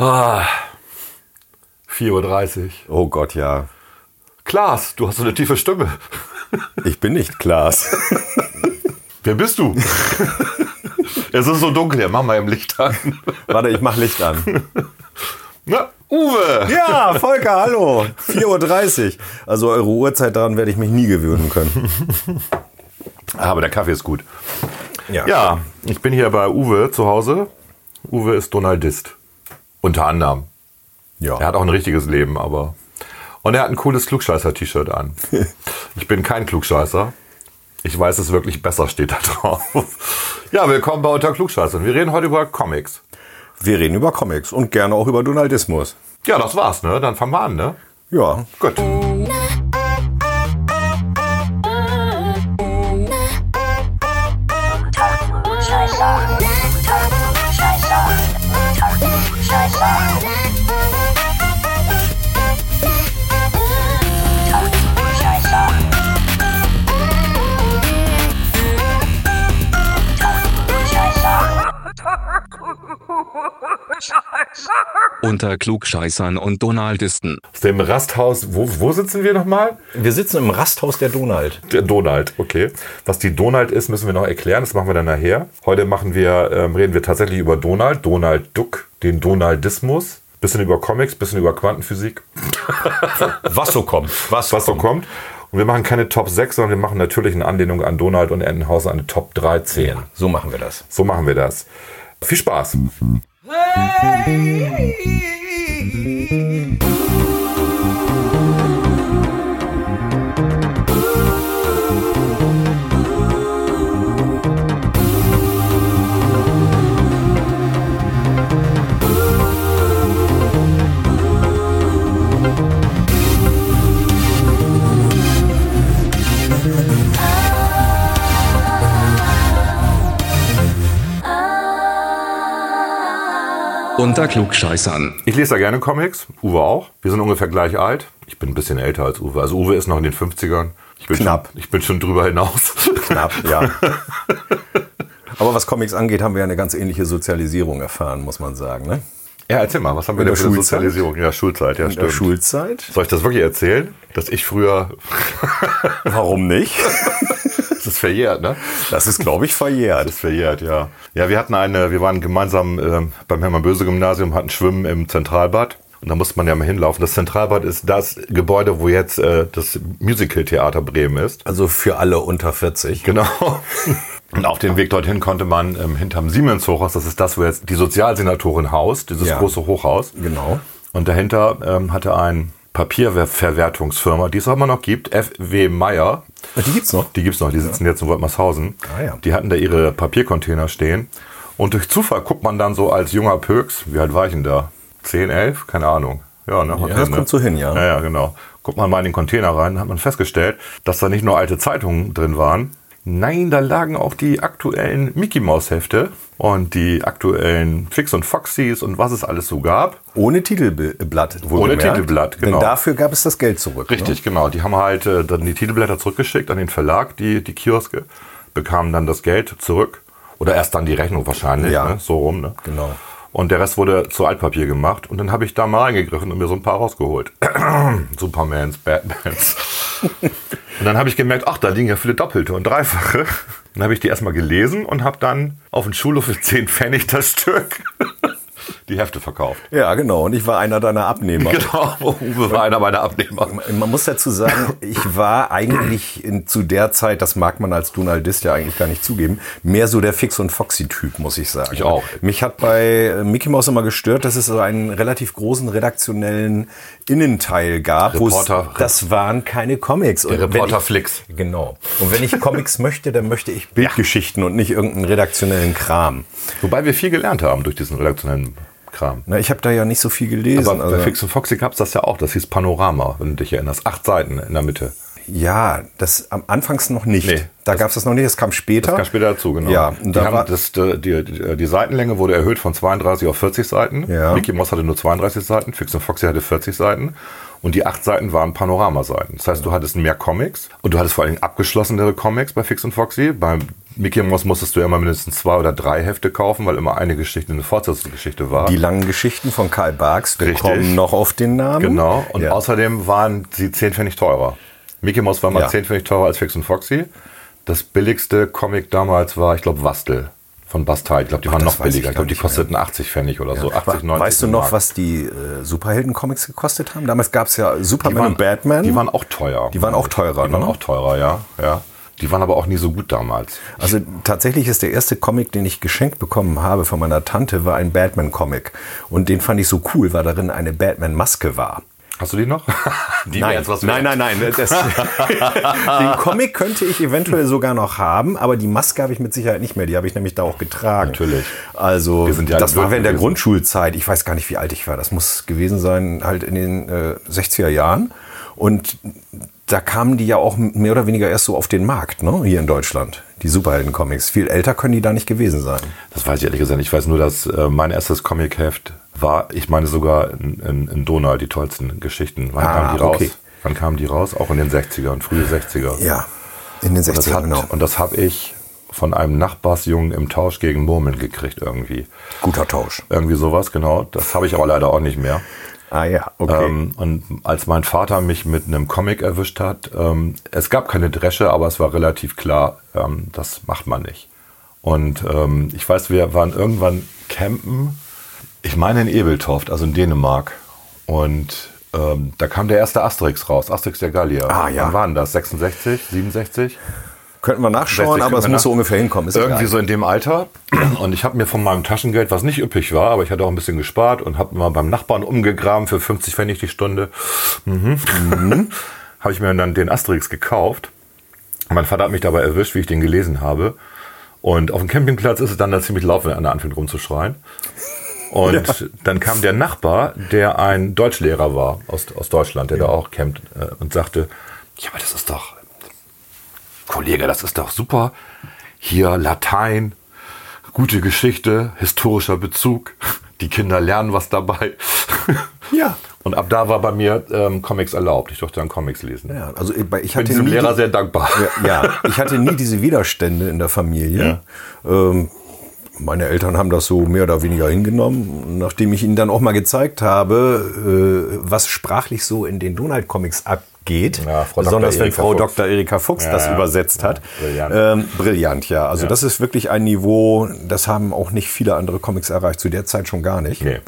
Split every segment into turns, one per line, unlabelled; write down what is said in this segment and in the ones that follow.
Ah, 4.30 Uhr.
Oh Gott, ja.
Klaas, du hast so eine tiefe Stimme.
Ich bin nicht Klaas.
Wer bist du? es ist so dunkel, ja, mach mal im Licht an.
Warte, ich mach Licht an.
Na, Uwe!
Ja, Volker, hallo. 4.30 Uhr. Also eure Uhrzeit daran werde ich mich nie gewöhnen können.
Ah, Aber der Kaffee ist gut. Ja, ich bin hier bei Uwe zu Hause. Uwe ist Donaldist. Unter anderem.
Ja.
Er hat auch ein richtiges Leben, aber. Und er hat ein cooles Klugscheißer-T-Shirt an. Ich bin kein Klugscheißer. Ich weiß es wirklich besser, steht da drauf. Ja, willkommen bei Unter Klugscheißern. Wir reden heute über Comics.
Wir reden über Comics und gerne auch über Donaldismus.
Ja, das war's, ne? Dann fangen wir an, ne?
Ja.
Gut.
Unter Klugscheißern und Donaldisten.
Aus dem Rasthaus, wo, wo sitzen wir nochmal?
Wir sitzen im Rasthaus der Donald.
Der Donald, okay. Was die Donald ist, müssen wir noch erklären. Das machen wir dann nachher. Heute machen wir, ähm, reden wir tatsächlich über Donald, Donald Duck, den Donaldismus. Bisschen über Comics, bisschen über Quantenphysik,
Was so kommt.
was so kommt. Und wir machen keine Top 6, sondern wir machen natürlich in Anlehnung an Donald und Entenhausen eine Top 13.
So machen wir das.
So machen wir das. Viel Spaß.
Unter Klugscheißern.
Ich lese da gerne Comics, Uwe auch. Wir sind ungefähr gleich alt. Ich bin ein bisschen älter als Uwe. Also Uwe ist noch in den 50ern. Ich bin
Knapp.
Schon, ich bin schon drüber hinaus.
Knapp, ja. Aber was Comics angeht, haben wir eine ganz ähnliche Sozialisierung erfahren, muss man sagen. Ne?
Ja, erzähl mal, was haben wir
In
denn
der
für eine
Schulzeit?
Sozialisierung? Ja, Schulzeit, ja,
In der
stimmt.
Schulzeit?
Soll ich das wirklich erzählen? Dass ich früher.
Warum nicht?
das ist verjährt, ne?
Das ist, glaube ich, verjährt.
Das ist verjährt, ja. Ja, wir hatten eine, wir waren gemeinsam ähm, beim Hermann-Böse-Gymnasium, hatten Schwimmen im Zentralbad. Und da musste man ja mal hinlaufen. Das Zentralbad ist das Gebäude, wo jetzt äh, das Musical-Theater Bremen ist.
Also für alle unter 40.
Genau. Und auf dem Weg dorthin konnte man ähm, hinterm Siemens-Hochhaus, das ist das, wo jetzt die Sozialsenatorin haust, dieses
Ja.
große Hochhaus.
Genau.
Und dahinter ähm, hatte ein Papierverwertungsfirma, die es auch immer noch gibt, FW Meyer.
Die gibt's noch.
Die gibt's noch, die sitzen jetzt in Woltmarshausen.
Ah, ja.
Die hatten da ihre Papiercontainer stehen. Und durch Zufall guckt man dann so als junger Pöks, wie alt war ich denn da? 10, 11? Keine Ahnung. Ja, ne?
das kommt so hin, ja.
Ja, ja, genau. Guckt man mal in den Container rein, hat man festgestellt, dass da nicht nur alte Zeitungen drin waren. Nein, da lagen auch die aktuellen Mickey Mouse Hefte und die aktuellen Fix und Foxys und was es alles so gab.
Ohne Titelblatt. wohlgemerkt.
Titelblatt, genau.
Denn dafür gab es das Geld zurück. Ne?
Richtig, genau. Die haben halt äh, dann die Titelblätter zurückgeschickt an den Verlag, die, die Kioske, bekamen dann das Geld zurück. Oder erst dann die Rechnung wahrscheinlich,
Ja.
ne? so rum. Ne?
Genau.
Und der Rest wurde zu Altpapier gemacht. Und dann habe ich da mal reingegriffen und mir so ein paar rausgeholt. Supermans, Batmans. und dann habe ich gemerkt, ach, da liegen ja viele Doppelte und Dreifache. Dann habe ich die erstmal gelesen und habe dann auf dem Schulhof für 10 Pfennig das Stück die Hefte verkauft.
Ja, genau. Und ich war einer deiner Abnehmer.
Genau, Uwe war einer meiner Abnehmer.
Man muss dazu sagen, ich war eigentlich in, zu der Zeit, das mag man als Donaldist ja eigentlich gar nicht zugeben, mehr so der Fix- und Foxy-Typ, muss ich sagen.
Ich auch.
Mich hat bei äh, Mickey Mouse immer gestört, dass es so einen relativ großen redaktionellen Innenteil gab. wo es-
Reporter-
Das waren keine Comics. Und wenn
Reporter
ich-
Flix.
Genau. Und wenn ich Comics möchte, dann möchte ich Bildgeschichten und nicht irgendeinen redaktionellen Kram.
Wobei wir viel gelernt haben durch diesen redaktionellen Kram.
Na, ich habe da ja nicht so viel gelesen.
Aber bei
also-
Fix und Foxy gab es das ja auch. Das hieß Panorama, wenn du dich erinnerst. Acht Seiten in der Mitte.
Ja, das am Anfangs noch nicht.
Nee.
da gab's das noch nicht, das kam später.
Das kam später dazu, genau.
Ja,
die,
und da war,
haben das, äh, die, die, die Seitenlänge wurde erhöht von 32 auf 40 Seiten.
Ja.
Mickey Mouse hatte nur 32 Seiten, Fix und Foxy hatte 40 Seiten. Und die acht Seiten waren Panoramaseiten. Das heißt, du hattest mehr Comics und du hattest vor allem abgeschlossenere Comics bei Fix und Foxy. Bei Mickey Mouse musstest du ja immer mindestens zwei oder drei Hefte kaufen, weil immer eine Geschichte eine Fortsetzungsgeschichte war.
Die langen Geschichten von Karl Barks wir
Richtig.
kommen noch auf den Namen.
Genau. Und
ja.
außerdem waren sie 10 Pfennig teurer. Mickey Mouse war mal
Ja.
10 Pfennig teurer als Fix und Foxy. Das billigste Comic damals war, ich glaube, Wastel von Bastei. Ich glaube, die waren noch
das weiß ich
billiger. Ich
gar
glaube, die
nicht mehr.
kosteten 80 Pfennig oder so. 80, 90
weißt du
im
noch,
Markt.
was die äh, Superhelden-Comics gekostet haben? Damals gab es ja Superman
Die waren,
und Batman.
Die waren auch teuer.
Die waren auch teurer,
Die waren
ne?
auch teurer, ja. ja. Die waren aber auch nie so gut damals.
Also tatsächlich ist der erste Comic, den ich geschenkt bekommen habe von meiner Tante, war ein Batman-Comic. Und den fand ich so cool, weil darin eine Batman-Maske war.
Hast du die noch? die wär
Nein,
jetzt was
nein,
wert.
nein, nein. Das, den Comic könnte ich eventuell sogar noch haben, aber die Maske habe ich mit Sicherheit nicht mehr. Die habe ich nämlich da auch getragen.
Natürlich.
Also,
Wir sind ja
das
alle
war während der
gewesen.
Grundschulzeit. Ich weiß gar nicht, wie alt ich war. Das muss gewesen sein, halt in den äh, 60er Jahren. Und da kamen die ja auch mehr oder weniger erst so auf den Markt, ne? hier in Deutschland. Die Superhelden-Comics. Viel älter können die da nicht gewesen sein.
Das weiß ich ehrlich gesagt. nicht. Ich weiß nur, dass äh, mein erstes Comicheft war, ich meine sogar in, in, in Donald, die tollsten Geschichten. Wann
Ah,
kamen die raus?
okay.
Wann kamen die raus? Auch in den 60ern, frühe 60er.
Ja, in den
Und das
60ern,
hat,
genau.
Und das habe ich von einem Nachbarsjungen im Tausch gegen Murmeln gekriegt irgendwie.
Guter Tausch.
Irgendwie sowas, genau. Das habe ich aber leider auch nicht mehr.
Ah ja, okay.
Ähm, und als mein Vater mich mit einem Comic erwischt hat, ähm, es gab keine Dresche, aber es war relativ klar, ähm, das macht man nicht. Und ähm, ich weiß, wir waren irgendwann campen, ich meine in Ebeltoft, also in Dänemark. Und ähm, da kam der erste Asterix raus, Asterix der Gallier.
Ah, ja.
Wann waren das? 66, 67?
Könnten wir nachschauen,
60
aber es
können wir
muss so
nach-
ungefähr hinkommen. Ist
Irgendwie
egal.
so in dem Alter. Und ich habe mir von meinem Taschengeld, was nicht üppig war, aber ich hatte auch ein bisschen gespart und habe mal beim Nachbarn umgegraben für 50 Pfennig die Stunde. Mhm. habe ich mir dann den Asterix gekauft. Und Mein Vater hat mich dabei erwischt, wie ich den gelesen habe. Und auf dem Campingplatz ist es dann da ziemlich laut, wenn einer anfängt rumzuschreien. Und dann kam der Nachbar, der ein Deutschlehrer war aus, aus Deutschland, der da auch campt äh, und sagte, ja, aber das ist doch, Kollege, das ist doch super. Hier Latein, gute Geschichte, historischer Bezug. Die Kinder lernen was dabei.
Ja.
Und ab da war bei mir ähm, Comics erlaubt. Ich durfte dann Comics lesen.
Ja, also ich ich
Ich bin
hatte
diesem
nie
Lehrer
die-
sehr dankbar.
ja, ich hatte nie diese Widerstände in der Familie. Ähm, meine Eltern haben das so mehr oder weniger hingenommen. Nachdem ich ihnen dann auch mal gezeigt habe, äh, was sprachlich so in den Donald-Comics abgeht,
Ja, Frau Dr.
besonders wenn
Erika
Frau
Fuchs.
Dr. Erika Fuchs
Ja,
das
ja.
übersetzt
Ja,
hat.
brillant.
Ähm, brillant, ja. Also das ist wirklich ein Niveau, das haben auch nicht viele andere Comics erreicht, zu der Zeit schon gar nicht.
Nee.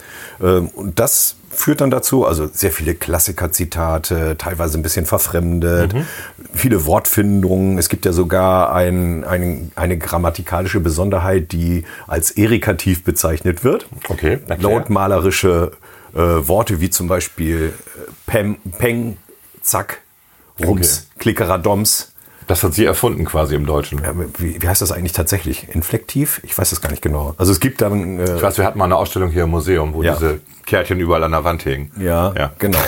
Ähm, und das führt dann dazu, also sehr viele Klassiker-Zitate, teilweise ein bisschen verfremdet, viele Wortfindungen. Es gibt ja sogar ein, ein, eine grammatikalische Besonderheit, die als erikativ bezeichnet wird.
Okay, erklär.
Lautmalerische äh, Worte wie zum Beispiel äh, Pem, Peng, Zack, Rums, Klickeradoms.
Das hat sie erfunden quasi im Deutschen.
Ja, Wie, wie heißt das eigentlich tatsächlich? Inflektiv? Ich weiß das gar nicht genau. Also es gibt dann... Äh,
Ich weiß, wir hatten mal eine Ausstellung hier im Museum, wo
Ja.
diese Kärtchen überall an der Wand hingen.
Ja, genau.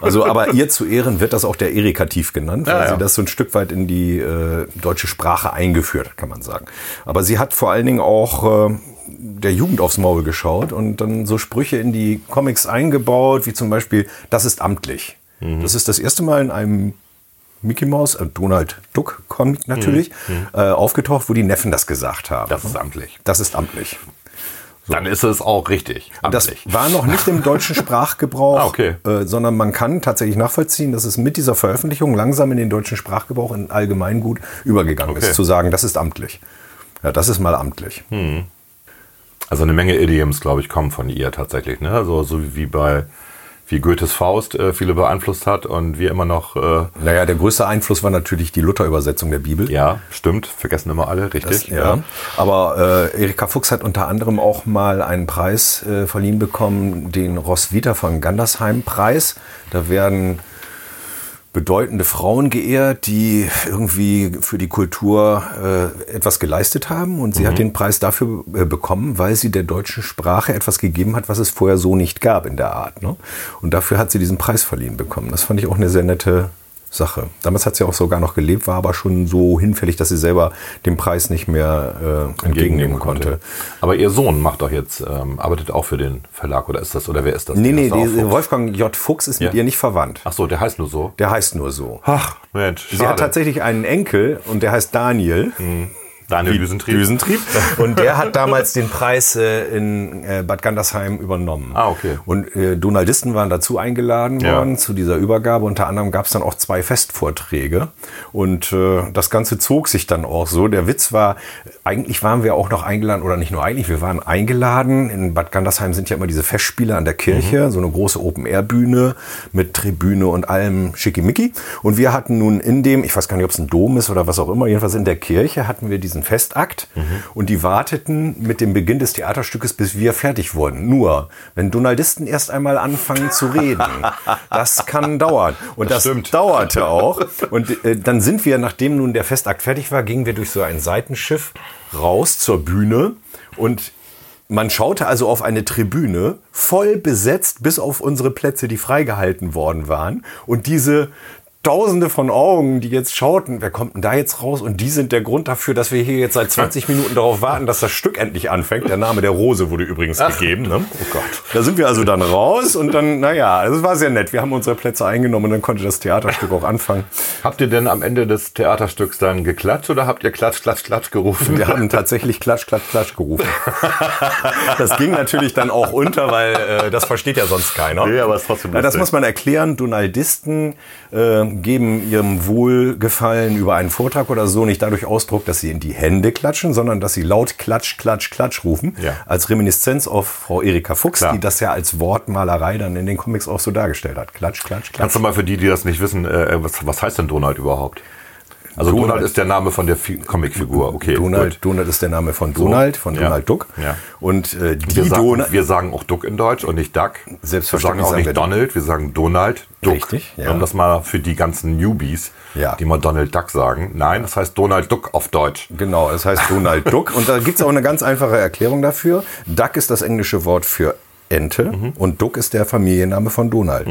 Also, aber ihr zu Ehren wird das auch der Erikativ genannt, weil
Ja, ja.
sie das so ein Stück weit in die äh, deutsche Sprache eingeführt hat, kann man sagen. Aber sie hat vor allen Dingen auch äh, der Jugend aufs Maul geschaut und dann so Sprüche in die Comics eingebaut, wie zum Beispiel, das ist amtlich.
Mhm.
Das ist das erste Mal in einem Mickey Mouse, äh, Donald Duck Comic natürlich, Äh, aufgetaucht, wo die Neffen das gesagt haben.
Mhm. Das ist amtlich.
Das ist amtlich.
Dann ist es auch richtig.
Das
Amtlich.
war noch nicht im deutschen Sprachgebrauch,
Ah, okay.
äh, sondern man kann tatsächlich nachvollziehen, dass es mit dieser Veröffentlichung langsam in den deutschen Sprachgebrauch in Allgemeingut übergegangen
Okay. Hm.
ist, zu sagen, das ist amtlich. Ja, das ist mal amtlich.
Also eine Menge Idioms, glaube ich, kommen von ihr tatsächlich. Ne? Also, so wie bei wie Goethes Faust äh, viele beeinflusst hat und wir immer noch, äh,
Naja, der größte Einfluss war natürlich die Luther-Übersetzung der Bibel.
ja, stimmt, vergessen immer alle, richtig.
Ja. Aber äh, Erika Fuchs hat unter anderem auch mal einen Preis äh, verliehen bekommen, den Roswitha von Gandersheim-Preis. Da werden bedeutende Frauen geehrt, die irgendwie für die Kultur äh, etwas geleistet haben. Und sie
Mhm.
hat den Preis dafür äh, bekommen, weil sie der deutschen Sprache etwas gegeben hat, was es vorher so nicht gab in der Art. Ne? Und dafür hat sie diesen Preis verliehen bekommen. Das fand ich auch eine sehr nette Sache. Damals hat sie auch sogar noch gelebt, war aber schon so hinfällig, dass sie selber den Preis nicht mehr äh, entgegennehmen konnte.
Aber ihr Sohn macht doch jetzt, ähm, arbeitet auch für den Verlag oder ist das, oder wer ist das? Der
Nee, nee,
ist auch
die,
Fuchs.
Wolfgang J. Fuchs ist mit
Ja.
ihr nicht verwandt.
Ach so, der heißt nur so.
Der heißt nur so.
Ach, Mensch,
Sie hat tatsächlich einen Enkel und der heißt Daniel.
Daniel Düsentrieb.
Düsentrieb. Und der hat damals den Preis äh, in äh, Bad Gandersheim übernommen.
Ah, okay.
Und äh, Donaldisten waren dazu eingeladen
Ja.
worden zu dieser Übergabe. Unter anderem gab es dann auch zwei Festvorträge. Und äh, das Ganze zog sich dann auch so. Der Witz war, eigentlich waren wir auch noch eingeladen, oder nicht nur eigentlich, wir waren eingeladen. In Bad Gandersheim sind ja immer diese Festspiele an der Kirche, so eine große Open-Air-Bühne mit Tribüne und allem Schickimicki. Und wir hatten nun in dem, ich weiß gar nicht, ob es ein Dom ist oder was auch immer, jedenfalls in der Kirche hatten wir diesen Festakt und die warteten mit dem Beginn des Theaterstückes, bis wir fertig wurden. Nur, wenn Donaldisten erst einmal anfangen zu reden, das kann dauern. Und das,
stimmt.
dauerte auch. Und äh, dann sind wir, nachdem nun der Festakt fertig war, gingen wir durch so ein Seitenschiff raus zur Bühne und man schaute also auf eine Tribüne, voll besetzt, bis auf unsere Plätze, die freigehalten worden waren. Und diese Tausende von Augen, die jetzt schauten, wer kommt denn da jetzt raus? Und die sind der Grund dafür, dass wir hier jetzt seit 20 Minuten darauf warten, dass das Stück endlich anfängt. Der Name der Rose wurde übrigens gegeben. Ne? Oh Gott. Da sind wir also dann raus und dann, naja, also es war sehr nett. Wir haben unsere Plätze eingenommen und dann konnte das Theaterstück auch anfangen.
Habt ihr denn am Ende des Theaterstücks dann geklatscht oder habt ihr Klatsch, Klatsch, Klatsch gerufen?
Wir haben tatsächlich Klatsch, Klatsch, Klatsch gerufen. Das ging natürlich dann auch unter, weil äh, das versteht ja sonst keiner.
Nee, aber ist trotzdem
Na, das
lustig.
muss man erklären. Donaldisten äh, geben ihrem Wohlgefallen über einen Vortrag oder so nicht dadurch Ausdruck, dass sie in die Hände klatschen, sondern dass sie laut Klatsch, Klatsch, Klatsch rufen.
Ja.
Als Reminiszenz auf Frau Erika Fuchs,
Klar.
die das ja als Wortmalerei dann in den Comics auch so dargestellt hat. Klatsch, Klatsch, Klatsch.
Kannst du mal für die, die das nicht wissen, äh, was, was heißt denn Donald überhaupt? Also Donald,
Donald
ist der Name von der Fi- Comicfigur. Okay,
Donald,
gut.
Donald ist der Name von Donald, von
Ja.
Donald Duck.
Ja.
Und äh, die
Wir sagen,
Donald.
wir sagen auch Duck in Deutsch und nicht Duck. Wir sagen
Selbstverständlich
auch
sagen
nicht
wir
Donald, wir sagen Donald Duck.
Richtig, ja.
ja. Um das mal für die ganzen Newbies,
Ja.
die mal Donald Duck sagen. Nein, das heißt Donald Duck auf Deutsch.
Genau, es heißt Donald Duck. Und da gibt's auch eine ganz einfache Erklärung dafür. Duck ist das englische Wort für Ente
Mhm.
und Duck ist der Familienname von Donald.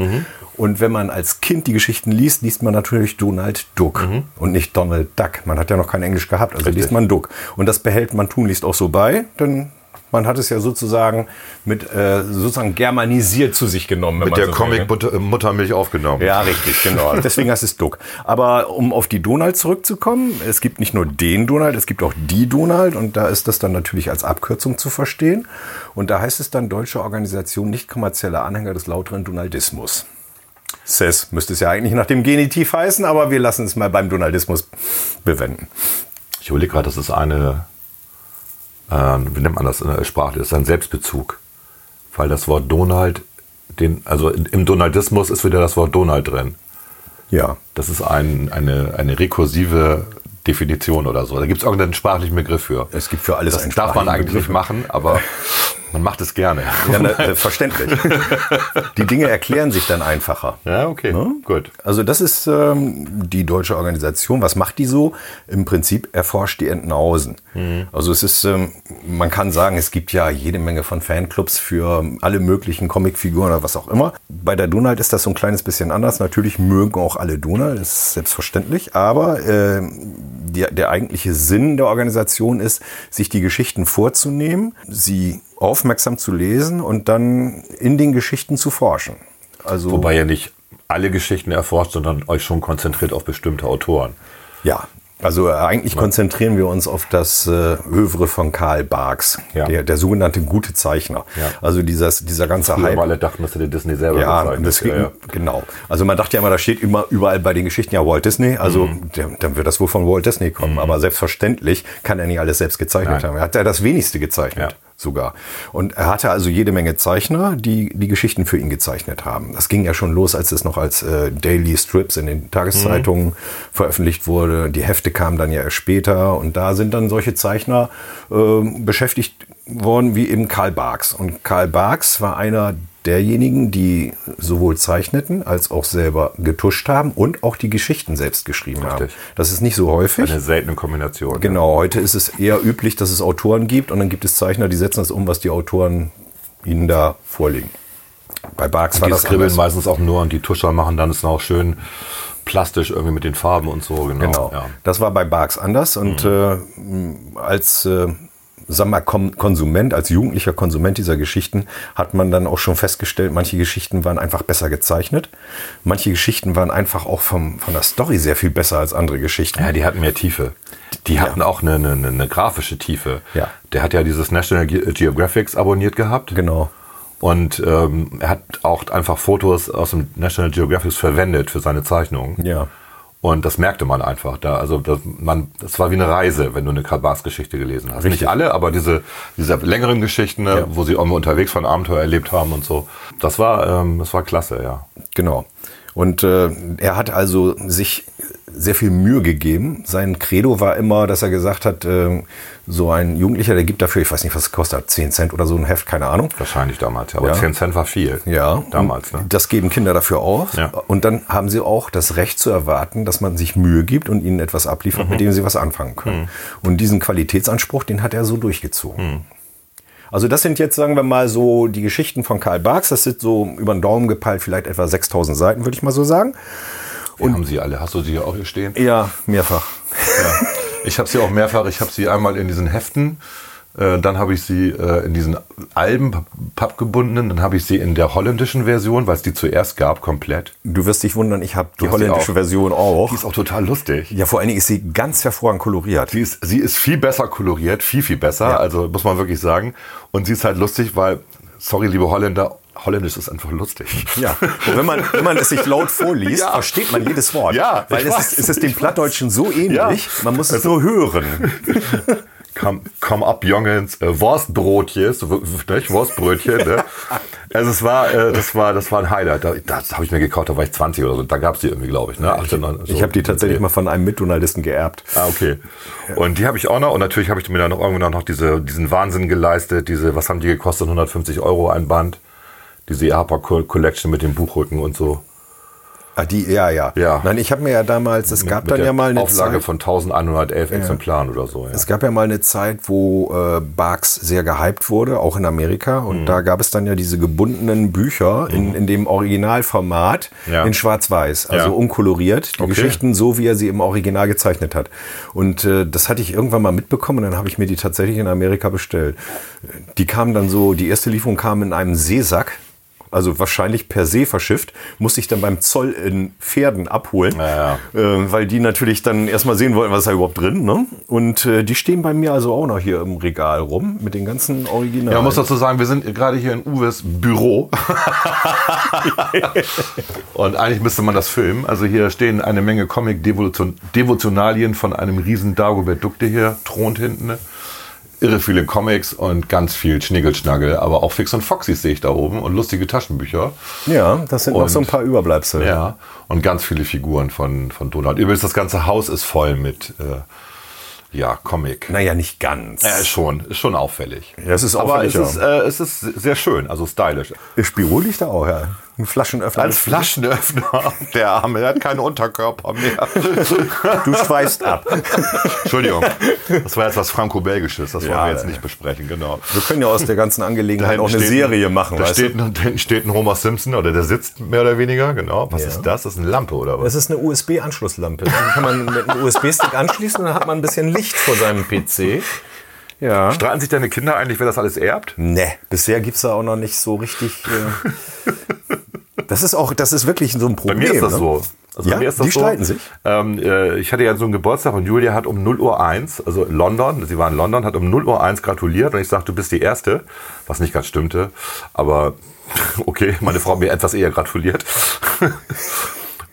Und wenn man als Kind die Geschichten liest, liest man natürlich Donald Duck
Mhm.
und nicht Donald Duck. Man hat ja noch kein Englisch gehabt, also liest man Duck. Und das behält man tun, liest auch so bei, denn man hat es ja sozusagen mit äh, sozusagen germanisiert zu sich genommen. wenn
Mit
man
der
so will, ne?
Comic-Muttermilch aufgenommen.
Ja, richtig, genau. Deswegen heißt es Duck. Aber um auf die Donald zurückzukommen, es gibt nicht nur den Donald, es gibt auch die Donald und da ist das dann natürlich als Abkürzung zu verstehen. Und da heißt es dann Deutsche Organisation nicht kommerzieller Anhänger des lauteren Donaldismus. Sess müsste es ja eigentlich nach dem Genitiv heißen, aber wir lassen es mal beim Donaldismus bewenden.
Ich überlege gerade, das ist eine, äh, wie nennt man das in der Sprache, das ist ein Selbstbezug. Weil das Wort Donald, den, also in- im Donaldismus ist wieder das Wort Donald drin.
Ja.
Das ist ein, eine, eine rekursive Definition oder so. Da gibt es irgendeinen sprachlichen Begriff für.
Es gibt für alles
das
einen
darf man
sprachlichen
eigentlich
Begriff.
nicht machen, aber man macht es gerne.
Ja, na, äh, verständlich. Die Dinge erklären sich dann einfacher.
Ja, okay, gut.
Also das ist ähm, die deutsche Organisation. Was macht die so? Im Prinzip erforscht die Entenhausen. Also es ist, ähm, man kann sagen, es gibt ja jede Menge von Fanclubs für alle möglichen Comicfiguren oder was auch immer. Bei der Donald ist das so ein kleines bisschen anders. Natürlich mögen auch alle Donald, das ist selbstverständlich. Aber ähm, der, der eigentliche Sinn der Organisation ist, sich die Geschichten vorzunehmen, sie aufmerksam zu lesen und dann in den Geschichten zu forschen. Also
Wobei ihr nicht alle Geschichten erforscht, sondern euch schon konzentriert auf bestimmte Autoren.
Ja, also äh, eigentlich konzentrieren wir uns auf das äh, Övre von Karl Barks,
Ja.
der, der sogenannte gute Zeichner.
Ja.
Also dieses, dieser ganze
Früher
Hype.
aber alle dachten, dass hätte Disney selber
Ja,
gezeichnet.
das,
Ja, ja.
genau. Also man dachte ja immer, da steht immer überall bei den Geschichten ja Walt Disney. Also
Mhm.
der, dann wird das wohl von Walt Disney kommen. Aber selbstverständlich kann er nicht alles selbst gezeichnet
Nein.
haben. Er hat ja das wenigste gezeichnet
Ja.
sogar. Und er hatte also jede Menge Zeichner, die die Geschichten für ihn gezeichnet haben. Das ging ja schon los, als es noch als äh, Daily Strips in den Tageszeitungen
Mhm.
veröffentlicht wurde. Die Hefte kamen dann ja erst später und da sind dann solche Zeichner ähm, beschäftigt worden wie eben Karl Barks. Und Karl Barks war einer derjenigen, die sowohl zeichneten als auch selber getuscht haben und auch die Geschichten selbst geschrieben haben.
Richtig.
Das ist nicht so häufig.
Eine seltene Kombination.
Genau, heute ist es eher üblich, dass es Autoren gibt und dann gibt es Zeichner, die setzen das um, was die Autoren ihnen da vorlegen. Bei Barks war
Die
das
skribbeln
anders.
meistens auch nur und die Tuscher machen dann es noch schön plastisch irgendwie mit den Farben und so. Genau.
Genau.
Ja. Mhm.
Das war bei Barks anders und äh, mh, als äh, sag mal, Kom Konsument, als jugendlicher Konsument dieser Geschichten, hat man dann auch schon festgestellt, manche Geschichten waren einfach besser gezeichnet. Manche Geschichten waren einfach auch vom, von der Story sehr viel besser als andere Geschichten.
Ja, die hatten mehr Tiefe. Die hatten auch eine, eine, eine, eine grafische Tiefe.
Ja.
Der hat ja dieses National Ge Geographics abonniert gehabt.
Genau.
Und ähm, er hat auch einfach Fotos aus dem National Geographic verwendet für seine Zeichnungen.
Ja.
Und das merkte man einfach. Da, also das, man, das war wie eine Reise, wenn du eine Krabas-Geschichte gelesen hast.
Richtig.
Nicht alle, aber diese, diese längeren Geschichten, ne,
Ja.
wo sie auch mal unterwegs von Abenteuer erlebt haben und so. Das war, ähm, das war klasse, ja.
Genau. Und äh, er hat also sich sehr viel Mühe gegeben. Sein Credo war immer, dass er gesagt hat, äh, so ein Jugendlicher, der gibt dafür, ich weiß nicht, was es kostet, 10 Cent oder so ein Heft, keine Ahnung.
Wahrscheinlich damals. Aber
Ja.
10 Cent war viel.
Ja,
Damals, ne?
Das geben Kinder dafür auf.
Ja.
Und dann haben sie auch das Recht zu erwarten, dass man sich Mühe gibt und ihnen etwas abliefert, mit dem sie was anfangen können. Und diesen Qualitätsanspruch, den hat er so durchgezogen. Also das sind jetzt, sagen wir mal, so die Geschichten von Karl Barks. Das sind so über den Daumen gepeilt, vielleicht etwa 6000 Seiten, würde ich mal so sagen.
Wir haben sie alle. Hast du sie hier auch hier stehen?
Ja, mehrfach.
Ich habe sie auch mehrfach. Ich habe sie einmal in diesen Heften, äh, dann habe ich sie äh, in diesen Alben, pap- pappgebundenen, dann habe ich sie in der holländischen Version, weil es die zuerst gab, komplett.
Du wirst dich wundern, ich habe die
hast sie
holländische
auch.
Version
Die
auch.
ist auch total lustig.
Ja, vor allen Dingen ist sie ganz hervorragend koloriert.
Sie ist, sie ist viel besser koloriert, viel, viel besser, also muss man wirklich sagen. Und sie ist halt lustig, weil, sorry, liebe Holländer, Holländisch ist einfach lustig.
Ja, und wenn man, wenn man es sich laut vorliest,
Ja.
versteht man jedes Wort.
Ja,
weil
ich
es
weiß,
ist, es ist dem Plattdeutschen so ähnlich,
Ja. Also,
man muss es so hören.
Come, come up, Jongens, äh, Wurstbrotjes, w- w- nicht? Wurstbrötchen, ne? Also es war, äh, das war, das war ein Highlight. Da, das habe ich mir gekauft, da war ich 20 oder so. Da gab es die irgendwie, glaube ich, ne? 18, 19, so.
Ich habe die tatsächlich
Okay.
mal von einem Mitdonaldisten geerbt.
Ah, okay. Und die habe ich auch noch. Und natürlich habe ich mir dann noch irgendwann noch diese, diesen Wahnsinn geleistet. Diese, was haben die gekostet? 150 Euro ein Band. Diese Harper Co- Collection mit dem Buchrücken und so.
Ah, die, ja, ja.
Ja.
Nein, ich habe mir ja damals, es gab
mit
dann
der
ja mal eine
Auflage
Zeit,
von 1111 Exemplaren oder so. Ja.
es gab ja mal eine Zeit, wo äh, Barks sehr gehypt wurde, auch in Amerika. Und
Mhm.
da gab es dann ja diese gebundenen Bücher in, in dem Originalformat
Ja.
in Schwarz-Weiß, also
Ja.
unkoloriert, die Geschichten so, wie er sie im Original gezeichnet hat. Und äh, das hatte ich irgendwann mal mitbekommen und dann habe ich mir die tatsächlich in Amerika bestellt. Die kamen dann so, die erste Lieferung kam in einem Seesack. Also wahrscheinlich per See verschifft, musste ich dann beim Zoll in Pferden abholen,
Ja,
Äh, weil die natürlich dann erstmal sehen wollten, was ist da überhaupt drin. Ne? Und äh, die stehen bei mir also auch noch hier im Regal rum mit den ganzen Originalen.
Ja, man muss dazu sagen, wir sind gerade hier in Uwes Büro. Und eigentlich müsste man das filmen. Also hier stehen eine Menge Comic-Devotionalien von einem riesen Dagobert Duck, der hier thront hinten. Irre viele Comics und ganz viel Schnickelschnaggel, aber auch Fix und Foxys sehe ich da oben und lustige Taschenbücher.
ja das sind noch
Und-
so ein paar Überbleibsel.
Ja, und ganz viele Figuren von, von Donald. Übrigens, das ganze Haus ist voll mit äh, ja, Comic.
Naja, nicht ganz.
Ja, ist schon, ist schon auffällig.
Ja, es ist
Aber es
auffälliger.
ist, äh, es ist sehr schön, also stylisch.
Spiro liegt da auch, ja. Ein Flaschenöffner.
Als Flaschenöffner, der Arme, der hat keinen Unterkörper mehr.
du schweifst ab.
Entschuldigung, das war jetzt was Franco-Belgisches, das wollen
Ja,
wir jetzt
ja.
nicht besprechen, genau.
Wir können ja aus der ganzen Angelegenheit auch eine
steht-
Serie machen.
Da
weißt du?
steht, ein- da hinten steht ein Homer Simpson oder der sitzt mehr oder weniger, genau. Was
Ja.
ist das? Das ist eine Lampe oder was?
Das ist eine USB-Anschlusslampe. Die kann man mit einem USB-Stick anschließen und dann hat man ein bisschen Licht vor seinem PC. Ja.
Streiten sich deine Kinder eigentlich, wer das alles erbt?
Ne, bisher gibt es da auch noch nicht so richtig. äh, Das ist auch, das ist wirklich so ein
Bei
Problem.
mir ist das
ne?
so. Also
Ja,
bei mir ist
die streiten sich.
Ähm, äh, ich hatte ja so einen Geburtstag und Julia hat um 0 Uhr 1, also in London, sie war in London, hat um 0 Uhr 1 gratuliert und ich sagte, du bist die Erste, was nicht ganz stimmte, aber okay, meine Frau hat mir etwas eher gratuliert.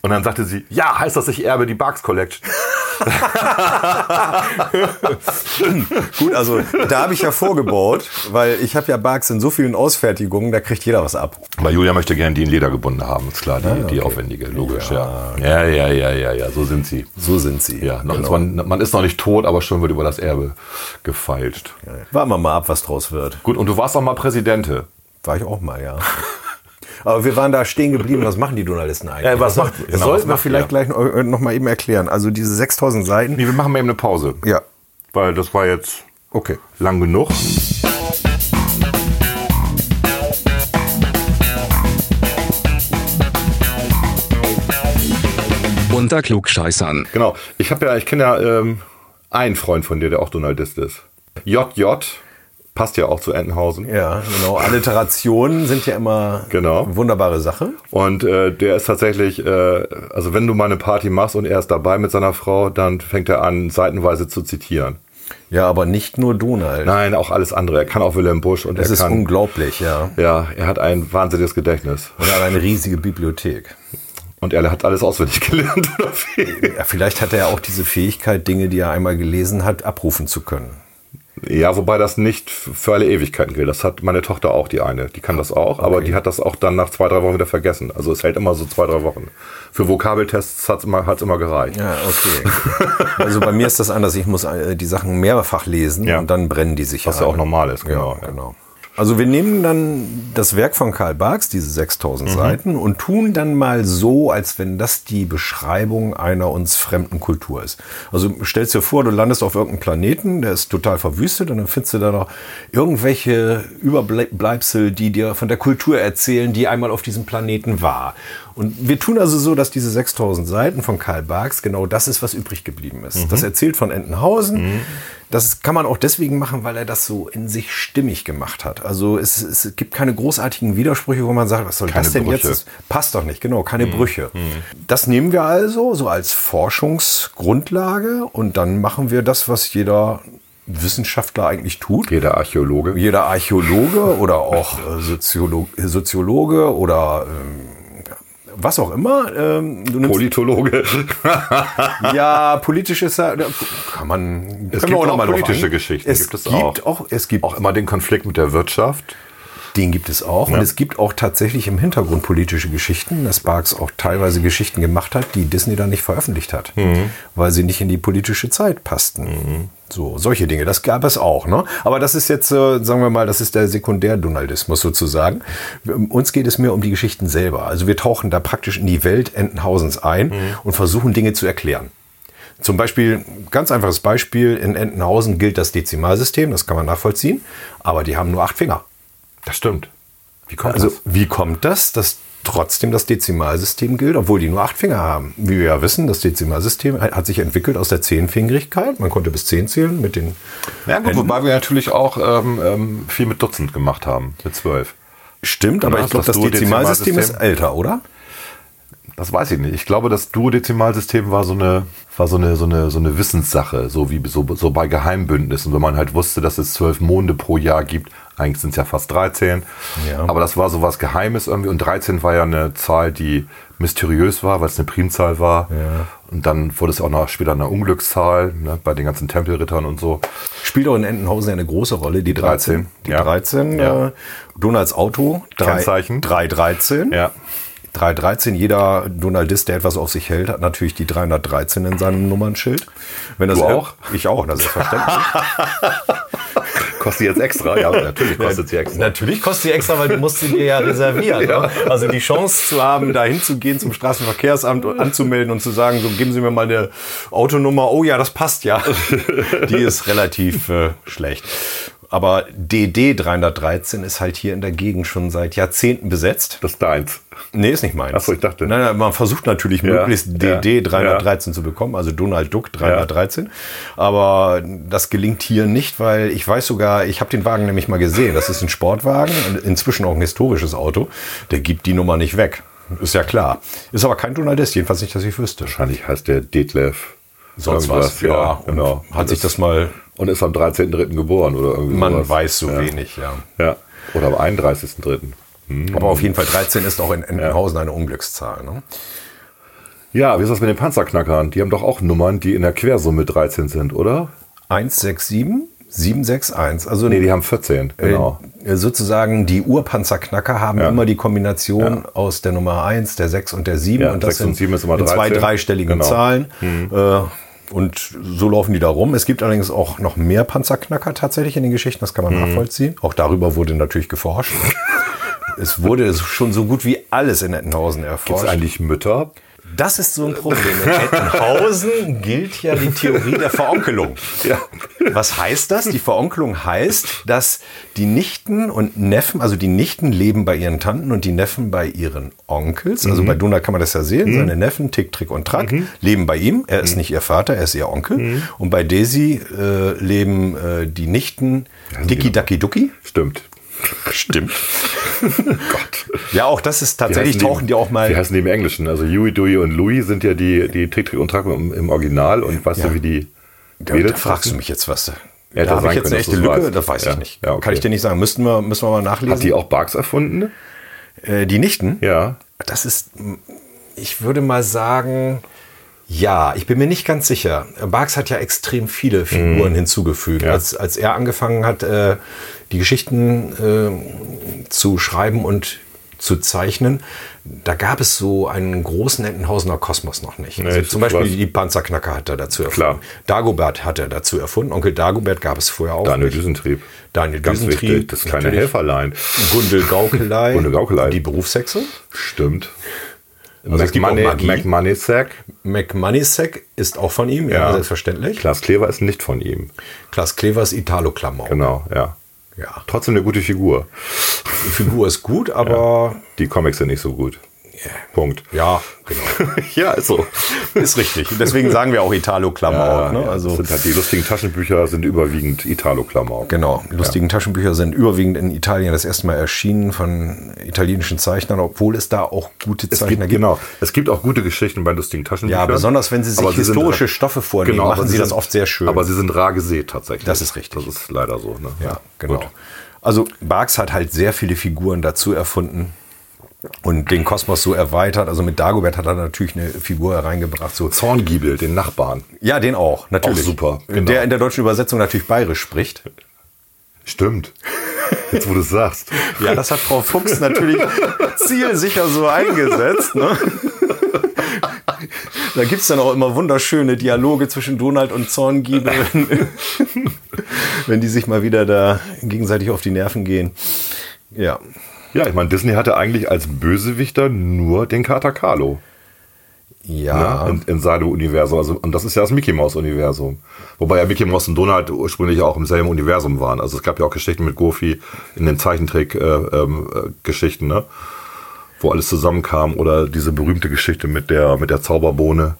Und dann sagte sie, ja, heißt das, ich erbe die Bugs Collection.
Gut, also da habe ich ja vorgebaut, weil ich habe ja Barks in so vielen Ausfertigungen, da kriegt jeder was ab.
Weil Julia möchte gerne die in Leder gebunden haben, ist klar, die, die aufwendige, logisch, ja. Ah, Ja, ja, ja, ja, ja, so sind sie. genau.
So sind sie.
Ja, noch ist man, man ist noch nicht tot, aber schon wird über das Erbe gefeilscht.
Warten wir mal ab, was draus wird.
Gut, und du warst auch mal Präsidente.
War ich auch mal, ja. Aber wir waren da stehen geblieben. Was machen die Journalisten eigentlich?
Ja, was macht-
Das
genau,
Äh, sollten
was
wir
macht
vielleicht gleich noch, äh, noch mal eben erklären. Also diese 6000 Seiten.
Nee, wir machen mal eben eine Pause.
Ja,
Weil das war jetzt
okay.
lang genug.
Unter Klugscheißern.
Genau. Ich habe ja, ich kenne ja ähm, einen Freund von dir, der auch Donaldist ist. JJ passt ja auch zu Entenhausen.
Ja, genau. Alliterationen sind ja immer
Genau.
eine wunderbare Sache.
Und äh, der ist tatsächlich, äh, also wenn du mal eine Party machst und er ist dabei mit seiner Frau, dann fängt er an, seitenweise zu zitieren.
Ja, aber nicht nur Donald.
Nein, auch alles andere. Er kann auch Wilhelm Busch und
das
er
ist
kann.
unglaublich, ja.
Ja, er hat ein wahnsinniges Gedächtnis.
Und er hat eine riesige Bibliothek.
Und er hat alles auswendig gelernt, oder wie?
Ja, vielleicht hat er ja auch diese Fähigkeit, Dinge, die er einmal gelesen hat, abrufen zu können.
Ja, wobei das nicht für alle Ewigkeiten gilt. Das hat meine Tochter auch, die eine. Die kann das auch, aber die hat das auch dann nach zwei, drei Wochen wieder vergessen. Also es hält immer so zwei, drei Wochen. Für Vokabeltests hat es immer, hat's immer gereicht.
Ja, okay. also bei mir ist das anders. Ich muss äh, die Sachen mehrfach lesen
Ja.
und dann brennen die sich
Was ja
ein.
auch normal ist, genau.
Ja, genau. Also wir nehmen dann das Werk von Karl Barks, diese 6000 Seiten, und tun dann mal so, als wenn das die Beschreibung einer uns fremden Kultur ist. Also stellst dir vor, du landest auf irgendeinem Planeten, der ist total verwüstet, und dann findest du da noch irgendwelche Überbleibsel, die dir von der Kultur erzählen, die einmal auf diesem Planeten war. Und wir tun also so, dass diese 6000 Seiten von Karl Barks genau das ist, was übrig geblieben ist.
Mhm.
Das erzählt von Entenhausen. Das kann man auch deswegen machen, weil er das so in sich stimmig gemacht hat. Also es, es gibt keine großartigen Widersprüche, wo man sagt, was soll
Keine
das denn
Brüche. Mhm.
jetzt? Das passt doch nicht, genau, keine Brüche. Das nehmen wir also so als Forschungsgrundlage und dann machen wir das, was jeder Wissenschaftler eigentlich tut
Jeder Archäologe.
jeder Archäologe oder auch äh, Soziolo äh, Soziologe oder ähm, was auch immer. Ähm, du nimmst,
Politologe.
ja, politisch ist ja, kann man.
Es
können wir
gibt
noch
auch
mal drauf
politische
eingehen.
Geschichten,
Es
gibt
gibt
es
es
auch.
auch. Es gibt
Auch immer den Konflikt mit der Wirtschaft.
Den gibt es auch. Und es gibt auch tatsächlich im Hintergrund politische Geschichten, dass Barks auch teilweise Geschichten gemacht hat, die Disney dann nicht veröffentlicht hat, weil sie nicht in die politische Zeit passten. So, solche Dinge, das gab es auch. Ne? Aber das ist jetzt, äh, sagen wir mal, das ist der Sekundärdonaldismus sozusagen. Wir- Uns geht es mehr um die Geschichten selber. Also wir tauchen da praktisch in die Welt Entenhausens ein und versuchen Dinge zu erklären. Zum Beispiel, ganz einfaches Beispiel, in Entenhausen gilt das Dezimalsystem, das kann man nachvollziehen, aber die haben nur acht Finger.
Das stimmt. Wie kommt
Also,
das?
wie kommt das, dass trotzdem das Dezimalsystem gilt, obwohl die nur acht Finger haben? Wie wir ja wissen, das Dezimalsystem hat sich entwickelt aus der Zehnfingerigkeit. Man konnte bis zehn zählen mit den.
Ja, gut, wobei wir natürlich auch ähm, ähm, viel mit Dutzend gemacht haben, mit zwölf.
Stimmt,
Ja,
aber ich glaube,
das
das Dezimalsystem ist
Duodezimalsystem.
älter, oder?
Das weiß ich nicht. Ich glaube, das Duodezimalsystem war so eine, war so eine, so eine, so eine Wissenssache, so wie so, so bei Geheimbündnissen, wenn man halt wusste, dass es zwölf Monde pro Jahr gibt. Eigentlich sind es ja fast 13.
Ja.
Aber das war so was Geheimes irgendwie. Und 13 war ja eine Zahl, die mysteriös war, weil es eine Primzahl war.
Ja.
Und dann wurde es auch noch später eine Unglückszahl, ne, bei den ganzen Tempelrittern und so.
Spielt auch in Entenhausen ja eine große Rolle, die 13.
13,
Die
ja.
13,
Ja.
äh, Donalds Auto,
Kennzeichen.
313. 313, jeder Donaldist, der etwas auf sich hält, hat natürlich die 313 in seinem Nummernschild. Wenn das
Du auch?
Ich auch, das ist verständlich.
Kostet jetzt extra? Ja, natürlich kostet sie extra.
Natürlich kostet die extra, weil du musst sie dir ja reservieren.
Ja.
Ne? Also die Chance zu haben, da hinzugehen zum Straßenverkehrsamt und anzumelden und zu sagen, so geben Sie mir mal eine Autonummer. Oh ja, das passt ja. Die ist relativ äh, schlecht. Aber DD 313 ist halt hier in der Gegend schon seit Jahrzehnten besetzt.
Das ist deins.
Nee, ist nicht meins.
Ach so, ich dachte.
Nein, nein, man versucht natürlich möglichst
ja,
DD 313 zu bekommen, also Donald Duck 313. Aber das gelingt hier nicht, weil ich weiß sogar, ich habe den Wagen nämlich mal gesehen. Das ist ein Sportwagen, und inzwischen auch ein historisches Auto. Der gibt die Nummer nicht weg. Ist ja klar. Ist aber kein Donaldist, jedenfalls nicht, dass ich wüsste.
Wahrscheinlich heißt der Detlef.
Sonst
irgendwas,
was, ja.
ja, genau.
Und hat sich das mal,
Und ist am 13.3. geboren oder irgendwie
man
sowas.
weiß so
ja.
wenig, ja.
Ja. Oder am 31.3.
Aber auf jeden Fall 13 ist auch in Entenhausen eine Unglückszahl. Ne?
Ja, wie ist das mit den Panzerknackern? Die haben doch auch Nummern, die in der Quersumme 13 sind, oder?
167, 761. Also
Nee, die haben 14. Genau.
Äh, sozusagen die Urpanzerknacker haben
Ja.
immer die Kombination aus der Nummer 1, der 6 und der 7
Ja,
und das
sechs und
sind
sieben ist immer
in zwei
13.
dreistelligen
Genau.
Zahlen. Äh, und so laufen die da rum. Es gibt allerdings auch noch mehr Panzerknacker tatsächlich in den Geschichten, das kann man
Mhm.
nachvollziehen. Auch darüber wurde natürlich geforscht. es wurde schon so gut wie alles in Ettenhausen
Gibt es
erforscht.
eigentlich Mütter?
Das ist so ein Problem. In Ettenhausen gilt ja die Theorie der Veronkelung.
Ja.
Was heißt das? Die Veronkelung heißt, dass die Nichten und Neffen, also die Nichten leben bei ihren Tanten und die Neffen bei ihren Onkels.
Mhm.
Also bei Duna kann man das ja sehen. Seine Neffen, Tick, Trick und Track, leben bei ihm. Er
Mhm.
ist nicht ihr Vater, er ist ihr Onkel. Und bei Daisy äh, leben äh, die Nichten Dicky Ducky Ducky.
Stimmt. Stimmt. Gott.
Ja, auch das ist
Die
tatsächlich,
heißen
tauchen
neben-
die auch mal.
Die heißen die im Englischen. Also Huey, Dewey und Louie sind ja die, die Tick, Trick und Track im, im Original. Und weißt
Ja.
du, wie die
Ja, da fragst du mich jetzt was.
Hätte
da habe ich
sein
jetzt eine
können,
echte
dass du's
Lücke,
weißt.
das weiß
Ja.
ich nicht.
Ja, okay.
Kann ich dir nicht sagen. Müssten wir, müssen wir mal nachlesen.
Hat die auch Barks erfunden?
äh, die Nichten?
Ja.
Das ist, mm, ich würde mal sagen, ja, ich bin mir nicht ganz sicher. Barks hat ja extrem viele
Mhm.
Figuren hinzugefügt. Als, als er angefangen hat, äh, die Geschichten äh, zu schreiben und zu zeichnen, da gab es so einen großen Entenhausener Kosmos noch nicht. also
ich
zum Beispiel
weiß.
die Panzerknacker hat er dazu erfunden.
Klar.
Dagobert hat er dazu erfunden. Onkel Dagobert gab es vorher auch.
Daniel
nicht.
Düsentrieb.
Daniel
Ganz
Düsentrieb,
wichtig. Das kleine
natürlich.
Helferlein.
Gundel Gaukelei.
Gundel Gaukelei.
Die Berufshexe.
Stimmt.
Also es gibt auch Magie.
McMoneysack.
McMoneysack ist auch von ihm, ja,
Ja.
selbstverständlich.
Klaas Kleber ist nicht von ihm.
Klaas Klevers Italo-Klammer.
Genau, ja.
Ja,
Trotzdem eine gute Figur.
die Figur ist gut, aber
Die Comics sind nicht so gut. Punkt.
ja, genau.
ja, ist so.
Ist richtig. Deswegen sagen wir auch Italo-Klammer. auch, ne?
Ja,
also,
das sind halt die lustigen Taschenbücher sind überwiegend Italo-Klamauk.
Genau, die lustigen Taschenbücher sind überwiegend in Italien das erste Mal erschienen von italienischen Zeichnern, obwohl es da auch gute
Es
Zeichner
gibt,
gibt.
genau. Es gibt auch gute Geschichten bei lustigen Taschenbüchern.
Ja, besonders wenn sie sich
Aber sind
historische
ra- Genau,
Stoffe vornehmen,
aber
machen sie das
sind-
oft sehr schön.
Aber sie sind rar gesät tatsächlich.
Das ist richtig.
Das ist leider so. Ne?
Ja, genau.
Gut.
Also Barks hat halt sehr viele Figuren dazu erfunden und den Kosmos so erweitert. Also mit Dagobert hat er natürlich eine Figur hereingebracht. So,
Zorngiebel, den Nachbarn.
ja, den auch, natürlich.
Auch super, genau.
Der in der deutschen Übersetzung natürlich bayerisch spricht.
Stimmt. Jetzt, wo du es sagst.
Ja, das hat Frau Fuchs natürlich zielsicher so eingesetzt. Ne? Da gibt es dann auch immer wunderschöne Dialoge zwischen Donald und Zorngiebel, wenn, wenn die sich mal wieder da gegenseitig auf die Nerven gehen. Ja,
Ja, ich meine, Disney hatte eigentlich als Bösewichter nur den Kater Carlo.
ja.
ne, in, in seinem Universum. Also, und das ist ja das Mickey Mouse Universum. Wobei ja Mickey Mouse und Donald ursprünglich auch im selben Universum waren. Also es gab ja auch Geschichten mit Goofy in den Zeichentrick-Geschichten, äh, ähm, äh, Geschichten, ne? wo alles zusammenkam. Oder diese berühmte Geschichte mit der, mit der Zauberbohne.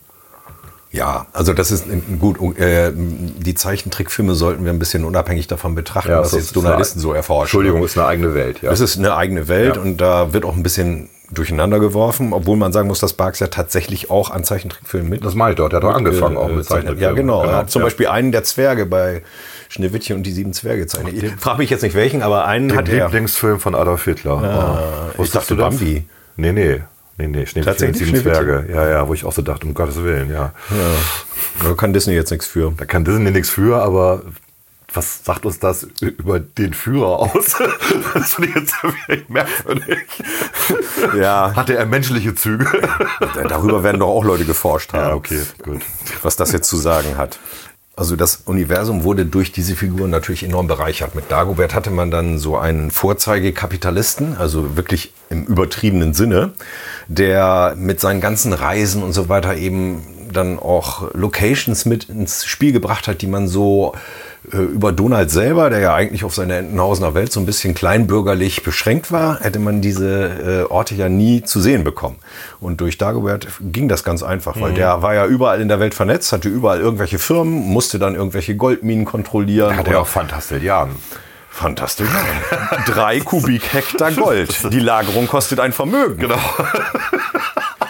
Ja, also das ist ein- gut. Äh, die Zeichentrickfilme sollten wir ein bisschen unabhängig davon betrachten,
Ja,
was
das
jetzt
ist eine-
Journalisten so erforschen.
Entschuldigung, ist eine eigene Welt. Ja.
Das ist eine eigene Welt
Ja.
und da wird auch ein bisschen durcheinander geworfen, obwohl man sagen muss, dass Barks ja tatsächlich auch an Zeichentrickfilmen mit. äh,
das meine ich doch. Der hat doch angefangen auch mit
Zeichentrick.
Zeichentrick.
Ja, genau. Er hat zum Beispiel einen der Zwerge bei Schneewittchen und die sieben Zwerge gezeichnet. Ich frag mich jetzt nicht welchen, aber einen
Den
hat er.
Lieblingsfilm von Adolf Hitler.
Ah, ich
Wusstest
dachte
das?
Bambi.
Nee, nee. Nee, nee, Schneewittchen und
Tatsächlich
sieben
Schneewittchen?
Zwerge. Ja, ja, wo ich auch so dachte, um Gottes Willen, ja.
Da kann Disney jetzt nichts für.
Da kann Disney nichts für, aber was sagt uns das über den Führer aus? Das finde ich jetzt wirklich merkwürdig.
Ja.
Hatte er menschliche Züge?
Darüber werden doch auch Leute geforscht haben.
Ja, okay, gut.
was das jetzt zu sagen hat. Also das Universum wurde durch diese Figuren natürlich enorm bereichert. Mit Dagobert hatte man dann so einen Vorzeigekapitalisten, also wirklich im übertriebenen Sinne, der mit seinen ganzen Reisen und so weiter eben dann auch Locations mit ins Spiel gebracht hat, die man so äh, über Donald selber, der ja eigentlich auf seine Entenhausener Welt so ein bisschen kleinbürgerlich beschränkt war, hätte man diese äh, Orte ja nie zu sehen bekommen. Und durch Dagobert ging das ganz einfach,
Mhm.
weil der war ja überall in der Welt vernetzt, hatte überall irgendwelche Firmen, musste dann irgendwelche Goldminen kontrollieren.
Hat er auch Fantastilianen.
Fantastisch. Drei Kubikhektar Gold. Die Lagerung kostet ein Vermögen. Genau.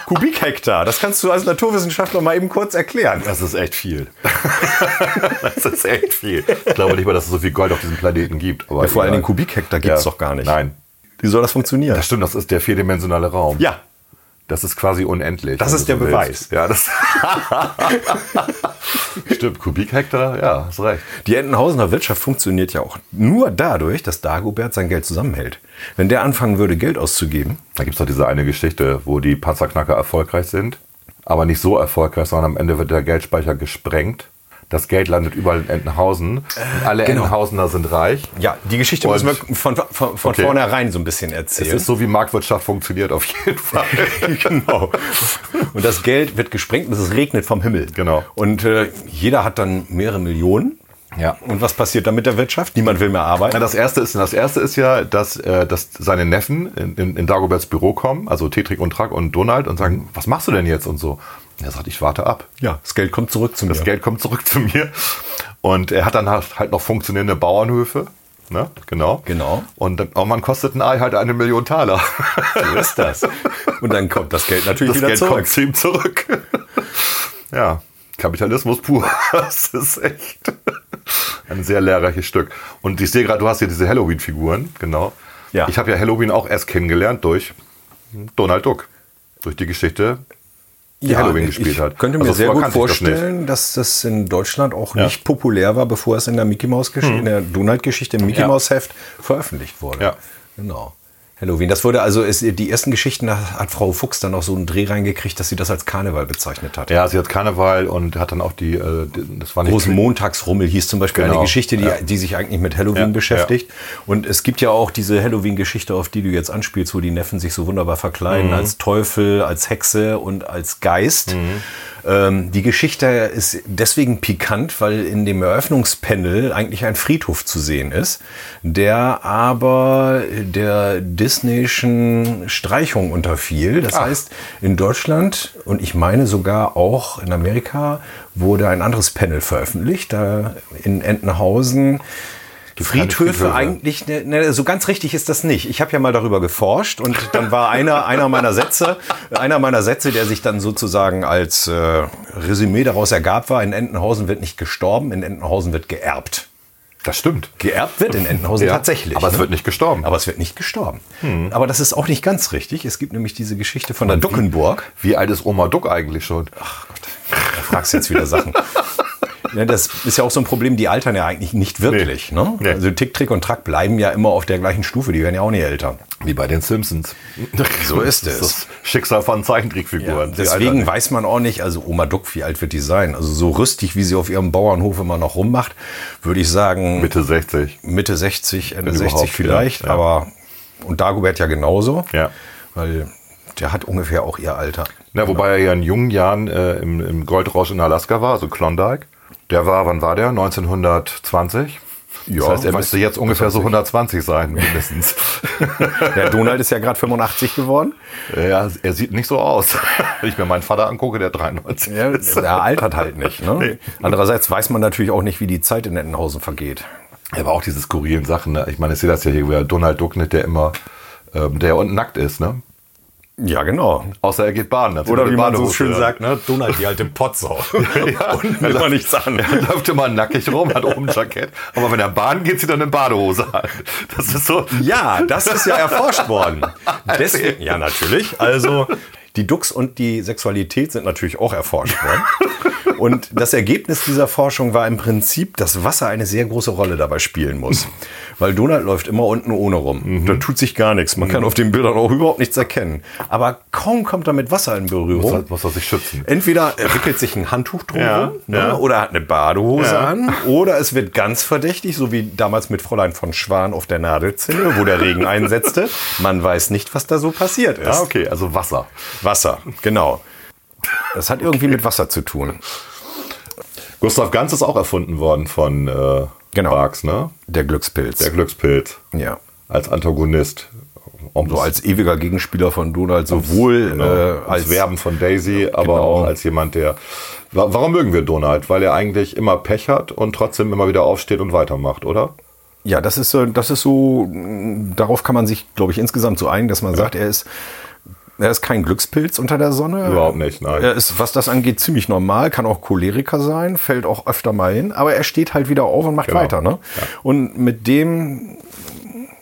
Kubikhektar, das kannst du als Naturwissenschaftler mal eben kurz erklären.
Das ist echt viel. Das ist echt viel. Ich glaube nicht mal, dass es so viel Gold auf diesem Planeten gibt. Aber
Ja, vor allen
egal.
Dingen Kubikhektar gibt es
Ja,
doch gar nicht.
Nein.
Wie soll das funktionieren?
Das stimmt, das ist der vierdimensionale Raum.
ja,
Das ist quasi unendlich.
Das
wenn
ist
du
der
so
Beweis.
willst. Ja, das stimmt. Kubikhektar, ja, hast recht.
Die Entenhausener Wirtschaft funktioniert ja auch nur dadurch, dass Dagobert sein Geld zusammenhält. Wenn der anfangen würde, Geld auszugeben,
Da gibt es doch diese eine Geschichte, wo die Panzerknacker erfolgreich sind, aber nicht so erfolgreich, sondern am Ende wird der Geldspeicher gesprengt. Das Geld landet überall in Entenhausen. Und alle
Genau.
Entenhausener sind reich.
Ja, die Geschichte
Und-
müssen wir von, von, von
Okay.
vornherein so ein bisschen
Es
erzählen.
ist so, wie Marktwirtschaft funktioniert, auf jeden Fall.
genau. Und das Geld wird gesprengt und es regnet vom Himmel.
Genau.
Und äh, jeder hat dann mehrere Millionen.
Ja.
Und was passiert dann mit der Wirtschaft? Niemand will mehr arbeiten.
Ja, das erste ist, das erste ist ja, dass, äh, dass seine Neffen in, in, in Dagoberts Büro kommen, also Tetrik und Track und Donald, und sagen, was machst du denn jetzt und so. Und er sagt, ich warte ab.
ja, das Geld kommt zurück zu mir.
Das Geld kommt zurück zu mir. Und er hat dann halt halt noch funktionierende Bauernhöfe. Ne? Genau.
Genau.
Und dann- oh man kostet ein Ei halt eine Million Taler.
So ist das. Und dann kommt das Geld natürlich
Das
wieder
Geld
zurück.
kommt zu ihm zurück. ja, Kapitalismus pur. Das ist echt ein sehr lehrreiches Stück. Und ich sehe gerade, du hast ja diese Halloween-Figuren, genau.
Ja.
Ich habe ja Halloween auch erst kennengelernt durch Donald Duck. Durch die Geschichte, die Halloween gespielt hat.
Ich könnte mir
Also
sehr
vorher
gut
kannte ich das nicht.
vorstellen, dass das in Deutschland auch
Ja. Hm.
nicht populär war, bevor es in der Mickey Mouse Geschichte, in der Donald Geschichte im Mickey
Ja.
Mouse Heft veröffentlicht wurde.
Ja.
Genau. Halloween. Das wurde also ist, die ersten Geschichten da hat Frau Fuchs dann auch so einen Dreh reingekriegt, dass sie das als Karneval bezeichnet hat.
Ja, sie hat Karneval und hat dann auch die, äh, die- das war nicht
Großen Montagsrummel hieß zum Beispiel
Genau.
eine Geschichte, die,
Ja.
die sich eigentlich mit Halloween
Ja,
beschäftigt. Und es gibt ja auch diese Halloween-Geschichte, auf die du jetzt anspielst, wo die Neffen sich so wunderbar verkleiden als Teufel, als Hexe und als Geist. Ähm, die Geschichte ist deswegen pikant, weil in dem Eröffnungspanel eigentlich ein Friedhof zu sehen ist, der aber der Disneyschen Streichung unterfiel. Das heißt, in Deutschland und ich meine sogar auch in Amerika wurde ein anderes Panel veröffentlicht, da in Entenhausen Friedhöfe,
Friedhöfe.
eigentlich, ne, ne, so ganz richtig ist das nicht. Ich habe ja mal darüber geforscht und dann war einer, einer meiner Sätze, einer meiner Sätze, der sich dann sozusagen als äh, Resümee daraus ergab, war, in Entenhausen wird nicht gestorben, in Entenhausen wird geerbt.
Das stimmt.
Geerbt wird in Entenhausen
Ja,
tatsächlich. ne?
aber es wird nicht gestorben. Hm.
Aber es wird nicht gestorben. Aber das ist auch nicht ganz richtig. Es gibt nämlich diese Geschichte von der Duckenburg.
Wie alt ist Oma Duck eigentlich schon?
Da fragst du jetzt wieder Sachen. Ja, das ist ja auch so ein Problem, die altern ja eigentlich nicht wirklich.
Nee.
Ne?
Nee.
Also Tick, Trick und Track bleiben ja immer auf der gleichen Stufe, die werden ja auch nicht älter.
Wie bei den Simpsons.
So ist
Das
es.
ist das Schicksal von Zeichentrickfiguren. Die
Deswegen
altern.
weiß man auch nicht, also Oma Duck, wie alt wird die sein? Also so rüstig, wie sie auf ihrem Bauernhof immer noch rummacht, würde ich sagen
Mitte 60.
Mitte 60, Ende
Wenn
60
überhaupt,
vielleicht.
ja, ja.
Aber und Dagobert ja genauso,
Ja.
weil der hat ungefähr auch ihr Alter.
Na, wobei er ja in jungen Jahren äh, im, im Goldrausch in Alaska war, also Klondike. Der war, wann war der? 1920?
Ja,
das heißt, er
weiß-
müsste jetzt ungefähr so 120 sein, mindestens.
Der Donald ist ja gerade 85 geworden.
ja, er sieht nicht so aus. Wenn ich mir meinen Vater angucke, der 93
Ja,
ist.
er altert halt nicht. Ne? Andererseits weiß man natürlich auch nicht, wie die Zeit in Entenhausen vergeht.
Er war auch diese skurrilen Sachen. Ne? Ich meine, ich sehe das ja hier, wieder. Donald Duck, nicht, der immer, ähm, der ja unten nackt ist, ne?
Ja, genau.
Außer er geht baden. hat sich
Oder
eine
wie man so
Badehose
schön
an.
sagt, ne? Donald, die alte Potsau.
Ja.
Und nimmt man nichts an.
Er läuft immer nackig rum, hat oben ein Jackett. Aber wenn er baden geht, zieht er eine Badehose an. Das ist so.
Ja, das ist ja erforscht worden. Deswegen,
Erzähl.
ja, natürlich. Also die Ducks und die Sexualität sind natürlich auch erforscht worden. Und das Ergebnis dieser Forschung war im Prinzip, dass Wasser eine sehr große Rolle dabei spielen muss. Weil Donald läuft immer unten ohne rum. Da tut sich gar nichts. Man kann auf den Bildern auch überhaupt nichts erkennen. Aber kaum kommt er mit Wasser in Berührung.
Muss er- muss er sich schützen.
Entweder er wickelt sich ein Handtuch drum
Ja,
rum, ne,
ja.
oder hat eine Badehose
Ja.
an oder es wird ganz verdächtig, so wie damals mit Fräulein von Schwan auf der Nadelzinne, wo der Regen einsetzte. Man weiß nicht, was da so passiert ist.
Ah, okay, also Wasser.
Wasser, genau. Das hat irgendwie mit Wasser zu tun.
Gustav Ganz ist auch erfunden worden von äh,
Genau.
Barks, ne?
Der Glückspilz.
Der Glückspilz.
ja.
Als Antagonist. Um
So als ewiger Gegenspieler von Donald, sowohl äh, als
genau, als Werben von Daisy, aber
Genau.
auch als jemand, der. Wa- Warum mögen wir Donald? Weil er eigentlich immer Pech hat und trotzdem immer wieder aufsteht und weitermacht, oder?
Ja, das ist, so- das ist so, mh, darauf kann man sich, glaube ich, insgesamt so einigen, dass man sagt, er ist, er ist kein Glückspilz unter der Sonne.
Überhaupt nicht, ne? nein.
Er ist, was das angeht, ziemlich normal, kann auch Choleriker sein, fällt auch öfter mal hin, aber er steht halt wieder auf und macht
Genau.
weiter. Ne?
Ja.
Und mit dem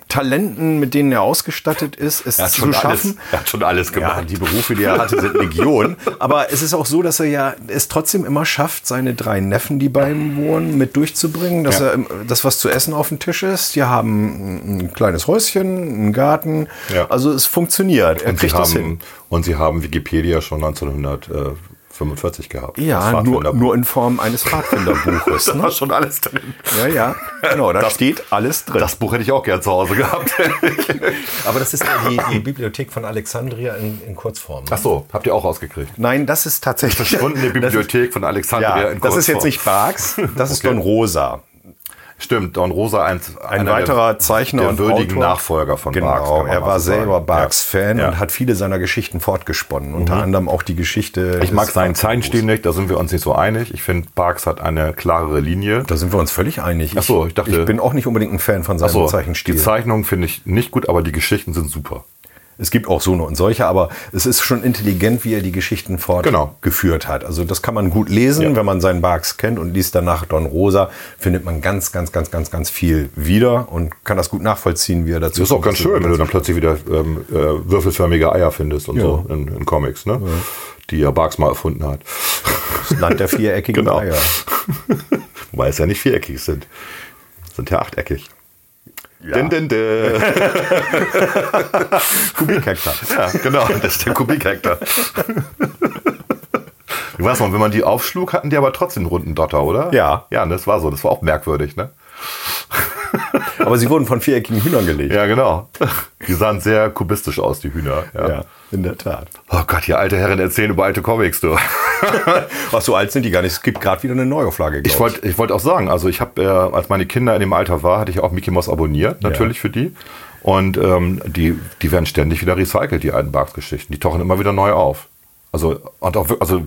Talenten, mit denen er ausgestattet ist, ist es zu schaffen.
er hat schon alles
Ja, die Berufe, die er hatte, sind Legion. Aber es ist auch so, dass er ja es trotzdem immer schafft, seine drei Neffen, die bei ihm wohnen, mit durchzubringen, dass
Ja.
er das was zu essen auf dem Tisch ist. Die haben ein kleines Häuschen, einen Garten.
Ja.
Also es funktioniert. Er
Und sie,
kriegt das
haben,
hin.
und sie haben Wikipedia schon 1900, äh, 45 gehabt. Das
Ja, nur,
Pfadfinderbuch.
nur in Form eines Pfadfinderbuches.
Da
ne?
war schon alles drin.
Ja, ja, genau, da
Das-
steht alles drin.
Das Buch hätte ich auch gern zu Hause gehabt.
Aber das ist ja die, die Bibliothek von Alexandria in, in Kurzform. ne?
Ach so, habt ihr auch rausgekriegt.
Nein, das ist tatsächlich...
Verschwundene Bibliothek von Alexandria
Ja,
in
das ist
Kurzform.
jetzt nicht Barks, das ist Don Rosa.
Stimmt, Don Rosa, ein,
Ein
einer
weiterer
der,
Zeichner
der
und
würdigen
Autor.
Nachfolger von
genau,
Barks. kann man
er
so
war
sagen.
selber Barks-Fan
Ja. Mhm.
und hat viele seiner Geschichten fortgesponnen. Unter anderem auch die Geschichte...
Ich mag
des
seinen
Barks-
Zeichenstil nicht, da sind wir uns nicht so einig. Ich finde, Barks hat eine klarere Linie.
Da sind wir uns völlig einig.
Ach so, ich dachte-
Ich bin auch nicht unbedingt ein Fan von seinem
So, die
Zeichenstil.
Zeichnungen finde ich nicht gut, aber die Geschichten sind super.
Es gibt auch so eine und solche, aber es ist schon intelligent, wie er die Geschichten
Genau.
fortgeführt hat. Also das kann man gut lesen,
Ja.
wenn man seinen Barks kennt und liest danach Don Rosa, findet man ganz, ganz, ganz, ganz, ganz viel wieder und kann das gut nachvollziehen, wie er dazu
Das ist auch
kommt.
ganz schön, wenn du dann plötzlich wieder ähm, äh, würfelförmige Eier findest und so in, in Comics, ne? die ja Barks mal erfunden hat.
Das Land der viereckigen
Genau.
Eier.
Wobei es ja nicht viereckig sind. Sind ja achteckig. Din, din, din.
Kubikhektar.
ja, genau, das ist der Kubikhektar. Ich weiß noch, wenn man die aufschlug, hatten die aber trotzdem einen runden Dotter, oder?
Ja.
Ja, das war so. Das war auch merkwürdig, ne?
Aber sie wurden von viereckigen Hühnern gelegt.
Ja, genau. Die sahen sehr kubistisch aus, die Hühner. Ja.
in der Tat.
Oh Gott, die alte Herren erzählen über alte Comics, du.
Ach, so alt sind die gar nicht. Es gibt gerade wieder eine Neuauflage. glaub
Ich wollte ich wollt auch sagen, also ich habe, äh, als meine Kinder in dem Alter war, hatte ich auch Mickey Mouse abonniert, natürlich für die. Und ähm, die, die werden ständig wieder recycelt, die alten Barks-Geschichten. Die tauchen immer wieder neu auf. Also, und auch, wir- also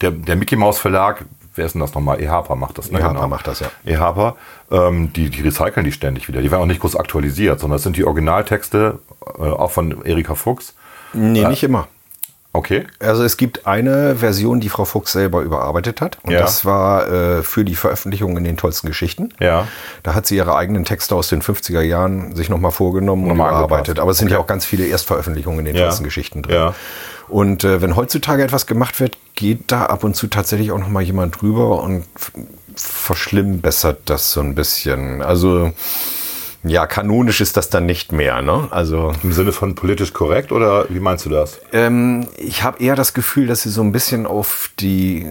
der, der Mickey Mouse Verlag, wer ist denn das nochmal? EHAPA macht das, ne?
E. Harper macht das, ja.
EHAPA, ähm, die, die recyceln die ständig wieder. Die werden auch nicht groß aktualisiert, sondern das sind die Originaltexte, äh, auch von Erika Fuchs. Äh,
Nee, nicht immer.
Okay.
Also es gibt eine Version, die Frau Fuchs selber überarbeitet hat. Und
Ja.
das war äh, für die Veröffentlichung in den tollsten Geschichten.
Ja.
Da hat sie ihre eigenen Texte aus den 50er Jahren sich nochmal vorgenommen und
Nochmal
überarbeitet.
angepasst.
Aber es sind ja auch ganz viele Erstveröffentlichungen in den
Ja.
tollsten Geschichten drin.
Ja.
Und äh, wenn heutzutage etwas gemacht wird, geht da ab und zu tatsächlich auch nochmal jemand drüber und f- verschlimmbessert das so ein bisschen. Also ja, kanonisch ist das dann nicht mehr. Ne? Also
Im Sinne von politisch korrekt oder wie meinst du das?
ähm, ich habe eher das Gefühl, dass sie so ein bisschen auf die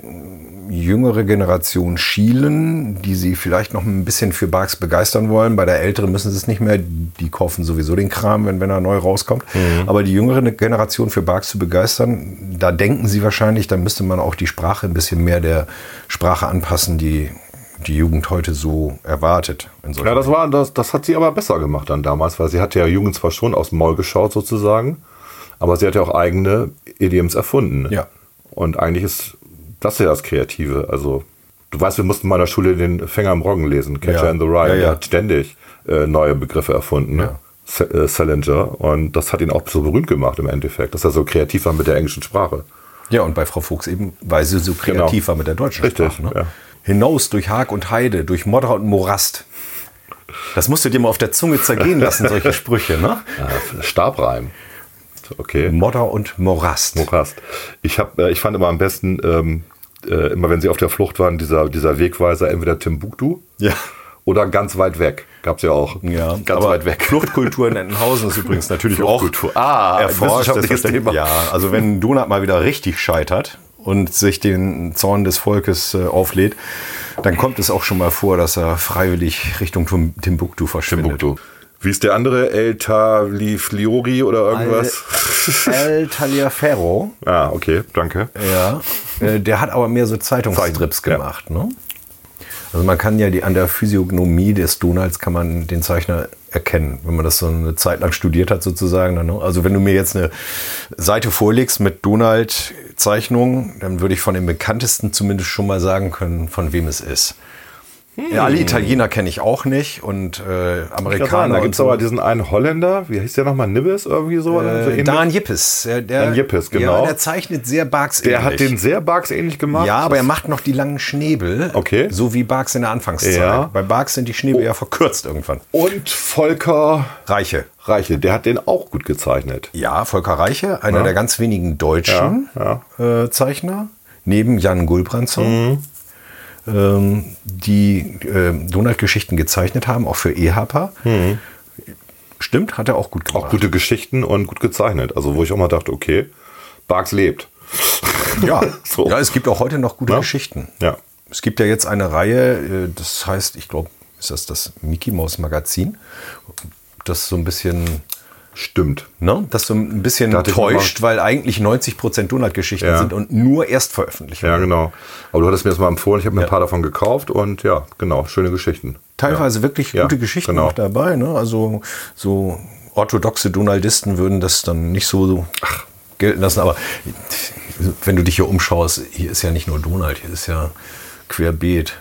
jüngere Generation schielen, die sie vielleicht noch ein bisschen für Barks begeistern wollen. Bei der älteren müssen sie es nicht mehr. Die kaufen sowieso den Kram, wenn, wenn er neu rauskommt. Aber die jüngere ne, Generation für Barks zu begeistern, da denken sie wahrscheinlich, dann müsste man auch die Sprache ein bisschen mehr der Sprache anpassen, die die Jugend heute so erwartet. In solchen
Ja, das war, das, das hat sie aber besser gemacht dann damals, weil sie hat ja Jugend zwar schon aus dem Maul geschaut sozusagen, aber sie hat ja auch eigene Idioms erfunden.
Ja.
Und eigentlich ist das ja das Kreative. Also, du weißt, wir mussten mal in der Schule den Fänger im Roggen lesen, Catcher
Ja.
in the Rye.
Ja,
Der
ja.
hat ständig äh, neue Begriffe erfunden. ne?
Ja.
Se- äh, Salinger. Und das hat ihn auch so berühmt gemacht im Endeffekt, dass er so kreativ war mit der englischen Sprache.
Ja, und bei Frau Fuchs eben, weil sie so kreativ
Genau.
war mit der deutschen
Richtig,
Sprache. Ne?
ja.
Hinaus durch Haag und Heide, durch Modder und Morast. Das musst du dir mal auf der Zunge zergehen lassen, solche Sprüche, ne?
Stabreim. Okay.
Modder und Morast.
Morast. Ich habe, äh, ich fand immer am besten, ähm, äh, immer wenn sie auf der Flucht waren, dieser, dieser Wegweiser, entweder Timbuktu
Ja.
oder ganz weit weg. Gab's ja auch.
Ja,
ganz weit weg.
Fluchtkultur in Entenhausen ist übrigens natürlich auch
Fluchtkultur. Ah, ein
erforscht.
wissenschaftliches
Deshalb-
Thema.
Ja, also wenn Donat mal wieder richtig scheitert und sich den Zorn des Volkes äh, auflädt, dann kommt es auch schon mal vor, dass er freiwillig Richtung Tum- Timbuktu verschwindet.
Timbuktu. Wie ist der andere? El Tavlifliori oder irgendwas?
El Taliaferro.
ah, okay, danke.
Ja. Äh, Der hat aber mehr so Zeitungsstrips
Zeitung, ja.
gemacht, ne? Also man kann ja die, an der Physiognomie des Donalds kann man den Zeichner erkennen, wenn man das so eine Zeit lang studiert hat sozusagen. Dann, ne? also wenn du mir jetzt eine Seite vorlegst mit Donald-Zeichnungen, dann würde ich von dem bekanntesten zumindest schon mal sagen können, von wem es ist.
Hm.
Ja, alle Italiener kenne ich auch nicht und äh, Amerikaner.
da
und
gibt's
so.
aber diesen einen Holländer, wie hieß der nochmal? Nibbes irgendwie so? so
äh,
ähnlich?
Dan Jippes. äh, Der,
Dan Jippes, genau.
Ja, der zeichnet sehr Barks
der hat den sehr Bugs ähnlich gemacht.
Ja, aber er macht noch die langen Schnäbel.
Okay.
So wie Barks in der Anfangszeit.
Ja. Oh.
Bei Barks sind die Schnäbel ja verkürzt irgendwann.
Und Volker
Reiche.
Reiche, der hat den auch gut gezeichnet.
Ja, Volker Reiche, einer der ganz wenigen deutschen
Ja,
Äh, Zeichner, neben Jan Gulbrandsson,
Mhm.
ähm, die ähm, Donald-Geschichten gezeichnet haben, auch für EHPA.
Mhm.
Stimmt, hat er auch gut gemacht.
Auch gute Geschichten und gut gezeichnet. Also, wo ich auch mal dachte, okay, Barks lebt.
Ja.
So.
ja, es gibt auch heute noch gute
Ja.
Geschichten.
Ja.
Es gibt ja jetzt eine Reihe, äh, das heißt, ich glaube, ist das das Mickey Mouse Magazin, das so ein bisschen,
Stimmt.
ne, das so ein bisschen
Da hatte ich
täuscht, weil eigentlich 90% Donut-Geschichten
Ja.
sind und nur erst veröffentlicht
Ja,
werden.
genau. Aber du hattest mir das mal empfohlen, ich habe mir ein paar davon gekauft und ja, genau, schöne Geschichten.
Teilweise
ja.
wirklich
Ja,
gute Geschichten
genau.
auch dabei, ne? Also so orthodoxe Donaldisten würden das dann nicht so, so ach, gelten lassen, aber wenn du dich hier umschaust, hier ist ja nicht nur Donald, hier ist ja querbeet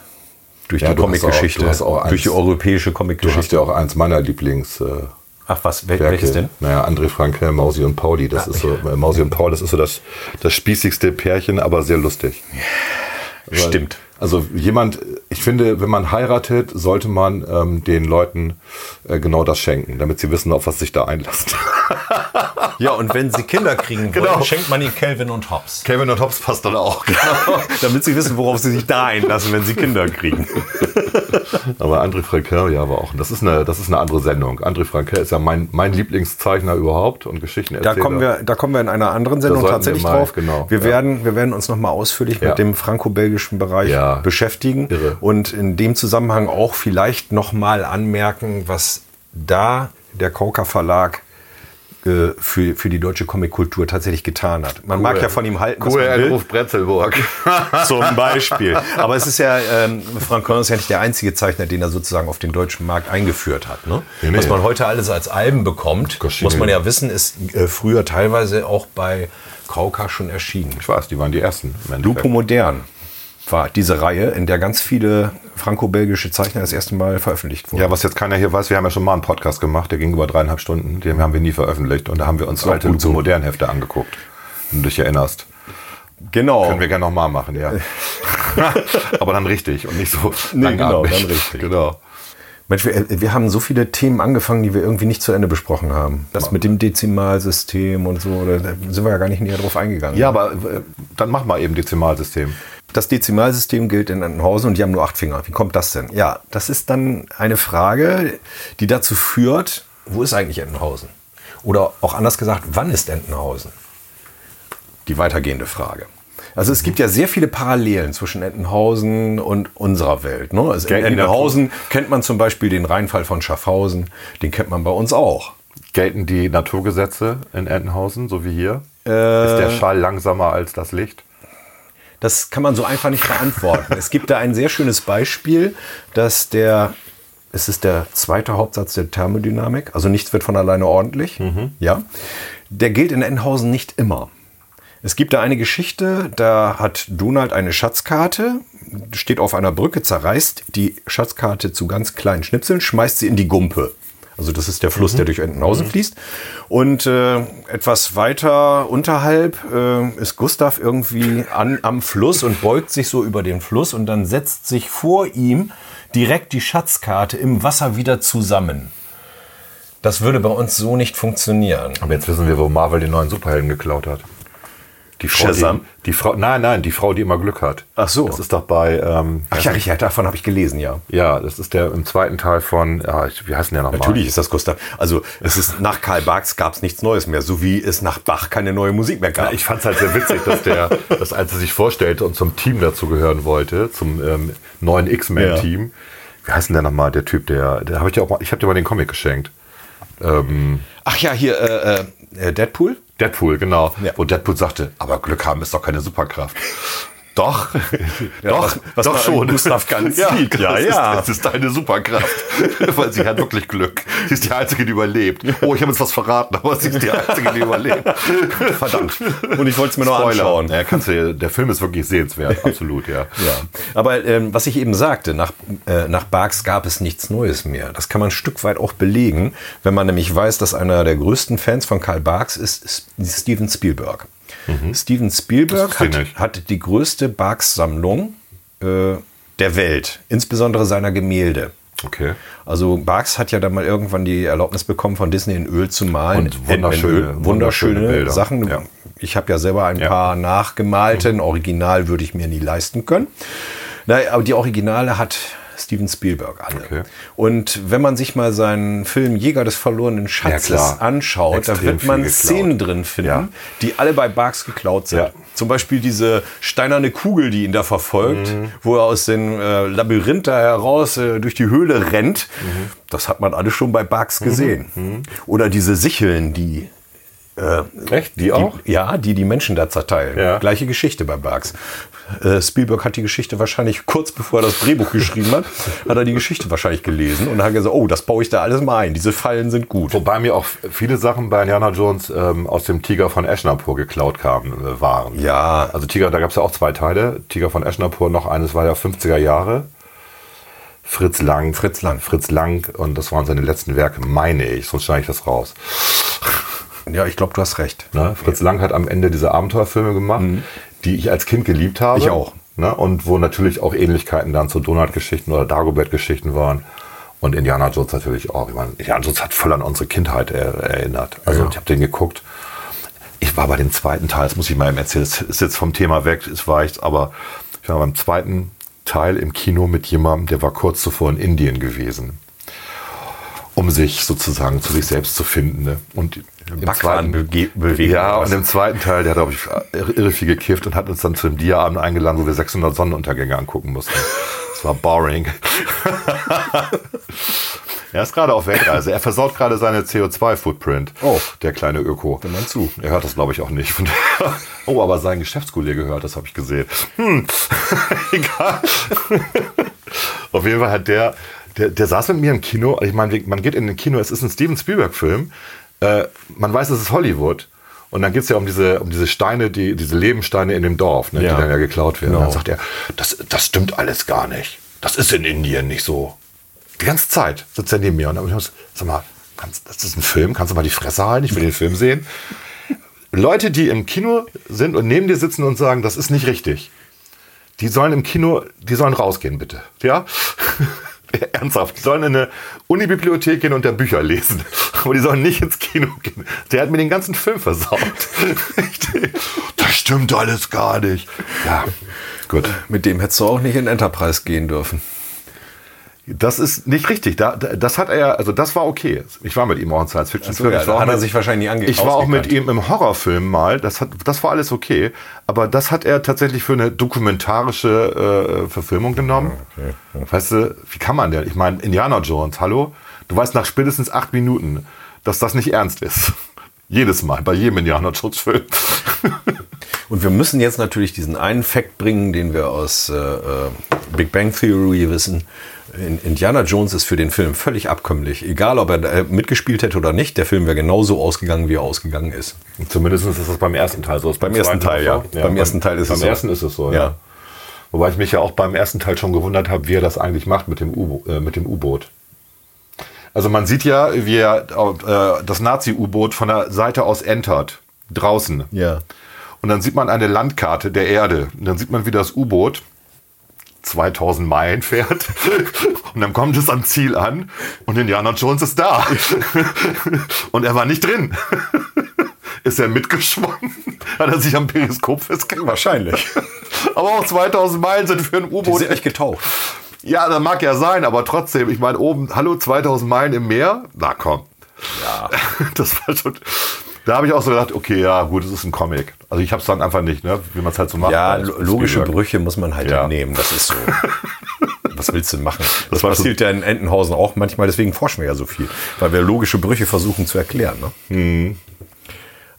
durch
Ja,
die
du hast auch-
Comicgeschichte,
du hast auch eins.
durch die europäische
Du hast
Comicgeschichte.
ja auch eins meiner Lieblings. Äh,
Ach was, wel
Werke.
welches denn? Ah,
Naja, André Franke, Mausi und Pauli. Das ist so, äh, Mausi und Paul, das ist so das, das spießigste Pärchen, aber sehr lustig. Weil-
Stimmt.
Also jemand, ich finde, wenn man heiratet, sollte man ähm, den Leuten äh, genau das schenken, damit sie wissen, auf was sich da einlässt.
Ja, und wenn sie Kinder kriegen wollen,
Genau.
schenkt man ihnen Calvin und Hobbes.
Kevin und Hobbs passt dann auch. genau.
Damit sie wissen, worauf sie sich da einlassen, wenn sie Kinder kriegen.
aber André Franke, ja, aber auch. Das ist eine, das ist eine andere Sendung. André Franke ist ja mein, mein Lieblingszeichner überhaupt und Geschichtenerzähler.
Da kommen, wir, da kommen wir in einer anderen Sendung
sollten wir
tatsächlich
mal,
drauf.
genau,
wir,
ja.
werden, wir werden uns nochmal ausführlich
Ja.
mit dem franco-belgischen Bereich
Ja.
beschäftigen
Irre.
und in dem Zusammenhang auch vielleicht nochmal anmerken, was da der Kauka Verlag äh, für, für die deutsche Comickultur tatsächlich getan hat. Man mag ja von ihm halten, was man
Cool,
will.
Ruf Bretzelburg.
Zum Beispiel. Aber es ist ja, ähm, Franquin ist ja nicht der einzige Zeichner, den er sozusagen auf den deutschen Markt eingeführt hat. Ne?
Nee, nee.
Was man heute alles als Alben bekommt,
Gosh,
muss man
nee.
ja wissen, ist äh, früher teilweise auch bei Kauka schon erschienen.
Ich weiß, die waren die ersten. im Endeffekt.
Lupo Modern war diese Reihe, in der ganz viele franco-belgische Zeichner das erste Mal veröffentlicht wurden.
Ja, was jetzt keiner hier weiß, wir haben ja schon mal einen Podcast gemacht, der ging über dreieinhalb Stunden, den haben wir nie veröffentlicht und da haben wir uns alte
gut so.
so. modernen Hefte angeguckt, wenn du dich erinnerst.
genau.
Können wir gerne nochmal machen, ja. Aber dann richtig und nicht so
Nee, genau,
langatmig.
dann richtig.
Genau.
Mensch, wir, äh, wir haben so viele Themen angefangen, die wir irgendwie nicht zu Ende besprochen haben. Das mit dem Dezimalsystem und so, da da sind wir ja gar nicht näher drauf eingegangen.
Ja, aber äh, dann mach mal eben Dezimalsystem.
Das Dezimalsystem gilt in Entenhausen und die haben nur acht Finger. Wie kommt das denn? Ja, das ist dann eine Frage, die dazu führt, wo ist eigentlich Entenhausen? Oder auch anders gesagt, wann ist Entenhausen? Die weitergehende Frage. Also es gibt ja sehr viele Parallelen zwischen Entenhausen und unserer Welt. Ne? Also in
Gelten die da-
Entenhausen kennt man zum Beispiel den Rheinfall von Schaffhausen, den kennt man bei uns auch.
Gelten die Naturgesetze in Entenhausen, so wie hier? Ist der Schall langsamer als das Licht?
Das kann man so einfach nicht beantworten. es gibt da ein sehr schönes Beispiel, dass der, es ist der zweite Hauptsatz der Thermodynamik, also nichts wird von alleine ordentlich, ja, der gilt in Enhausen nicht immer. Es gibt da eine Geschichte, da hat Donald eine Schatzkarte, steht auf einer Brücke, zerreißt die Schatzkarte zu ganz kleinen Schnipseln, schmeißt sie in die Gumpe. Also das ist der Fluss, der durch Entenhausen fließt. Und äh, etwas weiter unterhalb äh, ist Gustav irgendwie an, am Fluss und beugt sich so über den Fluss und dann setzt sich vor ihm direkt die Schatzkarte im Wasser wieder zusammen. Das würde bei uns so nicht funktionieren.
Aber jetzt wissen wir, wo Marvel den neuen Superhelden geklaut hat. Die Frau,
Shazam?
Die, die Frau, nein, nein, die Frau, die immer Glück hat.
Ach so.
Das ist doch bei, ähm,
Ach ja, richtig, davon habe ich gelesen, ja.
Ja, das ist der im zweiten Teil von, ja, ich- wie heißt denn der nochmal?
Natürlich ist das Gustav. Also es ist nach Karl Barks gab es nichts Neues mehr, so wie es nach Bach keine neue Musik mehr gab.
Ich fand's halt sehr witzig, dass der, dass als er sich vorstellte und zum Team dazu gehören wollte, zum ähm, neuen X-Men-Team. Wie heißt denn der nochmal, der Typ, der, der habe ich dir auch mal, ich habe dir mal den Comic geschenkt.
Ach ja, hier äh, äh, Deadpool.
Deadpool, genau.
Ja.
Wo Deadpool sagte, aber Glück haben ist doch keine Superkraft. Doch, doch,
was- was
doch
man
schon.
an Gustav Ganz sieht. Ja,
das
ja.
Ist, das ist deine Superkraft. Weil sie hat wirklich Glück. Sie ist die Einzige, die überlebt. Oh, ich habe jetzt was verraten, aber sie ist die Einzige, die überlebt.
Verdammt. Und ich wollte es mir noch
Spoiler.
anschauen.
Ja, kannst du, der Film ist wirklich sehenswert, absolut, ja.
Ja. Aber ähm, was ich eben sagte, nach, äh, nach Barks gab es nichts Neues mehr. Das kann man ein Stück weit auch belegen, wenn man nämlich weiß, dass einer der größten Fans von Karl Barks ist, ist Steven Spielberg. Steven Spielberg
Mhm. Das wusste
hat,
ich nicht.
hat die größte Barks-Sammlung äh, der Welt, insbesondere seiner Gemälde.
Okay.
Also Barks hat ja dann mal irgendwann die Erlaubnis bekommen, von Disney in Öl zu malen.
Und wunderschöne-
In- in Öl. wunderschöne,
wunderschöne Bilder.
Sachen.
Ja.
Ich habe ja selber ein
Ja. Mhm.
paar nachgemalte. Ein Original würde ich mir nie leisten können. Naja, aber die Originale hat Steven Spielberg alle.
Okay.
Und wenn man sich mal seinen Film Jäger des verlorenen Schatzes
klar.
anschaut, da
Extrem
wird
viel
man
geklaut.
Szenen drin finden,
Ja.
die alle bei Barks geklaut sind.
Ja.
Zum Beispiel diese steinerne Kugel, die ihn da verfolgt,
Mhm.
wo er aus dem äh, Labyrinth da heraus äh, durch die Höhle rennt.
Mhm.
Das hat man alles schon bei Barks gesehen. Oder diese Sicheln, die äh,
Echt? Die auch?
die, ja, die die Menschen da zerteilen.
Ja.
Gleiche Geschichte bei Bugs. Äh, Spielberg hat die Geschichte wahrscheinlich kurz bevor er das Drehbuch geschrieben hat, hat er die Geschichte wahrscheinlich gelesen und hat gesagt, oh, das baue ich da alles mal ein. Diese Fallen sind gut.
Wobei mir auch viele Sachen bei Indiana Jones ähm, aus dem Tiger von Eschnapur geklaut kamen, äh, waren.
Ja,
Also Tiger, da gab es ja auch zwei Teile. Tiger von Eschnapur, noch eines war ja 50er Jahre. Fritz Lang.
Fritz Lang.
Fritz Lang. Und das waren seine letzten Werke, meine ich. Sonst schneide ich das raus.
ja, ich glaube, du hast recht.
Ne? Fritz Lang hat am Ende diese Abenteuerfilme gemacht, die ich als Kind geliebt habe.
Mhm. Ich auch.
Ne? Und wo natürlich auch Ähnlichkeiten dann zu Donald-Geschichten oder Dagobert-Geschichten waren. Und Indiana Jones natürlich auch. Ich meine, Indiana Jones hat voll an unsere Kindheit er, erinnert. Also ich habe den geguckt. Ich war bei dem zweiten Teil, das muss ich mal eben erzählen, es ist jetzt vom Thema weg, es weicht, aber ich war beim zweiten Teil im Kino mit jemandem, der war kurz zuvor in Indien gewesen, um sich sozusagen zu sich selbst zu finden. Ne? Und im
Backwaren bege- bewegen
ja,
oder
und
was?
im zweiten Teil, der hat, glaube ich, irre- irre viel gekifft und hat uns dann zu dem Dia-Abend eingeladen, wo wir 600 Sonnenuntergänge angucken mussten. Das war boring. er ist gerade auf Weltreise. Er versaut gerade seine CO2-Footprint.
Oh.
Der kleine Öko.
Hört man zu.
Er hört das, glaube ich, auch nicht. Von daher- oh, aber sein Geschäftskollege hört, das habe ich gesehen. Hm. Egal. Auf jeden Fall hat der, der, der saß mit mir im Kino. Ich meine, man geht in ein Kino, es ist ein Steven Spielberg-Film. Äh, man weiß, es ist Hollywood. Und dann geht es ja um diese, um diese Steine, die, diese Lebensteine in dem Dorf, ne,
Ja.
die dann ja geklaut werden.
Genau.
Und dann sagt er, das, das stimmt alles gar nicht. Das ist in Indien nicht so. Die ganze Zeit sitzt er neben mir und dann hab ich gesagt, sag mal, kannst, das ist ein Film, kannst du mal die Fresse halten? Ich will den Film sehen. Leute, die im Kino sind und neben dir sitzen und sagen, das ist nicht richtig, die sollen im Kino, die sollen rausgehen, bitte. Ja? Ernsthaft, die sollen in eine Unibibliothek gehen und da Bücher lesen. Aber die sollen nicht ins Kino gehen. Der hat mir den ganzen Film versaut. das stimmt alles gar nicht. Ja, gut.
Mit dem hättest du auch nicht in Enterprise gehen dürfen.
Das ist nicht richtig. Da, da, das hat er, also das war okay. Ich war mit ihm auch in Science Fiction.
Ach so, ja,
ich war
da
auch
hat er sich wahrscheinlich ange-
Ich war auch mit ihm
ausgekannt.
im Horrorfilm mal. Das hat, das war alles okay. Aber das hat er tatsächlich für eine dokumentarische äh, Verfilmung genommen. Weißt du, wie kann man denn? Ich meine, Indiana Jones, hallo. Du weißt nach spätestens acht Minuten, dass das nicht ernst ist. Jedes Mal bei jedem Indiana Jones Film.
Und wir müssen jetzt natürlich diesen einen Fact bringen, den wir aus äh, äh, Big Bang Theory wissen. In, Indiana Jones ist für den Film völlig abkömmlich. Egal, ob er da äh, mitgespielt hätte oder nicht, der Film wäre genauso ausgegangen, wie er ausgegangen ist.
Zumindest ist das beim ersten Teil so.
Beim ersten Teil, ja. Beim ersten Teil ist es so.
Beim ersten ist es so,
Ja.
Wobei ich mich ja auch beim ersten Teil schon gewundert habe, wie er das eigentlich macht mit dem U- äh, mit dem U-Boot. Also man sieht ja, wie er äh, das Nazi-U-Boot von der Seite aus entert. Draußen.
Ja.
Und dann sieht man eine Landkarte der Erde. Und dann sieht man, wie das U-Boot 2000 Meilen fährt. Und dann kommt es am Ziel an. Und Indiana Jones ist da. Und er war nicht drin. Ist er mitgeschwommen? Hat er sich am Periskop festgehalten?
Wahrscheinlich.
Aber auch 2000 Meilen sind für ein
Die
U-Boot.
sind nicht getaucht.
Ja, das mag ja sein, aber trotzdem, ich meine, oben, hallo, 2000 Meilen im Meer? Na komm. Ja. Das war schon. Da habe ich auch so gedacht, okay, ja, gut, es ist ein Comic. Also ich habe es dann einfach nicht, ne? wie man es halt so macht.
Ja,
Also,
lo- logische
Spielberg.
Brüche muss man halt
Ja.
nehmen, das ist so. Was willst du denn machen? Das,
war
passiert ja in Entenhausen auch manchmal, deswegen forschen wir ja so viel, weil wir logische Brüche versuchen zu erklären. Ne?
Hm.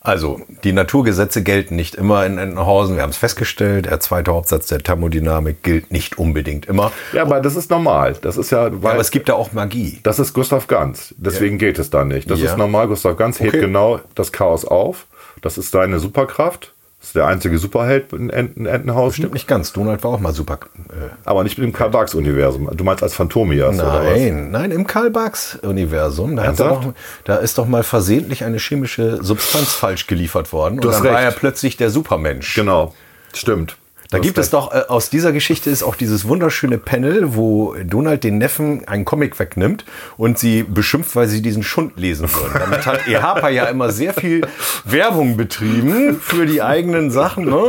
Also, die Naturgesetze gelten nicht immer in Entenhausen, wir haben es festgestellt, der zweite Hauptsatz der Thermodynamik gilt nicht unbedingt immer.
Ja, aber das ist normal. Das ist ja, weil
Aber es gibt ja auch Magie.
das ist Gustav Ganz. Deswegen geht es da nicht. Das
Ja.
ist normal. Gustav Ganz
Okay.
hebt genau das Chaos auf. Das ist seine Superkraft. Das ist der einzige Superheld in Enten, Entenhausen.
Stimmt nicht ganz, Donald war auch mal super. Äh,
Aber nicht mit dem Karl Barks Universum. Du meinst als Phantomias oder was?
Nein, nein, im Karl Barks Universum, da, hat er
Ernsthaft?
doch, da ist doch mal versehentlich eine chemische Substanz falsch geliefert worden
Du
und
hast
dann war er
recht.
plötzlich der Supermensch.
Genau. Stimmt.
Da gibt es doch äh, aus dieser Geschichte ist auch dieses wunderschöne Panel, wo Donald den Neffen einen Comic wegnimmt und sie beschimpft, weil sie diesen Schund lesen würden. Damit hat E EHPA ja immer sehr viel Werbung betrieben für die eigenen Sachen. Ne?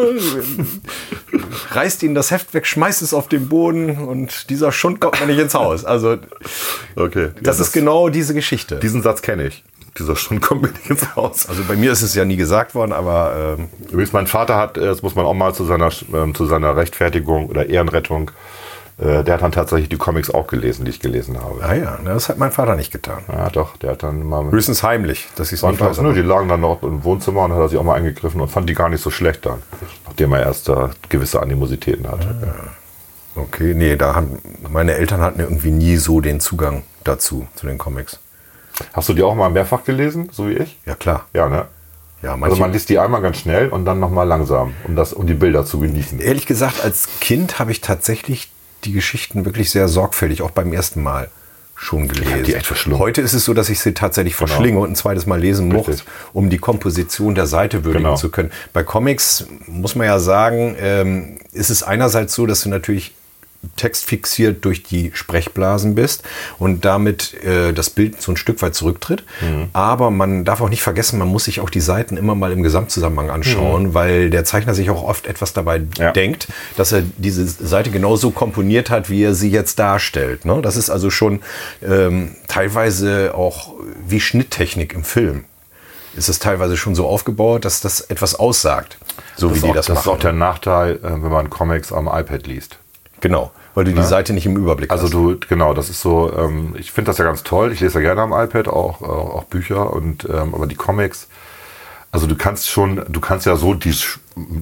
reißt ihnen das Heft weg, schmeißt es auf den Boden und dieser Schund kommt mir nicht ins Haus. Also
Okay. Ja,
das ist genau diese Geschichte.
Diesen Satz kenne ich. Dieser Schund kommt mir nicht ins Haus.
also bei mir ist es ja nie gesagt worden, aber ähm,
Übrigens, mein Vater hat, äh, das muss man auch mal zu seiner, ähm, zu seiner Rechtfertigung oder Ehrenrettung, äh, der hat dann tatsächlich die Comics auch gelesen, die ich gelesen habe.
naja, ah ne, das hat mein Vater nicht getan.
Ja, doch, der hat dann mal
Höchstens heimlich, dass ich es nicht
sonntags,
weiß.
ne, die lagen dann noch im Wohnzimmer und hat er sich auch mal eingegriffen und fand die gar nicht so schlecht dann, nachdem er erst da gewisse Animositäten hatte. Ja.
Okay, nee, da haben, meine Eltern hatten irgendwie nie so den Zugang dazu, zu den Comics.
Hast du die auch mal mehrfach gelesen, so wie ich?
Ja, klar.
Ja, ne?
Ja, manche,
Also man liest die einmal ganz schnell und dann nochmal langsam, um, das, um die Bilder zu genießen.
ehrlich gesagt, als Kind habe ich tatsächlich die Geschichten wirklich sehr sorgfältig, auch beim ersten Mal schon gelesen.
die echt verschlungen.
Heute ist es so, dass ich sie tatsächlich verschlinge und ein zweites Mal lesen muss,
Richtig.
um die Komposition der Seite würdigen
Genau.
zu können. Bei Comics muss man ja sagen, ähm, ist es einerseits so, dass du natürlich textfixiert durch die Sprechblasen bist und damit äh, das Bild so ein Stück weit zurücktritt. Aber man darf auch nicht vergessen, man muss sich auch die Seiten immer mal im Gesamtzusammenhang anschauen, weil der Zeichner sich auch oft etwas dabei
Ja.
denkt, dass er diese Seite genauso komponiert hat, wie er sie jetzt darstellt. Ne? Das ist also schon ähm, teilweise auch wie Schnitttechnik im Film. Ist es teilweise schon so aufgebaut, dass das etwas aussagt, so wie
ist
die
auch,
das,
das ist auch
machen.
der Nachteil, äh, wenn man Comics am iPad liest.
Genau, weil du die Seite nicht im Überblick
Also
hast.
du, genau, das ist so, ähm, ich finde das ja ganz toll, ich lese ja gerne am iPad auch, äh, auch Bücher und ähm, aber die Comics, also du kannst schon, du kannst ja so die sch-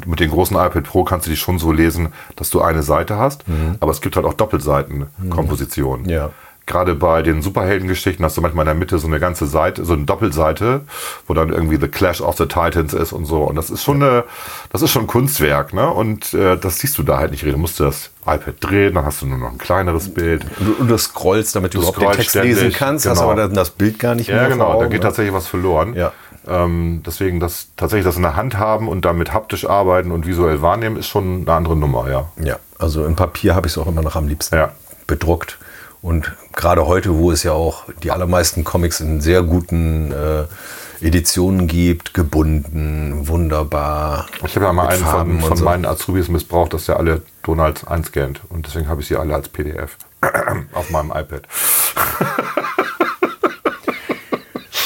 mit dem großen iPad Pro kannst du die schon so lesen, dass du eine Seite hast, aber es gibt halt auch Doppelseitenkompositionen.
Ja.
Gerade bei den Superheldengeschichten hast du manchmal in der Mitte so eine ganze Seite, so eine Doppelseite, wo dann irgendwie The Clash of the Titans ist und so. Und das ist schon eine, das ist schon ein Kunstwerk, ne? Und äh, das siehst du da halt nicht reden. Du musst das iPad drehen, dann hast du nur noch ein kleineres Bild.
Du, und du scrollst, damit du, überhaupt den
scrollst
Text
ständig,
lesen kannst, hast
genau.
aber dann das Bild gar nicht
Ja,
mehr. vor
genau, da
Augen,
geht
ne?
tatsächlich was verloren.
Ja.
Ähm, deswegen, das tatsächlich das in der Hand haben und damit haptisch arbeiten und visuell wahrnehmen, ist schon eine andere Nummer, ja.
Ja, also im Papier habe ich es auch immer noch am liebsten
Ja.
bedruckt. Und gerade heute, wo es ja auch die allermeisten Comics in sehr guten äh, Editionen gibt, gebunden, wunderbar.
Ich habe ja mal
mit
einen
Farben
von,
und
von
so.
meinen Azubis missbraucht, dass der alle Donalds einscannt. Und deswegen habe ich sie alle als PDF auf meinem iPad.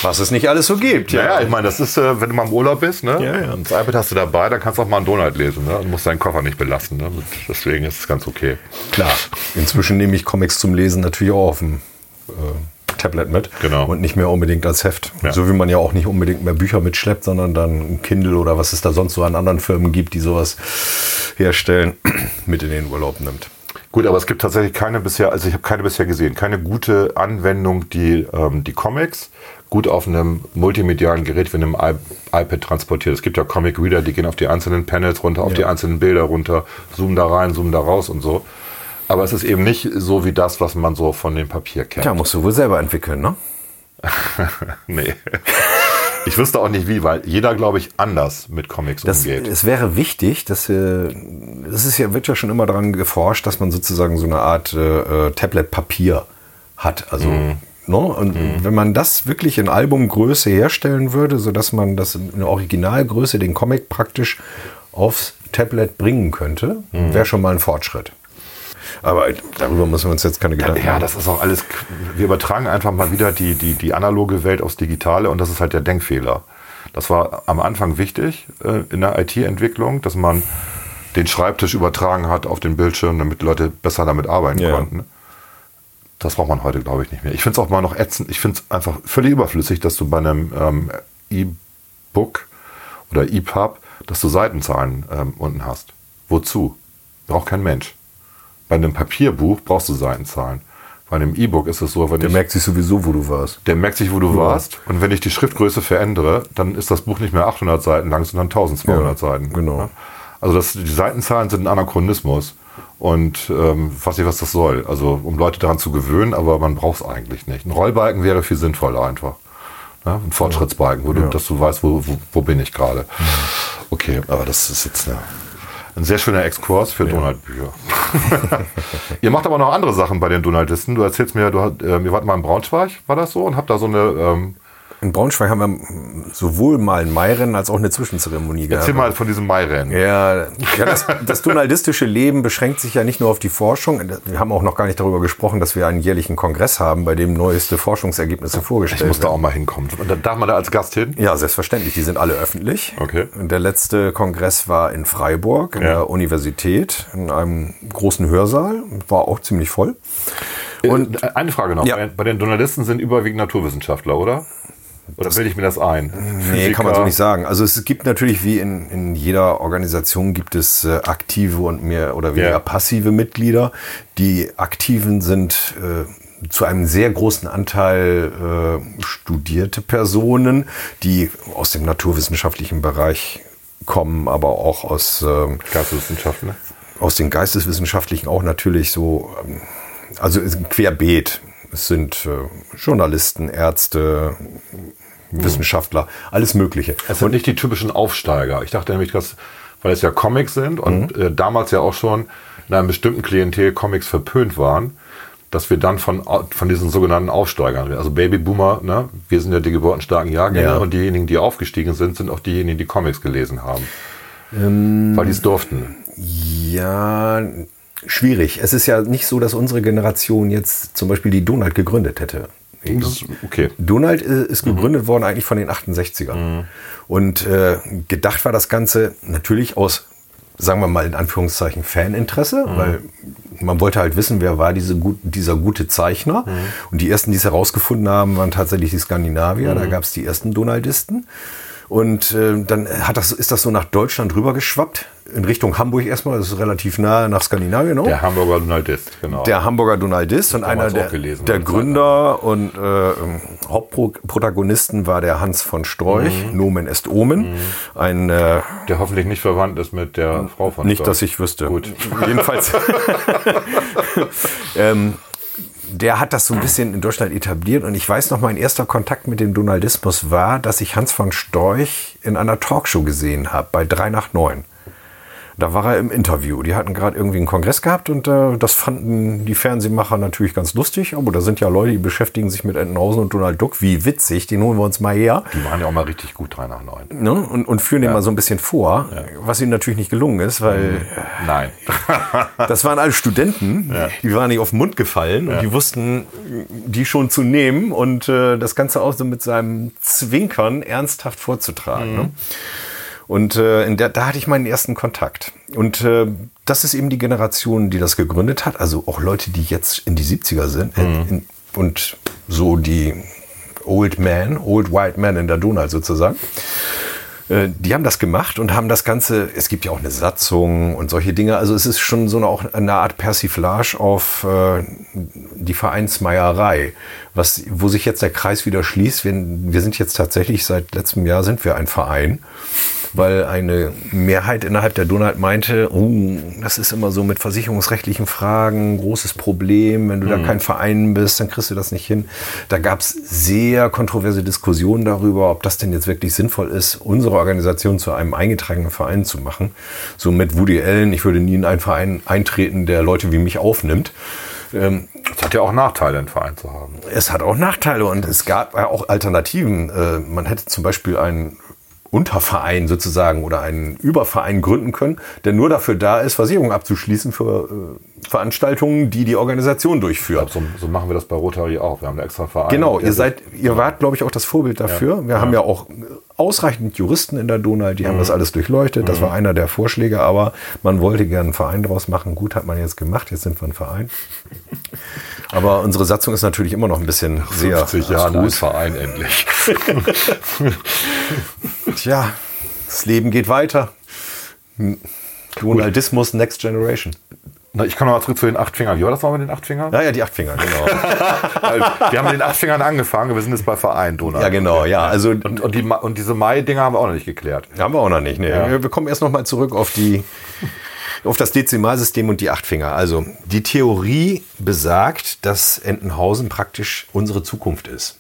Was es nicht alles so gibt,
Ja, ja, ich meine, das ist, äh, wenn du mal im Urlaub bist, ne?
Ja, ja.
Das iPad hast du dabei, dann kannst du auch mal einen Donald lesen, ne? Und musst deinen Koffer nicht belasten, ne? Deswegen ist es ganz okay.
Klar. Inzwischen nehme ich Comics zum Lesen natürlich auch auf dem äh, Tablet mit.
Genau.
Und nicht mehr unbedingt als Heft.
Ja.
So wie man ja auch nicht unbedingt mehr Bücher mitschleppt, sondern dann ein Kindle oder was es da sonst so an anderen Firmen gibt, die sowas herstellen, mit in den Urlaub nimmt.
Gut, aber es gibt tatsächlich keine bisher, also ich habe keine bisher gesehen, keine gute Anwendung, die ähm, die Comics gut auf einem multimedialen Gerät wie einem I iPad transportiert. Es gibt ja Comic Reader, die gehen auf die einzelnen Panels runter, auf die einzelnen Bilder runter, zoomen da rein, zoomen da raus und so. Aber es ist eben nicht so wie das, was man so von dem Papier kennt.
Ja, musst du wohl selber entwickeln, ne?
Nee. Ich wüsste auch nicht wie, weil jeder, glaube ich, anders mit Comics
Das,
umgeht.
es wäre wichtig, dass äh, es ist ja, wird ja schon immer daran geforscht, dass man sozusagen so eine Art äh, äh, Tablet-Papier hat. Also,
Mhm.
ne? Und wenn man das wirklich in Albumgröße herstellen würde, sodass man das in der Originalgröße, den Comic praktisch aufs Tablet bringen könnte,
Mhm.
wäre schon mal ein Fortschritt. Aber darüber müssen wir uns jetzt keine Gedanken
Ja, das ist auch alles. Qu- Wir übertragen einfach mal wieder die, die, die analoge Welt aufs Digitale und das ist halt der Denkfehler. Das war am Anfang wichtig äh, in der IT-Entwicklung, dass man den Schreibtisch übertragen hat auf den Bildschirm, damit Leute besser damit arbeiten
Ja.
konnten. Das braucht man heute, glaube ich, nicht mehr. Ich finde es auch mal noch ätzend. Ich finde es einfach völlig überflüssig, dass du bei einem ähm, E-Book oder E EPUB, dass du Seitenzahlen ähm, unten hast. Wozu? Braucht kein Mensch. Bei einem Papierbuch brauchst du Seitenzahlen. Bei einem E-Book ist es so, wenn
Der
ich,
merkt sich sowieso, wo du warst.
der merkt sich, wo du warst. Und wenn ich die Schriftgröße verändere, dann ist das Buch nicht mehr 800 Seiten lang, sondern 1200
Ja,
Seiten.
genau.
Ja. Also das, die Seitenzahlen sind ein Anachronismus. Und ähm, weiß nicht, was das soll. Also um Leute daran zu gewöhnen, aber man braucht es eigentlich nicht. Ein Rollbalken wäre viel sinnvoller einfach. Ne? Ein Fortschrittsbalken, wo du, dass du weißt, wo, wo, wo bin ich gerade.
Mhm.
Okay, aber das ist jetzt eine, ein sehr schöner Exkurs für Donald-Bücher. Ihr macht aber noch andere Sachen bei den Donaldisten. Du erzählst mir, du hat, ähm, ihr wart mal in Braunschweig, war das so? Und habt da so eine ähm,
in Braunschweig haben wir mm, sowohl mal ein Mairennen als auch eine Zwischenzeremonie gehabt.
Erzähl mal von diesem Mairennen.
Ja, ja das, das donaldistische Leben beschränkt sich ja nicht nur auf die Forschung. Wir haben auch noch gar nicht darüber gesprochen, dass wir einen jährlichen Kongress haben, bei dem neueste Forschungsergebnisse
Ich
vorgestellt
muss da
werden.
auch mal hinkommen. Und dann darf man da als Gast hin?
Ja, selbstverständlich. Die sind alle öffentlich.
Okay.
Und Der letzte Kongress war in Freiburg, in
Ja.
der Universität, in einem großen Hörsaal. War auch ziemlich voll.
Und Äh, eine Frage noch.
Ja.
Bei- Bei den Journalisten sind überwiegend Naturwissenschaftler, oder? Oder bilde ich mir das ein?
Nee,
Physiker.
kann man so nicht sagen. Also es gibt natürlich wie in, in jeder Organisation gibt es äh, aktive und mehr oder weniger
Ja.
passive Mitglieder. Die aktiven sind äh, zu einem sehr großen Anteil äh, studierte Personen, die aus dem naturwissenschaftlichen Bereich kommen, aber auch aus ähm,
Geisteswissenschaftler.
aus den Geisteswissenschaftlichen auch natürlich so, ähm, also es ist ein querbeet. Es sind äh, Journalisten, Ärzte,
Hm.
Wissenschaftler, alles Mögliche.
Es sind nicht die typischen Aufsteiger. Ich dachte nämlich, dass, weil es ja Comics sind und
Mhm.
äh, damals ja auch schon in einem bestimmten Klientel Comics verpönt waren, dass wir dann von, au- von diesen sogenannten Aufsteigern, reden. also Babyboomer, ne? wir sind ja die geburtenstarken Jahrgänge
Ja.
und diejenigen, die aufgestiegen sind, sind auch diejenigen, die Comics gelesen haben.
Ähm,
weil die es durften.
Ja, schwierig. Es ist ja nicht so, dass unsere Generation jetzt zum Beispiel die Donald gegründet hätte.
Das ist okay.
Donald äh, ist gegründet worden eigentlich von den 68ern. Und äh, gedacht war das Ganze natürlich aus, sagen wir mal in Anführungszeichen, Faninteresse, weil man wollte halt wissen, wer war diese, gut- dieser gute Zeichner. Und die ersten, die es herausgefunden haben, waren tatsächlich die Skandinavier. Da gab es die ersten Donaldisten. Und äh, dann hat das, ist das so nach Deutschland rübergeschwappt, in Richtung Hamburg erstmal, das ist relativ nah nach Skandinavien. auch.
Der Hamburger Donaldist, genau.
Der Hamburger Donaldist und einer
damals
der,
auch gelesen, ne?
der
meine
Gründer und äh, ähm, Hauptprotagonisten war der Hans von Storch,
Mhm.
Nomen est Omen. Ein, äh,
der hoffentlich nicht verwandt ist mit der Frau von
nicht,
Storch.
dass ich wüsste.
Gut.
Jedenfalls. ähm, der hat das so ein bisschen in Deutschland etabliert und ich weiß noch, mein erster Kontakt mit dem Donaldismus war, dass ich Hans von Storch in einer Talkshow gesehen habe, bei 3 nach 9. Da war er im Interview. Die hatten gerade irgendwie einen Kongress gehabt und äh, das fanden die Fernsehmacher natürlich ganz lustig. Aber da sind ja Leute, die beschäftigen sich mit Entenhausen und Donald Duck. Wie witzig, den holen wir uns mal her
Die waren ja auch mal richtig gut, 3 nach 9.
ne? und, und führen den mal so ein bisschen vor. Was ihm natürlich nicht gelungen ist, weil
Nein.
das waren alle Studenten, die waren nicht auf den Mund gefallen und die wussten, die schon zu nehmen und äh, das Ganze auch so mit seinem Zwinkern ernsthaft vorzutragen. Ne? Und äh, in der, da hatte ich meinen ersten Kontakt. Und äh, das ist eben die Generation, die das gegründet hat. Also auch Leute, die jetzt in die 70er sind äh, in, und so die Old Man, Old White Man in der Donau sozusagen. Äh, Die haben das gemacht und haben das Ganze, es gibt ja auch eine Satzung und solche Dinge, also es ist schon so eine, auch eine Art Persiflage auf äh, die Vereinsmeierei, was, wo sich jetzt der Kreis wieder schließt. Wir, wir sind jetzt tatsächlich, seit letztem Jahr sind wir ein Verein weil eine Mehrheit innerhalb der Donald meinte, oh, das ist immer so mit versicherungsrechtlichen Fragen, großes Problem, wenn du da kein Verein bist, dann kriegst du das nicht hin. Da gab es sehr kontroverse Diskussionen darüber, ob das denn jetzt wirklich sinnvoll ist, unsere Organisation zu einem eingetragenen Verein zu machen. So mit Woody Allen, ich würde nie in einen Verein eintreten, der Leute wie mich aufnimmt. Ähm,
Das hat ja auch Nachteile, einen Verein zu haben.
es hat auch Nachteile und es gab ja auch Alternativen. Äh, Man hätte zum Beispiel einen Unterverein sozusagen oder einen Überverein gründen können, der nur dafür da ist, Versicherungen abzuschließen für äh, Veranstaltungen, die die Organisation durchführt.
So, so machen wir das bei Rotary auch. Wir haben einen extra Verein.
Genau,
der
ihr
sich-
seid, ihr wart, glaube ich, auch das Vorbild dafür. Wir haben ja Mhm. auch äh, ausreichend Juristen in der Donau, die haben das alles durchleuchtet. Das war einer der Vorschläge, aber man wollte gerne einen Verein draus machen. Gut, hat man jetzt gemacht, jetzt sind wir ein Verein. Aber unsere Satzung ist natürlich immer noch ein bisschen sehr
50 Jahre ein
abstrus.
Verein endlich.
Tja, das Leben geht weiter. Donaldismus Next Generation.
Na, ich komme nochmal zurück zu den acht Fingern. Wie war das nochmal mit den acht Fingern?
Naja, die Achtfinger, genau.
Weil wir haben mit den acht Fingern angefangen. Wir sind jetzt bei Verein, Donald.
ja, genau, ja. Also
Und, und, die, Ma- und diese Mai-Dinger haben wir auch noch nicht geklärt.
haben wir auch noch nicht. Nee. Wir kommen erst noch mal zurück auf die auf das Dezimalsystem und die Achtfinger. Also die Theorie besagt, dass Entenhausen praktisch unsere Zukunft ist.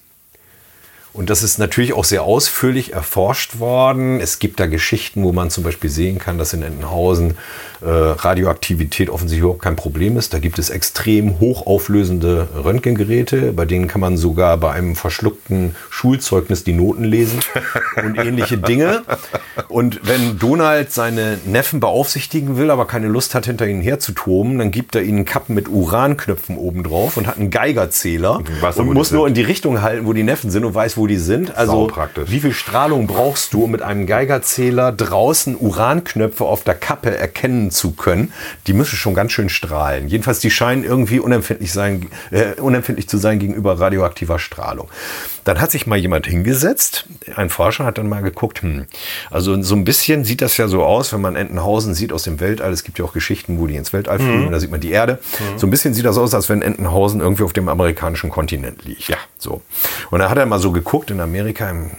Und das ist natürlich auch sehr ausführlich erforscht worden. Es gibt da Geschichten, wo man zum Beispiel sehen kann, dass in Entenhausen äh, Radioaktivität offensichtlich überhaupt kein Problem ist. Da gibt es extrem hochauflösende Röntgengeräte, bei denen kann man sogar bei einem verschluckten Schulzeugnis die Noten lesen und ähnliche Dinge. Und wenn Donald seine Neffen beaufsichtigen will, aber keine Lust hat, hinter ihnen herzutoben, dann gibt er ihnen Kappen mit Uranknöpfen obendrauf und hat einen Geigerzähler
Weißt du, wo
und
die
muss nur
sind?
in die Richtung halten, wo die Neffen sind und weiß, wo die sind. Also
Saupraktisch.
wie viel Strahlung brauchst du, um mit einem Geigerzähler draußen Uranknöpfe auf der Kappe erkennen zu können? Die müssen schon ganz schön strahlen. Jedenfalls, die scheinen irgendwie unempfindlich, sein, äh, unempfindlich zu sein gegenüber radioaktiver Strahlung. Dann hat sich mal jemand hingesetzt, ein Forscher hat dann mal geguckt, hm, also so ein bisschen sieht das ja so aus, wenn man Entenhausen sieht aus dem Weltall. Es gibt ja auch Geschichten, wo die ins Weltall fliegen und da sieht man die Erde. So ein bisschen sieht das aus, als wenn Entenhausen irgendwie auf dem amerikanischen Kontinent liegt. Ja. So. Und da hat er mal so geguckt in Amerika, im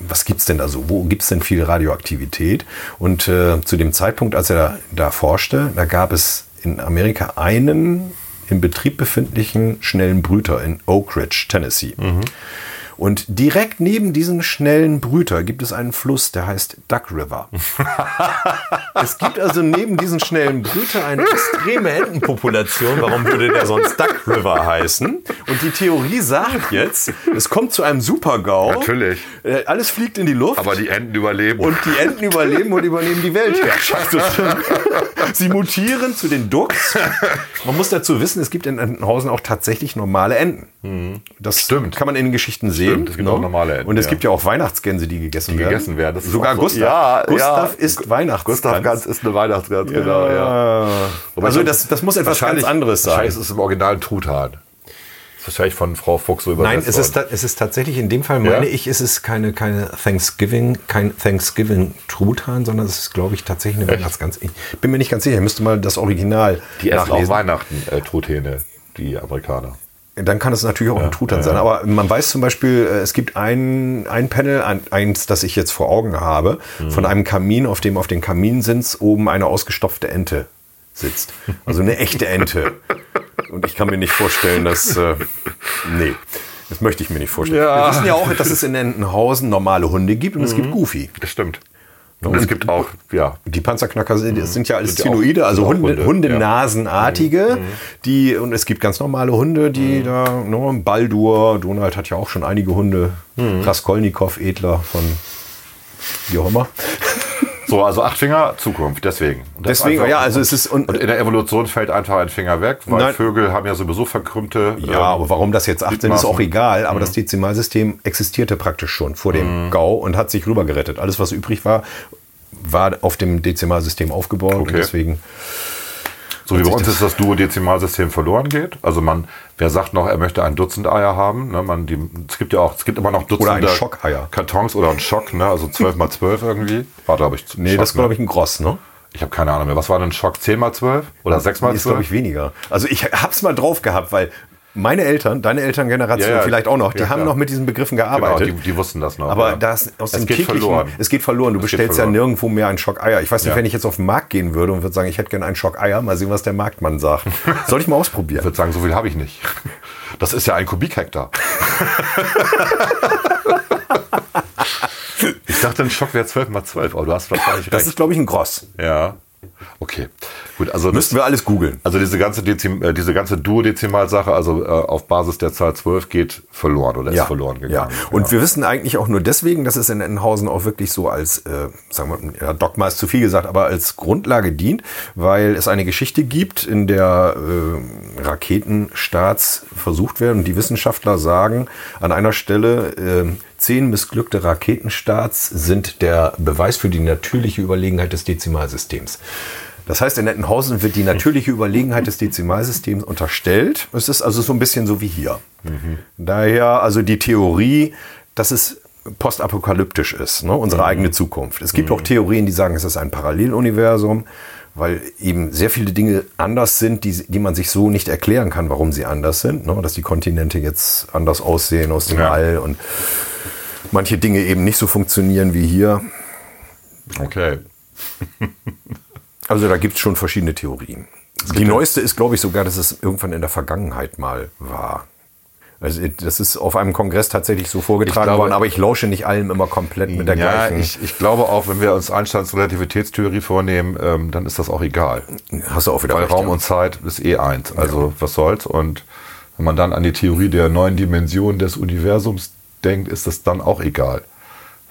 was gibt's denn da so? Wo gibt's denn viel Radioaktivität? Und äh, zu dem Zeitpunkt, als er da, da forschte, da gab es in Amerika einen im Betrieb befindlichen schnellen Brüter in Oak Ridge, Tennessee. Und direkt neben diesem schnellen Brüter gibt es einen Fluss, der heißt Duck River. es gibt also neben diesen schnellen Brüter eine extreme Entenpopulation. Warum würde der sonst Duck River heißen? Und die Theorie sagt jetzt, es kommt zu einem Super-GAU.
Natürlich.
Äh, Alles fliegt in die Luft.
Aber die Enten überleben.
und die Enten überleben und übernehmen die Weltherrschaft. Sie mutieren zu den Ducks. Man muss dazu wissen, es gibt in Entenhausen auch tatsächlich normale Enten. Das
Mhm. Stimmt.
kann man in den Geschichten sehen. ne?
es gibt auch normale Enten,
Und es
ja.
gibt ja auch Weihnachtsgänse, die gegessen
Die
werden.
gegessen werden. Das ist
Sogar
auch so-
Gustav.
Ja,
Gustav
ja.
ist Weihnachtsgans.
Gustav Ganz ist eine Weihnachtsgans, genau. Ja.
Ja.
Wobei
Also
ich-
das, das muss etwas ganz
wahrscheinlich-
anderes sein.
Wahrscheinlich ist es im Original ein Truthahn. ist wahrscheinlich von Frau Fuchs so
Nein,
übersetzt
es ist,
worden.
ta- es ist tatsächlich in dem Fall, meine
Ja?
ich, es ist keine, keine Thanksgiving, kein Thanksgiving-Truthahn, sondern es ist, glaube ich, tatsächlich eine Weihnachtsgans. Ich bin mir nicht ganz sicher, ich müsste mal das Original
Die essen auch
nachlesen.
Weihnachten äh, Truthähne, die Amerikaner.
Dann kann es natürlich auch ein Truthahn sein. Aber man weiß zum Beispiel, äh, es gibt ein, ein Panel, ein, eins, das ich jetzt vor Augen habe, von einem Kamin, auf dem auf den Kaminsims oben eine ausgestopfte Ente sitzt. Also eine echte Ente. Und ich kann mir nicht vorstellen, dass. Äh, nee, das möchte ich mir nicht vorstellen.
Ja.
Wir wissen ja auch, dass es in Entenhausen normale Hunde gibt und es gibt Goofy.
Das stimmt.
Ne?
Und es gibt auch, ja,
Die Panzerknacker sind, das sind ja alles
Mhm. Sind ja Mhm. auch-
Zinoide, also
sind auch
Hunde,
Hunde,
Hundenasenartige. Die, und es gibt ganz normale Hunde, die
Mhm.
da, ne, Baldur, Donald hat ja auch schon einige Hunde,
Mhm.
Raskolnikow, Edler von wie auch immer.
so, also acht Finger, Zukunft, deswegen. Und das
Deswegen,
einfach-
ja, also es ist. Und,
Und in der Evolution fällt einfach ein Finger weg, weil
Nein.
Vögel haben ja sowieso verkrümmte. ähm,
äh, ja, aber warum das jetzt 18 ist, ist auch
Gliedmaßen.
egal. Aber das Dezimalsystem existierte praktisch schon vor
Mhm.
dem GAU und hat sich rübergerettet. Alles, was übrig war, war auf dem Dezimalsystem aufgebaut. Und
Okay.
deswegen
So wie bei uns ist das Duodezimalsystem verloren geht. Also man, wer sagt noch, er möchte ein Dutzend Eier haben, ne, man, die, es gibt ja auch, es gibt immer noch Dutzende
ein Schockeier.
Kartons oder ein Schock, ne, also zwölf mal zwölf irgendwie. War glaube ich.
Nee, das ist, glaube ich, ein Gross, ne?
Ich habe keine Ahnung mehr. Was war denn Schock? Zehn mal zwölf oder sechs mal ne?
ist, glaube ich,
zwölf?
weniger. Also ich hab's mal drauf gehabt, weil meine Eltern, deine Elterngeneration
Ja, ja.
vielleicht auch noch, die
Ja,
haben
klar.
noch mit diesen Begriffen
Genau,
gearbeitet.
die, die wussten das noch.
aber
ja.
das aus
es
dem
geht
kirchlichen-
verloren.
es geht verloren. Du
Es geht
bestellst
verloren.
ja nirgendwo mehr einen Schock Eier. Ich weiß nicht,
Ja.
wenn ich jetzt auf den Markt gehen würde und würde sagen, ich hätte gerne einen Schock Eier, mal sehen, was der Marktmann sagt. Soll ich mal
Ich
ausprobieren?
würde sagen, so viel habe ich nicht. Das ist ja ein Kubikhektar. ich dachte, ein Schock wäre 12 mal 12, aber du hast wahrscheinlich
Das
recht.
ist, glaube ich, ein Gross.
Ja. Okay. Gut, also das-
Müssten wir alles googeln.
also diese ganze, Dezim, äh, diese ganze Duodezimal-Sache, also äh, auf Basis der Zahl 12 geht verloren oder ist verloren gegangen.
Ja. Und wir wissen eigentlich auch nur deswegen, dass es in Entenhausen auch wirklich so als, äh, sagen wir, ja, Dogma ist zu viel gesagt, aber als Grundlage dient, weil es eine Geschichte gibt, in der äh, Raketenstarts versucht werden und die Wissenschaftler sagen an einer Stelle, äh, zehn missglückte Raketenstarts sind der Beweis für die natürliche Überlegenheit des Dezimalsystems. Das heißt, in Nettenhausen wird die natürliche Überlegenheit des Dezimalsystems unterstellt. Es ist also so ein bisschen so wie hier. Daher also die Theorie, dass es postapokalyptisch ist, ne? unsere eigene Zukunft. Es gibt auch Theorien, die sagen, es ist ein Paralleluniversum, weil eben sehr viele Dinge anders sind, die, die man sich so nicht erklären kann, warum sie anders sind. Ne? Dass die Kontinente jetzt anders aussehen aus dem
Ja.
All und manche Dinge eben nicht so funktionieren wie hier.
okay.
Also da gibt es schon verschiedene Theorien. Die neueste ist, glaube ich, sogar, dass es irgendwann in der Vergangenheit mal war. Also das ist auf einem Kongress tatsächlich so vorgetragen
Ich glaube-
worden, aber ich lausche nicht allem immer komplett mit der
Ja,
gleichen.
ich, ich glaube auch, wenn wir uns Einsteins Relativitätstheorie vornehmen, ähm, dann ist das auch egal.
Hm, hast du auch wieder
Weil
recht,
Raum
ja.
und Zeit ist eh eins. Also was soll's? Und wenn man dann an die Theorie der neuen Dimension des Universums denkt, ist das dann auch egal.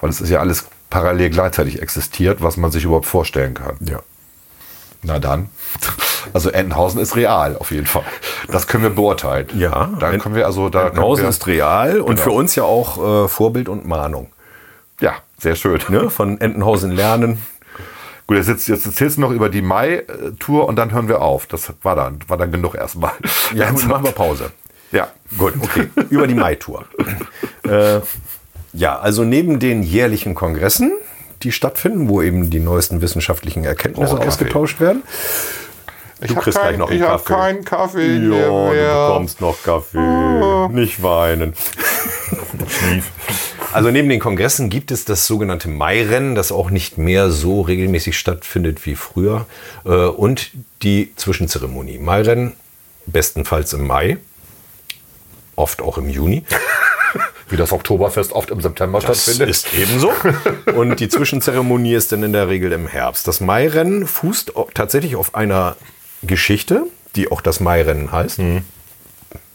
Weil es ist ja alles parallel gleichzeitig existiert, was man sich überhaupt vorstellen kann.
Ja.
Na dann. Also Entenhausen ist real, auf jeden Fall. Das können wir beurteilen.
Ja,
Da
Ent-
können wir also da.
Entenhausen
können wir,
ist real und
Genau.
für uns ja auch äh, Vorbild und Mahnung.
Ja, sehr schön.
Ne? Von Entenhausen lernen.
Gut, jetzt, jetzt, jetzt erzählst du noch über die Mai-Tour und dann hören wir auf. Das war dann, war dann genug erstmal.
Ja, gut, machen wir Pause.
Ja.
Gut, okay. Über die Mai-Tour. äh, ja, also neben den jährlichen Kongressen, die stattfinden, wo eben die neuesten wissenschaftlichen Erkenntnisse
Oh, Kaffee.
ausgetauscht werden.
Ich hab
kriegst
kein-
gleich noch einen
ich hab
Kaffee.
keinen Kaffee.
Ja,
mehr.
du bekommst noch Kaffee. Nicht weinen. Also neben den Kongressen gibt es das sogenannte Mai-Rennen, das auch nicht mehr so regelmäßig stattfindet wie früher. äh, Und die Zwischenzeremonie. Mai-Rennen bestenfalls im Mai, oft auch im Juni.
Wie das Oktoberfest oft im September stattfindet.
ist ebenso. Und die Zwischenzeremonie ist dann in der Regel im Herbst. Das Mai-Rennen fußt au- tatsächlich auf einer Geschichte, die auch das Mai-Rennen heißt.
Mhm.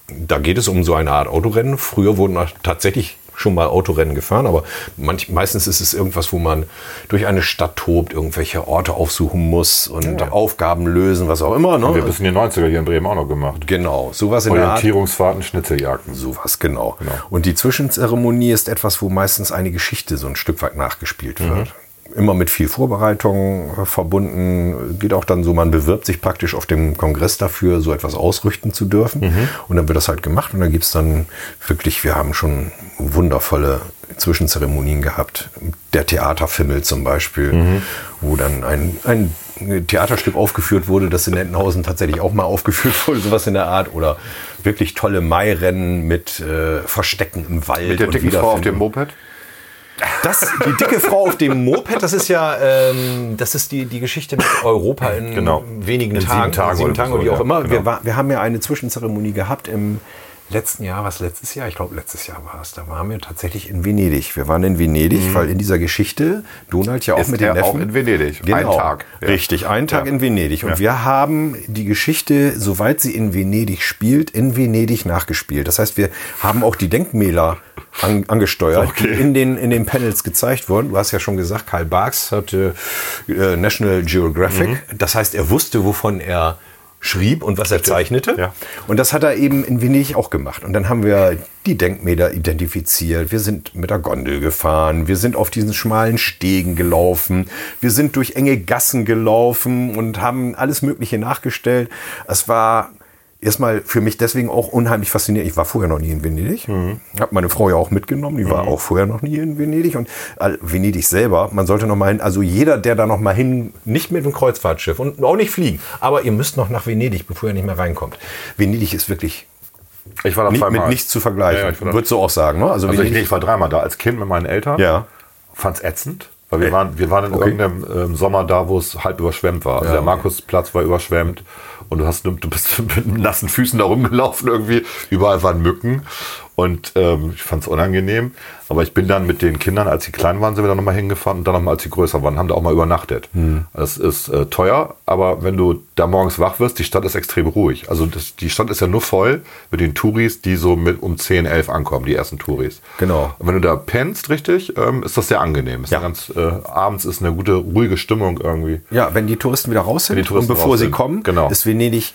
Da geht es um so eine Art Autorennen. Früher wurden auch tatsächlich schon mal Autorennen gefahren, aber manch, meistens ist es irgendwas, wo man durch eine Stadt tobt, irgendwelche Orte aufsuchen muss und Aufgaben lösen, was auch immer.
Wir
Ne?
haben bis in die 90er hier in Bremen auch noch gemacht.
Genau, sowas in der Art.
Orientierungsfahrten, Schnitzeljagden.
Sowas, genau. Und die Zwischenzeremonie ist etwas, wo meistens eine Geschichte so ein Stück weit nachgespielt wird. Immer mit viel Vorbereitung äh, verbunden. Geht auch dann so, man bewirbt sich praktisch auf dem Kongress dafür, so etwas ausrichten zu dürfen. Und dann wird das halt gemacht und dann gibt es dann wirklich, wir haben schon wundervolle Zwischenzeremonien gehabt. Der Theaterfimmel zum Beispiel, wo dann ein, ein Theaterstück aufgeführt wurde, das in Entenhausen tatsächlich auch mal aufgeführt wurde, sowas in der Art. Oder wirklich tolle Mairennen mit äh, Verstecken im Wald.
Mit der
und
dicken Frau auf dem
Wiederfinden.
Moped?
Das, die dicke Frau auf dem Moped, das ist ja, ähm, das ist die, die Geschichte mit Europa in
Genau.
wenigen
In sieben
Tagen,
Tagen
sieben
oder
Tagen
so,
oder wie auch
ja,
immer.
genau.
Wir, war, wir haben ja eine Zwischenzeremonie gehabt im letzten Jahr, was letztes Jahr, ich glaube letztes Jahr war es, da waren wir tatsächlich in Venedig. Wir waren in Venedig,
Mhm.
weil in dieser Geschichte Donald ja auch
Ist
mit dem
er
Neffen.
auch in Venedig?
Genau.
Einen Tag. Ja.
Richtig, einen Tag
Ja.
in Venedig. Und
Ja.
wir haben die Geschichte, soweit sie in Venedig spielt, in Venedig nachgespielt. Das heißt, wir haben auch die Denkmäler an, angesteuert, die in den, in den Panels gezeigt wurden. Du hast ja schon gesagt, Karl Barks hatte äh, National Geographic.
Mhm.
Das heißt, er wusste, wovon er schrieb und was er zeichnete.
Ja.
Und das hat er eben in Venedig auch gemacht. Und dann haben wir die Denkmäler identifiziert. Wir sind mit der Gondel gefahren. Wir sind auf diesen schmalen Stegen gelaufen. Wir sind durch enge Gassen gelaufen und haben alles Mögliche nachgestellt. Es war erstmal für mich deswegen auch unheimlich faszinierend. Ich war vorher noch nie in Venedig.
Mhm.
Hab meine Frau ja auch mitgenommen. Die war auch vorher noch nie in Venedig. Und äh, Venedig selber, man sollte noch mal hin, also jeder, der da noch mal hin, nicht mit dem Kreuzfahrtschiff und auch nicht fliegen, aber ihr müsst noch nach Venedig, bevor ihr nicht mehr reinkommt. Venedig ist wirklich
Ich war da
nicht,
zweimal.
mit nichts
Ja,
zu
ja,
vergleichen.
ich war da-
Würdest du auch sagen, ne?
Also ich,
Venedig-
nee, ich war dreimal da als Kind mit meinen Eltern.
Ja.
Fand's ätzend. Weil wir waren, wir waren in irgendeinem ähm, Sommer da, wo es halb überschwemmt war. Also der Markusplatz war überschwemmt und du, hast, du bist mit nassen Füßen da rumgelaufen irgendwie. Überall waren Mücken und ähm, ich fand's unangenehm. Aber ich bin dann mit den Kindern, als sie klein waren, sind wir da nochmal hingefahren und dann nochmal, als sie größer waren, haben da auch mal übernachtet. Das ist äh, teuer, aber wenn du da morgens wach wirst, die Stadt ist extrem ruhig. Also das, die Stadt ist ja nur voll mit den Touris, die so mit um 10, 11 ankommen, die ersten Touris.
Genau.
Und wenn du da pennst, richtig, ähm, ist das sehr angenehm. Ist
Ja.
ja. ganz, äh, abends ist eine gute, ruhige Stimmung irgendwie.
Ja, wenn die Touristen wieder raus sind
Wenn die Touristen
und bevor
raus
sie
sind,
kommen,
genau.
ist Venedig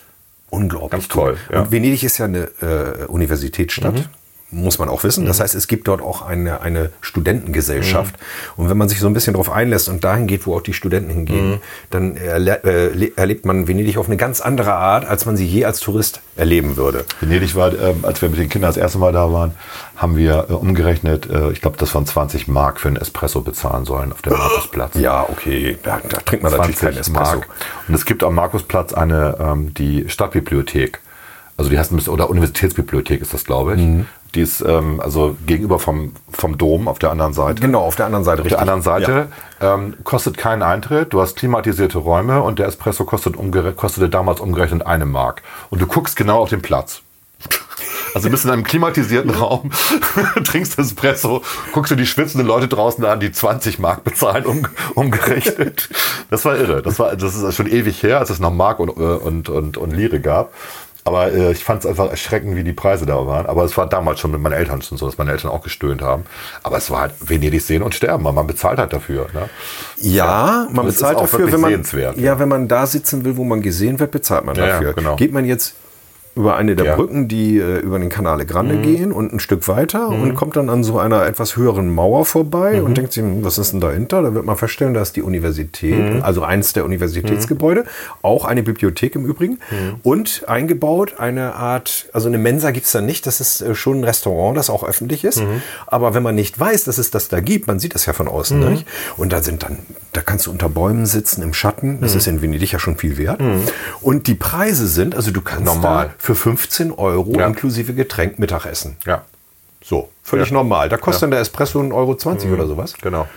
unglaublich.
Ganz toll,
gut.
ja. Mhm.
Und Venedig ist ja eine äh, Universitätsstadt. Muss man auch wissen. Das heißt, es gibt dort auch eine, eine Studentengesellschaft.
Mhm.
Und wenn man sich so ein bisschen darauf einlässt und dahin geht, wo auch die Studenten hingehen, dann erle äh, le- erlebt man Venedig auf eine ganz andere Art, als man sie je als Tourist erleben würde.
Venedig war, ähm, als wir mit den Kindern das erste Mal da waren, haben wir äh, umgerechnet, äh, ich glaube, das waren 20 Mark für einen Espresso bezahlen sollen auf dem Markusplatz.
Ja, okay, da, da trinkt man natürlich keinen
20
Espresso.
Mark. Und es gibt am Markusplatz eine, ähm, die Stadtbibliothek. Also die heißt, ein bisschen- oder Universitätsbibliothek ist das, glaube ich.
Mhm.
Die ist ähm, also gegenüber vom, vom Dom auf der anderen Seite.
Genau, auf der anderen Seite
Auf der anderen Seite ähm, kostet keinen Eintritt, du hast klimatisierte Räume und der Espresso kostet umgere- kostete damals umgerechnet eine Mark. Und du guckst genau auf den Platz. Also bist in einem klimatisierten Raum, trinkst Espresso, guckst du die schwitzenden Leute draußen an, die 20 Mark bezahlen, um, umgerechnet. Das war irre. Das, war, das ist schon ewig her, als es noch Mark und, äh, und, und, und Lire gab. Aber äh, ich fand es einfach erschreckend, wie die Preise da waren. Aber es war damals schon mit meinen Eltern schon so, dass meine Eltern auch gestöhnt haben. Aber es war halt Venedig sehen und sterben, weil man bezahlt halt dafür. Ne?
Ja, man
Und es
bezahlt
ist auch
dafür,
wirklich
wenn man,
sehenswert,
ja, wenn man da sitzen will, wo man gesehen wird, bezahlt man
Ja, ja,
dafür.
genau.
Geht man jetzt über eine der
Ja.
Brücken, die äh, über den Canale Grande gehen und ein Stück weiter und kommt dann an so einer etwas höheren Mauer vorbei und denkt sich, hm, was ist denn dahinter? Da wird man feststellen, da ist die Universität, also eins der Universitätsgebäude, auch eine Bibliothek im Übrigen und eingebaut eine Art, also eine Mensa gibt es da nicht, das ist äh, schon ein Restaurant, das auch öffentlich ist, aber wenn man nicht weiß, dass es das da gibt, man sieht das ja von außen, nicht? und da sind dann, da kannst du unter Bäumen sitzen im Schatten,
Mhm.
das ist in Venedig ja schon viel wert und die Preise sind, also du kannst
Normal.
da für 15 Euro
Ja.
inklusive Getränk Mittagessen.
Ja,
So, völlig
Ja.
normal. Da kostet dann der Espresso 1,20 Euro 20 oder sowas.
genau.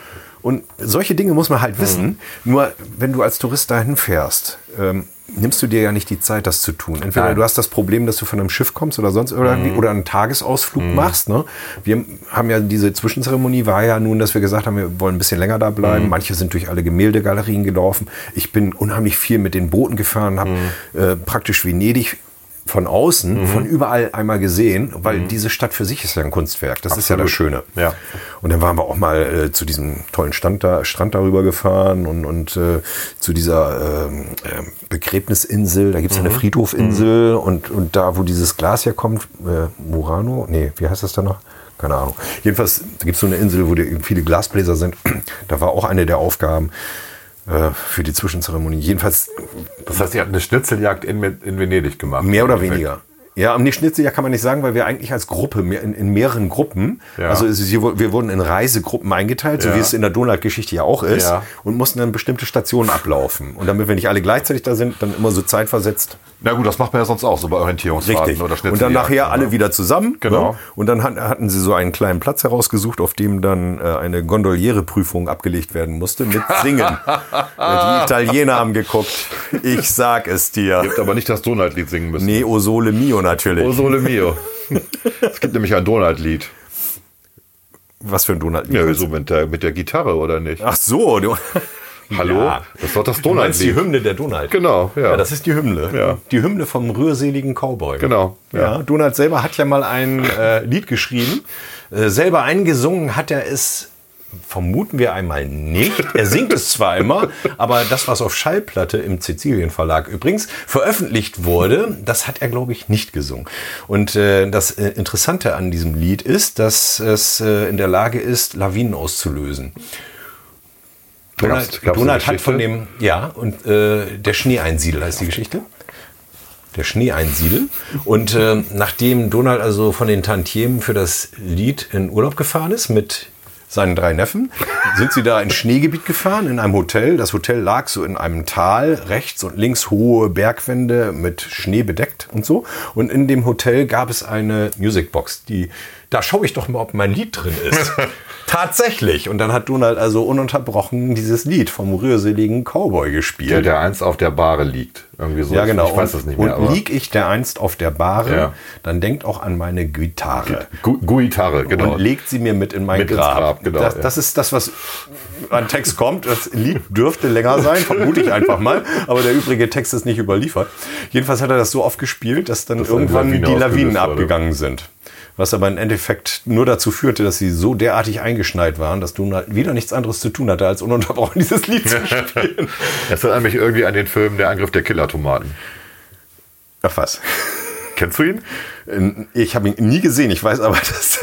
Und solche Dinge muss man
Mhm.
halt wissen. Nur wenn du als Tourist dahin fährst, ähm, nimmst du dir ja nicht die Zeit, das zu tun. Entweder
Nein. Mhm.
du hast das Problem, dass du von einem Schiff kommst oder sonst irgendwie oder einen Tagesausflug machst. Ne? Wir haben ja diese Zwischenzeremonie war ja nun, dass wir gesagt haben, wir wollen ein bisschen länger da bleiben.
Mhm.
Manche sind durch alle Gemäldegalerien gelaufen. Ich bin unheimlich viel mit den Booten gefahren, habe
Mhm.
äh, praktisch Venedig von außen, von überall einmal gesehen, weil diese Stadt für sich ist ja ein Kunstwerk. Das ist ja das Schöne.
Mhm. Ja.
Und dann waren wir auch mal äh, zu diesem tollen Stand da, Strand darüber gefahren und, und äh, zu dieser ähm, ähm, Begräbnisinsel. Da gibt es eine Friedhofinsel und, und da, wo dieses Glas herkommt, äh, Murano, nee, wie heißt das da noch? Keine Ahnung. Jedenfalls, da gibt es so eine Insel, wo die, viele Glasbläser sind. Da war auch eine der Aufgaben äh, für die Zwischenzeremonie. Jedenfalls
Das heißt, ihr habt eine Schnitzeljagd in, in Venedig gemacht.
Mehr oder
Im Endeffekt.
weniger. Ja, am Schnitzeljagd kann man nicht sagen, weil wir eigentlich als Gruppe, mehr- in, in mehreren Gruppen,
Ja.
also es ist, hier- wir wurden in Reisegruppen eingeteilt, so
Ja.
wie es in der Donald-Geschichte ja auch ist,
Ja.
und mussten dann bestimmte Stationen ablaufen. Und damit wir nicht alle gleichzeitig da sind, dann immer so zeitversetzt.
Na gut, das macht man ja sonst auch so bei Orientierungsfahrten oder
Und dann nachher alle wieder zusammen.
ne? Genau.
Ne? Und dann hat- hatten sie so einen kleinen Platz herausgesucht, auf dem dann äh, eine Gondoliere-Prüfung abgelegt werden musste mit Singen. Die Italiener haben geguckt. Ich sag es dir.
Ihr habt aber nicht das Donald-Lied singen müssen.
Nee, O Sole Mio natürlich.
O Sole Mio. es gibt nämlich ein Donald-Lied.
Was für ein Donald?
Ja, so mit der, mit der Gitarre, oder nicht?
Ach so, du
Hallo?
Ja.
Das ist doch das
Du meinst die
Donald-Lied.
Hymne der Donald.
Genau, ja.
Ja, das ist die Hymne.
Ja.
Die Hymne vom rührseligen Cowboy.
Genau,
Ja.
ja.
Donald selber hat ja mal ein äh, Lied geschrieben. Äh, selber eingesungen hat er es, vermuten wir einmal nicht. Er singt es zwar immer, aber das, was auf Schallplatte im Sizilien Verlag übrigens veröffentlicht wurde, das hat er, glaube ich, nicht gesungen. Und äh, das äh, Interessante an diesem Lied ist, dass es äh, in der Lage ist, Lawinen auszulösen.
Da gab's-
Donald,
gab's eine
Donald hat von
Geschichte?
dem, ja, und äh, der Schneeeinsiedel heißt die Geschichte. Der Schneeeinsiedel. Und ähm, nachdem Donald also von den Tantiemen für das Lied in Urlaub gefahren ist mit seinen drei Neffen, sind sie da ins Schneegebiet gefahren, in einem Hotel. Das Hotel lag so in einem Tal, rechts und links hohe Bergwände mit Schnee bedeckt und so. Und in dem Hotel gab es eine Musicbox, die, da schaue ich doch mal, ob mein Lied drin ist. Tatsächlich. Und dann hat Donald also ununterbrochen dieses Lied vom rührseligen Cowboy gespielt.
Der, der eins auf der Bahre liegt. Irgendwie so.
Ja, genau.
Ich weiß
und,
das nicht mehr.
Und
aber-
lieg ich der einst auf der Bahre,
Ja.
dann denkt auch an meine Gitarre.
Gu- Guitarre, genau.
Und legt sie mir mit in mein
Mit ins
Grab.
Grab, genau,
das,
ja.
das ist das, was an Text kommt. Das Lied dürfte länger sein, vermute ich einfach mal. Aber der übrige Text ist nicht überliefert. Jedenfalls hat er das so oft gespielt, dass dann
eine
irgendwann
Lawine
die Lawinen
ausgelöst wurde.
abgegangen sind. Was aber im Endeffekt nur dazu führte, dass sie so derartig eingeschneit waren, dass Donald wieder nichts anderes zu tun hatte, als ununterbrochen dieses Lied zu spielen.
Das erinnert mich irgendwie an den Film Der Angriff der Killertomaten.
Ach was.
Kennst du ihn?
Ähm, Ich habe ihn nie gesehen, ich weiß aber, dass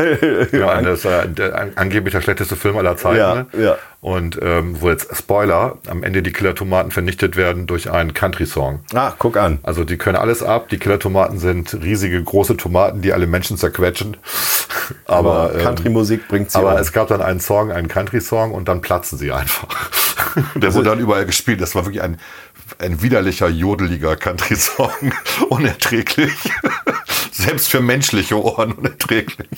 Ja, das ist äh, der, an, angeblich der schlechteste Film aller Zeiten.
Ja,
ne?
ja.
Und ähm, wo jetzt Spoiler, am Ende die Killertomaten vernichtet werden durch einen Country-Song.
Ah, guck an.
Also die können alles ab. Die Killertomaten sind riesige, große Tomaten, die alle Menschen zerquetschen. Aber, ähm,
Aber ähm, Country-Musik bringt sie
Aber
um.
es gab dann einen Song, einen Country-Song und dann platzen sie einfach. Der wurde dann überall gespielt. Das war wirklich ein, ein widerlicher, jodeliger Country-Song. Unerträglich. Selbst für menschliche Ohren unerträglich.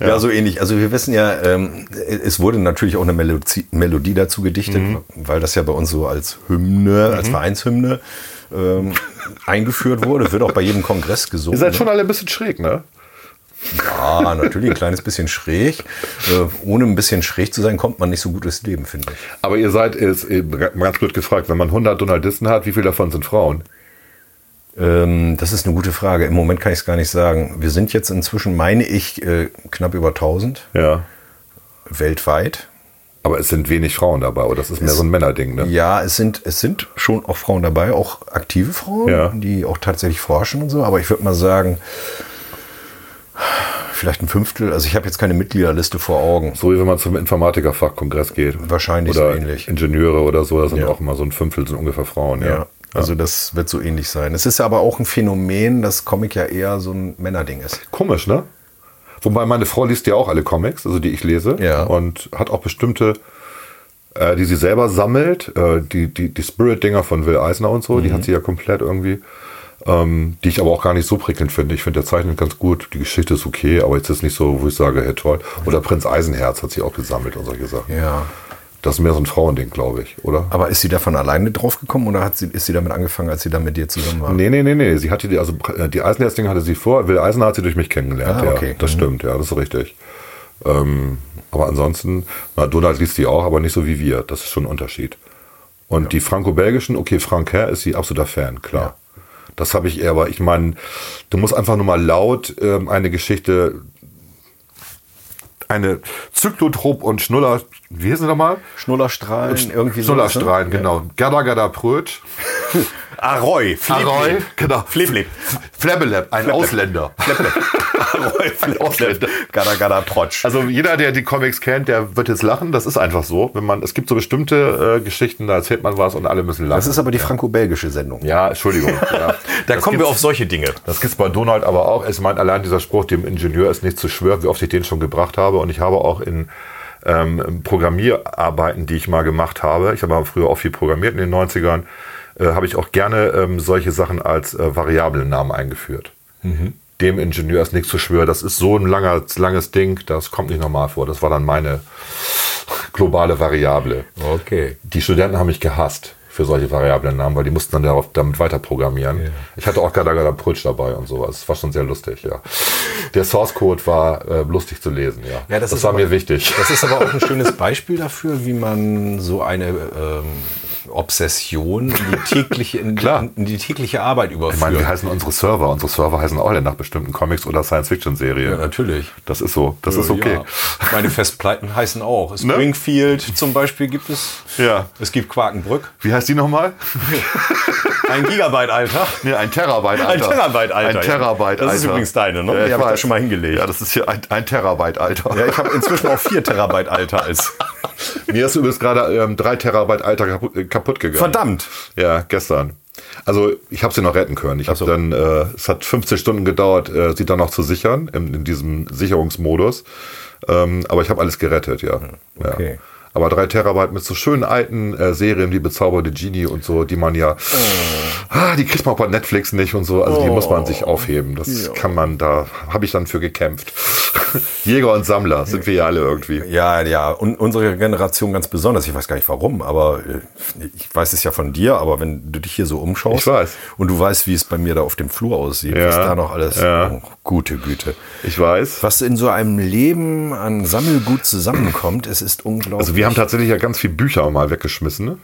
Ja. so ähnlich. Also wir wissen ja, ähm, es wurde natürlich auch
Mhm.
eine Melodie, Melodie dazu gedichtet, weil das ja bei uns so als Hymne, als Vereinshymne ähm, eingeführt wurde. Wird auch bei jedem Kongress gesungen.
Ihr seid
ne?
schon alle ein bisschen schräg, ne?
Ja, natürlich ein kleines bisschen schräg. Äh, ohne ein bisschen schräg zu sein, kommt man nicht so gut durchs Leben, finde ich.
Aber ihr seid, ist eben ganz blöd gefragt, wenn man 100 Donaldisten hat, wie viele davon sind Frauen?
Ähm, das ist eine gute Frage. Im Moment kann ich es gar nicht sagen. Wir sind jetzt inzwischen, meine ich, äh, knapp über 1000
Ja.
weltweit.
Aber es sind wenig Frauen dabei, oder das ist mehr so ein Männerding, ne?
Ja, es sind, es sind schon auch Frauen dabei, auch aktive Frauen,
Ja.
die auch tatsächlich forschen und so. Aber ich würde mal sagen, vielleicht ein Fünftel. Also ich habe jetzt keine Mitgliederliste vor Augen.
So wie wenn man zum Informatikerfachkongress geht.
Wahrscheinlich
oder
so ähnlich.
Ingenieure oder so, da sind
Ja.
auch immer so ein Fünftel sind ungefähr Frauen, ja.
Ja. Also das wird so ähnlich sein. Es ist aber auch ein Phänomen, dass Comic ja eher so ein Männerding ist.
Komisch, ne? Wobei meine Frau liest ja auch alle Comics, also die ich lese.
Ja.
Und hat auch bestimmte, äh, die sie selber sammelt. Äh, die die, die Spirit-Dinger von Will Eisner und so,
Mhm.
die hat sie ja komplett irgendwie. Ähm, die ich aber auch gar nicht so prickelnd finde. Ich finde, der zeichnet ganz gut, die Geschichte ist okay, aber jetzt ist nicht so, wo ich sage, hey toll. Oder Prinz Eisenherz hat sie auch gesammelt und solche Sachen.
Ja.
Das ist mehr so ein Frauending, glaube ich, oder?
Aber ist sie davon alleine draufgekommen oder hat sie, ist sie damit angefangen, als sie dann mit dir zusammen war?
Nee, nee, nee, nee. Sie hatte die, also äh, die Eisenherz-Ding hatte sie vor, Will Eisner hat sie durch mich kennengelernt.
Ah,
Ja,
okay.
das
Mhm.
stimmt, ja, das ist richtig. Ähm, aber ansonsten, na, Donald liest die auch, aber nicht so wie wir. Das ist schon ein Unterschied. Und die franco-belgischen, okay, Frank Herr ist sie absoluter Fan, klar. Das habe ich eher, aber ich meine, du musst einfach nur mal laut ähm, eine Geschichte, eine Zyklotrop und Schnuller, wie hieß sie nochmal?
Schnullerstrahlen, irgendwie ne? so.
Schnullerstrahlen, genau. Gerda, Gerda, Pröt.
Aroy,
Aroy, genau.
Fliblip.
Flabbelab, ein Ausländer.
Aroy,
Ein Ausländer.
Gada Gada Trotsch.
Also jeder, der die Comics kennt, der wird jetzt lachen. Das ist einfach so. Wenn man, es gibt so bestimmte äh, Geschichten, da erzählt man was und alle müssen lachen.
Das ist aber die franco-belgische Sendung.
ja, Entschuldigung. ja. Das gibt's-
solche Dinge.
Das gibt's bei Donald aber auch. Ich meine, allein dieser Spruch, dem Ingenieur ist nicht zu schwören, wie oft ich den schon gebracht habe. Und ich habe auch in ähm, Programmierarbeiten, die ich mal gemacht habe, ich habe ja früher auch viel programmiert in den 90ern, äh, habe ich auch gerne ähm, solche Sachen als äh, Variablennamen eingeführt.
Mhm.
Dem Ingenieur ist nichts zu schwören. Das ist so ein langer, langes Ding, das kommt nicht normal vor. Das war dann meine globale Variable.
Okay.
Die Studenten haben mich gehasst für solche variablen Namen, weil die mussten dann darauf damit weiter programmieren. Ich hatte auch Gadagada Prutsch dabei und sowas. Das war schon sehr lustig, ja. Der Source Code war äh, lustig zu lesen, ja.
Ja, das ist
war
aber-
mir wichtig.
Das ist aber auch ein schönes Beispiel dafür, wie man so eine ähm, Obsession in die tägliche, in,
Klar.
in die tägliche Arbeit
Ich meine,
überführt.
wie heißen unsere Server? Unsere Server heißen auch alle nach bestimmten Comics oder
ja,
Science-Fiction-Serien.
natürlich.
das ist so. Das ist
Ja,
okay.
ja. Meine Festpleiten heißen auch. Springfield zum Beispiel gibt es.
Ja.
Es gibt Quakenbrück.
Wie heißt die nochmal?
Ein Gigabyte, Alter.
Nee, ein Terabyte, Alter.
Ein Terabyte, Alter.
Ein Terabyte,
Das ist
Alter.
übrigens deine, ne?
Ja,
Die
ich
hab ich da
weiß.
schon mal hingelegt.
Ja, das ist hier ein, ein Terabyte, Alter.
Ja, ich habe inzwischen auch vier Terabyte Alter als.
Mir ist übrigens gerade ähm, drei Terabyte Alter kaputt, äh, kaputt gegangen.
Verdammt!
Ja, gestern. Also ich habe sie noch retten können. Ich hab dann, äh, es hat 15 Stunden gedauert, äh, sie dann noch zu sichern in, in diesem Sicherungsmodus. Ähm, aber ich habe alles gerettet, ja. ja.
Hm, okay.
Aber drei Terabyte mit so schönen alten äh, Serien wie Bezauberte Genie und so, die man ja,
Oh.
ah, die kriegt man auch bei Netflix nicht und so. Also die muss man sich aufheben. Das kann man, da habe ich dann für gekämpft. Jäger und Sammler sind wir ja alle irgendwie.
Ja, ja, und unsere Generation ganz besonders. Ich weiß gar nicht warum, aber äh, ich weiß es ja von dir, aber wenn du dich hier so umschaust
Ich weiß.
und du weißt, wie es bei mir da auf dem Flur aussieht,
Ja,
was da noch alles.
ja.
Oh, gute Güte.
Ich weiß.
Was in so einem Leben an Sammelgut zusammenkommt, es ist unglaublich.
Also wir haben tatsächlich ja ganz viel Bücher mal weggeschmissen, ne?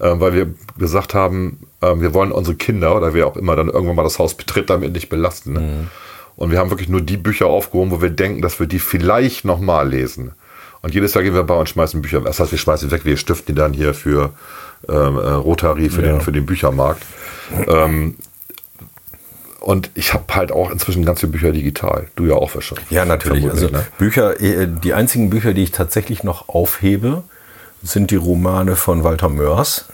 ähm, weil wir gesagt haben, ähm, wir wollen unsere Kinder oder wer auch immer dann irgendwann mal das Haus betritt, damit nicht belasten. Ne?
Mhm.
Und wir haben wirklich nur die Bücher aufgehoben, wo wir denken, dass wir die vielleicht nochmal lesen. Und jedes Jahr gehen wir bei und schmeißen Bücher weg. Das heißt, wir schmeißen weg, wir stiften die dann hier für ähm, äh, Rotary, für, den, für den Büchermarkt. Ähm, und ich habe halt auch inzwischen ganz viele Bücher digital. Du ja auch wahrscheinlich.
Ja, natürlich. Also
Vermutlich, ne?
Bücher, äh, die einzigen Bücher, die ich tatsächlich noch aufhebe, sind die Romane von Walter Mörs.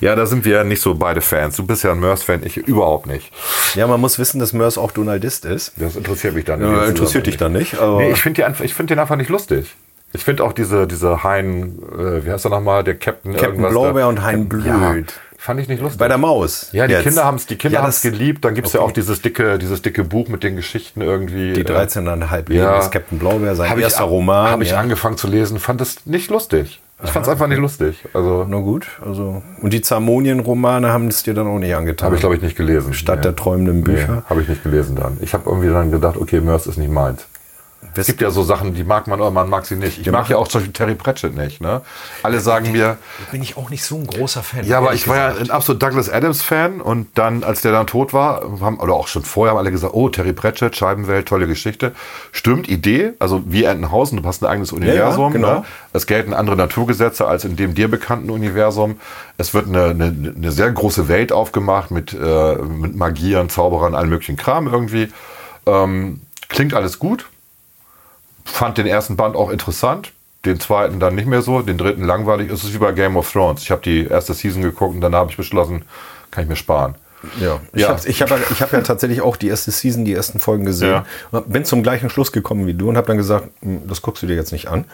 Ja, da sind wir ja nicht so beide Fans. Du bist ja ein Mörs-Fan, ich überhaupt nicht.
Ja, man muss wissen, dass Mörs auch Donaldist ist.
Das interessiert mich dann
Ja, interessiert dich dann nicht. Aber
Nee, ich finde die einfach- ich find den einfach nicht lustig. Ich finde auch diese, diese Hein, äh, wie heißt er nochmal, der Captain
Captain
irgendwas
Blaubeer
da-
und Hein
Ja,
Blöd.
fand ich nicht lustig.
Bei der Maus.
ja, die
Jetzt.
Kinder haben es die Kinder
Ja,
haben's
das-
geliebt. Dann gibt es ja auch dieses dicke, dieses dicke Buch mit den Geschichten irgendwie.
Die
äh,
13,5 Leben
Ja.
des Captain Blaubeer, sein
Hab ich
erster
an-
Roman.
Habe ich
ja.
angefangen zu lesen, fand es nicht lustig. Ich fand es einfach nicht lustig. Also
Na gut, also. Und die Zamonien-Romane haben es dir dann auch nicht angetan.
habe ich, glaube ich, nicht gelesen.
Statt der träumenden Bücher.
habe ich nicht gelesen dann. Ich habe irgendwie dann gedacht, okay, Mörs ist nicht meins. Es gibt ja so Sachen, die mag man oder man mag sie nicht. Ich mag ja auch zum Beispiel Terry Pratchett nicht. Ne? Alle sagen mir,
Bin ich auch nicht so ein großer Fan.
Ja, aber
ehrlich
ich war ja ein absolut Douglas Adams-Fan und dann, als der dann tot war, haben, oder auch schon vorher haben alle gesagt, oh, Terry Pratchett, Scheibenwelt, tolle Geschichte. Stimmt, Idee, also wie Entenhausen, du hast ein eigenes Universum.
genau.
ne? Es gelten andere Naturgesetze als in dem dir bekannten Universum. Es wird eine, eine, eine sehr große Welt aufgemacht mit, äh, mit Magiern, Zauberern, allem möglichen Kram irgendwie. Ähm, klingt alles gut. Fand den ersten Band auch interessant, den zweiten dann nicht mehr so, den dritten langweilig. Es ist wie bei Game of Thrones. Ich habe die erste Season geguckt und danach habe ich beschlossen, kann ich mir sparen.
Ja, ich
Ja.
habe ich hab, ja- ich hab ja tatsächlich auch die erste Season, die ersten Folgen gesehen.
Ja.
Und Bin zum gleichen Schluss gekommen wie du und habe dann gesagt, "Hm, das guckst du dir jetzt nicht an.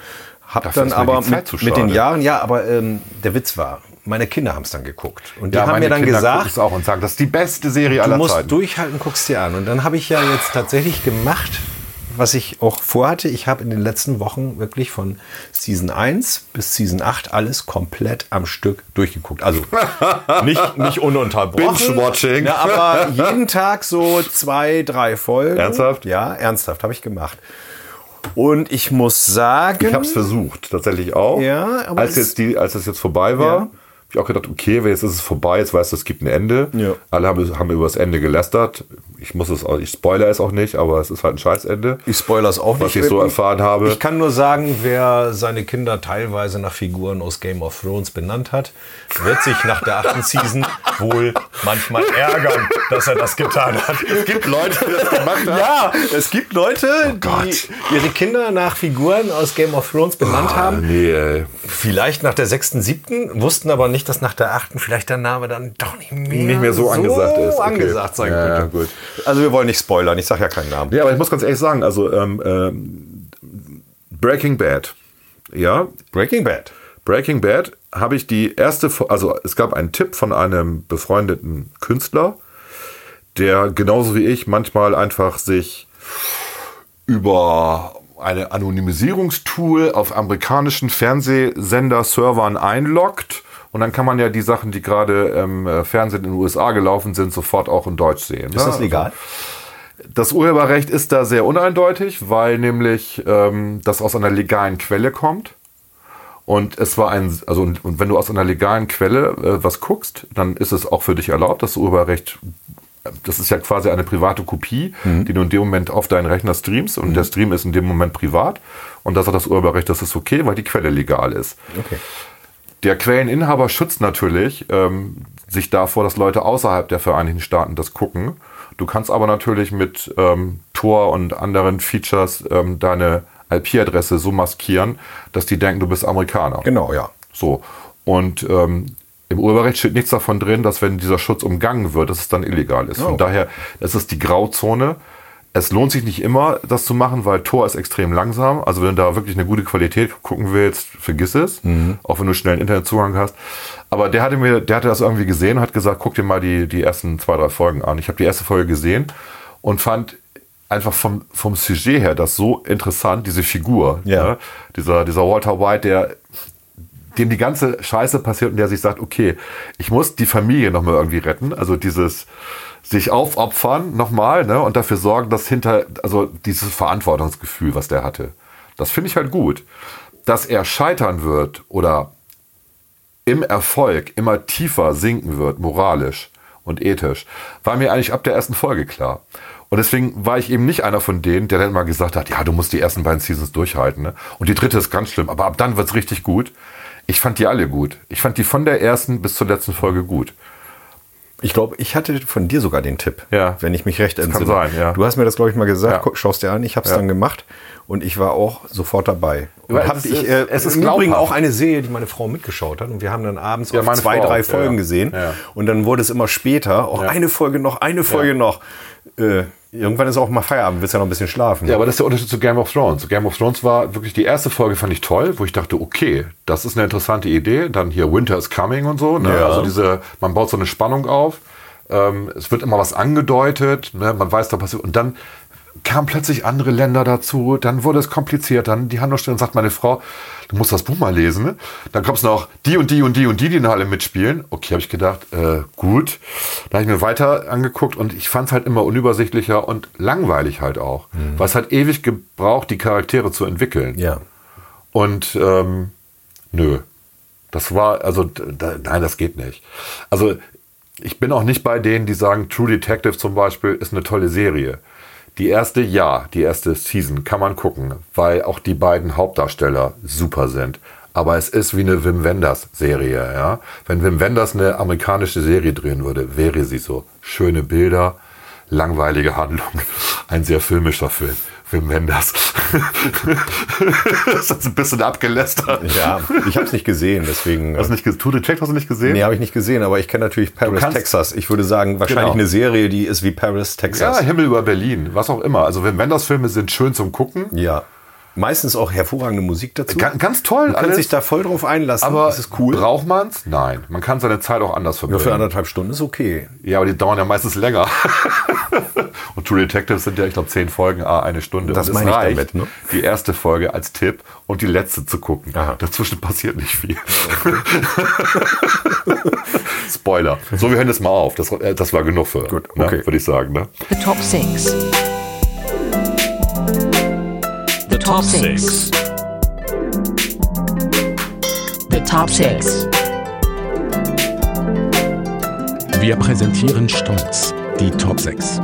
Hab
Dafür
dann
ist mir
aber
die Zeit
mit,
zu
mit den
schade.
Jahren, ja, aber ähm, der Witz war, meine Kinder haben es dann geguckt. Und die haben
meine
mir dann
Kinder gucken
gesagt,
es auch und sagen, das ist die beste Serie
du
aller
musst
Zeiten.
durchhalten, guckst dir an. Und dann habe ich ja jetzt tatsächlich gemacht, was ich auch vorhatte. Ich habe in den letzten Wochen wirklich von Season 1 bis Season 8 alles komplett am Stück durchgeguckt. Also nicht, nicht ununterbrochen.
Binge-watching.
Ja, aber jeden Tag so zwei, drei Folgen.
Ernsthaft?
Ja, ernsthaft habe ich gemacht. Und ich muss sagen,
Ich habe es versucht, tatsächlich auch.
Ja, aber
als,
es-
jetzt die, als das jetzt vorbei war, habe ich auch gedacht, okay, jetzt ist es vorbei, jetzt weißt du, es gibt ein Ende.
Ja.
Alle haben, haben über das Ende gelästert. Ich muss es auch, ich spoiler es auch nicht, aber es ist halt ein Scheißende.
ich spoilere es auch
Was
nicht.
ich so erfahren habe.
Ich kann nur sagen, wer seine Kinder teilweise nach Figuren aus Game of Thrones benannt hat, wird sich nach der achten Season wohl manchmal ärgern, dass er das getan hat.
es gibt Leute, die das gemacht haben. Oh
Ja, es gibt Leute,
Gott.
die ihre Kinder nach Figuren aus Game of Thrones benannt
Ah,
haben.
nee, ey.
Vielleicht nach der sechsten, siebten, wussten aber nicht, dass nach der achten vielleicht der Name dann doch nicht mehr,
Nicht mehr so angesagt ist. Okay.
angesagt sein
ja, ja,
könnte.
gut.
Also wir wollen nicht spoilern, ich sage ja keinen Namen.
Ja, aber ich muss ganz ehrlich sagen, also ähm, ähm, Breaking Bad, ja,
Breaking Bad.
Breaking Bad habe ich die erste, Fo- also es gab einen Tipp von einem befreundeten Künstler, der genauso wie ich manchmal einfach sich über eine Anonymisierungstool auf amerikanischen Fernsehsender-Servern einloggt. Und dann kann man ja die Sachen, die gerade im äh, Fernsehen in den USA gelaufen sind, sofort auch in Deutsch sehen. ne?
Ist das legal?
Das Urheberrecht ist da sehr uneindeutig, weil nämlich ähm, das aus einer legalen Quelle kommt. Und es war ein, also und, und wenn du aus einer legalen Quelle äh, was guckst, dann ist es auch für dich erlaubt, das Urheberrecht. Das ist ja quasi eine private Kopie, die du in dem Moment auf deinen Rechner streamst und der Stream ist in dem Moment privat. Und da sagt das Urheberrecht, das ist okay, weil die Quelle legal ist.
Okay.
Der Quelleninhaber schützt natürlich ähm, sich davor, dass Leute außerhalb der Vereinigten Staaten das gucken. Du kannst aber natürlich mit ähm, Tor und anderen Features ähm, deine IP-Adresse so maskieren, dass die denken, du bist Amerikaner.
Genau, ja.
So. Und ähm, im Urheberrecht steht nichts davon drin, dass wenn dieser Schutz umgangen wird, dass es dann illegal ist. Von
Oh.
daher, es ist die Grauzone. Es lohnt sich nicht immer, das zu machen, weil Tor ist extrem langsam. Also wenn du da wirklich eine gute Qualität gucken willst, vergiss es.
Mhm.
Auch wenn du schnellen Internetzugang hast. Aber der hatte mir, der hatte das irgendwie gesehen und hat gesagt, guck dir mal die, die ersten zwei, drei Folgen an. Ich habe die erste Folge gesehen und fand einfach vom, vom Sujet her das so interessant, diese Figur.
Ja.
Ne? Dieser, dieser Walter White, der dem die ganze Scheiße passiert und der sich sagt, okay, ich muss die Familie nochmal irgendwie retten. Also dieses sich aufopfern nochmal ne, und dafür sorgen, dass hinter, also dieses Verantwortungsgefühl, was der hatte. Das finde ich halt gut. Dass er scheitern wird oder im Erfolg immer tiefer sinken wird, moralisch und ethisch, war mir eigentlich ab der ersten Folge klar. Und deswegen war ich eben nicht einer von denen, der dann mal gesagt hat, ja, du musst die ersten beiden Seasons durchhalten. Ne? Und die dritte ist ganz schlimm, aber ab dann wird's richtig gut. Ich fand die alle gut. Ich fand die von der ersten bis zur letzten Folge gut.
Ich glaube, ich hatte von dir sogar den Tipp,
Ja.
wenn ich mich recht
kann
entsinne.
sein, ja.
Du hast mir das, glaube ich, mal
Ja.
gesagt, ja. schaust dir an, ich habe es dann gemacht und ich war auch sofort dabei. Und
Aber
hab
es
ich,
ist-
äh,
es ist
im Übrigen
glaubhaft.
auch eine Serie, die meine Frau mitgeschaut hat und wir haben dann abends
Ja,
auch
meine
zwei,
Frau
drei
auch,
Folgen
ja.
gesehen
Ja.
und dann wurde es immer später, auch
Ja.
eine Folge noch, eine Folge noch. Äh, irgendwann ist auch mal Feierabend, willst ja noch ein bisschen schlafen.
Ja, aber das ist der Unterschied zu Game of Thrones. Game of Thrones war wirklich die erste Folge, fand ich toll, wo ich dachte, okay, das ist eine interessante Idee. Dann hier Winter is Coming und so. Ne?
Ja.
Also diese, man baut so eine Spannung auf. Ähm, es wird immer was angedeutet. Ne? Man weiß, da passiert. Und dann kamen plötzlich andere Länder dazu, dann wurde es kompliziert, dann die Handelsstelle und sagt meine Frau, du musst das Buch mal lesen. Ne? Dann kommt es noch die und die und die und die, die in der Halle mitspielen. Okay, habe ich gedacht, äh, gut. Da habe ich mir weiter angeguckt und ich fand es halt immer unübersichtlicher und langweilig halt auch. Weil es hat ewig gebraucht, die Charaktere zu entwickeln.
Ja.
Und ähm, nö, das war, also d- da, nein, das geht nicht. Also ich bin auch nicht bei denen, die sagen, True Detective zum Beispiel ist eine tolle Serie. Die erste, ja, die erste Season kann man gucken, weil auch die beiden Hauptdarsteller super sind. Aber es ist wie eine Wim Wenders Serie, ja. Wenn Wim Wenders eine amerikanische Serie drehen würde, wäre sie so. Schöne Bilder, langweilige Handlung, ein sehr filmischer Film. Wim Wenders. das ist ein bisschen abgelästert.
Ja, ich habe es nicht gesehen, deswegen. äh,
Hast du nicht gesehen? Two Detect hast du nicht gesehen?
Nee, habe ich nicht gesehen, aber ich kenne natürlich Paris,
kannst-
Texas. Ich würde sagen, wahrscheinlich
Genau.
eine Serie, die ist wie Paris,
ja,
Texas.
Himmel über Berlin, was auch immer. Also Wim Wenders Filme sind schön zum Gucken.
Ja. Meistens auch hervorragende Musik dazu.
Ga- ganz toll
Man kann
alles.
sich da voll drauf einlassen.
Aber
das ist cool.
braucht man's? Nein. Man kann seine Zeit auch anders
Ja,
verbringen.
für anderthalb Stunden ist okay.
Ja, aber die dauern ja meistens länger. und True Detectives sind ja, ich glaube, zehn Folgen, ah, eine Stunde. und
Das
es
meine ich
reicht,
damit, ne?
die erste Folge als Tipp und die letzte zu gucken.
Aha.
Dazwischen passiert nicht viel. Spoiler. So, wir hören das mal auf. Das, äh, das war genug für,
Gut,
ne,
okay.
würde ich sagen. Ne?
The top six.
The top six.
The top six.
Wir präsentieren stolz die Top 6.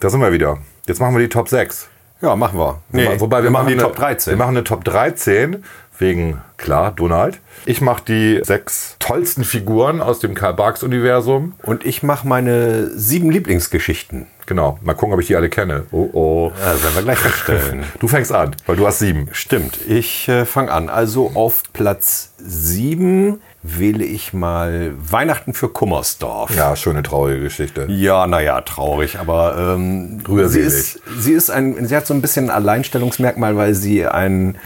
Da sind wir wieder. Jetzt machen wir die Top 6.
Ja, machen wir.
Wobei-
wobei wir machen die
eine,
Top 13.
Wir machen eine Top 13 wegen, klar, Donald. Ich mache die sechs tollsten Figuren aus dem Karl-Barks-Universum.
Und ich mache meine sieben Lieblingsgeschichten.
Genau, mal gucken, ob ich die alle kenne. Oh, oh.
Das werden wir gleich feststellen.
Du fängst an, weil du hast sieben.
Stimmt, ich äh, fange an. Also auf Platz 7 wähle ich mal Weihnachten für Kummersdorf.
Ja, schöne, traurige Geschichte.
Ja, naja, traurig, aber ähm, sie
Rührselig.
ist, sie ist ein, sie hat so ein bisschen ein Alleinstellungsmerkmal, weil sie ein,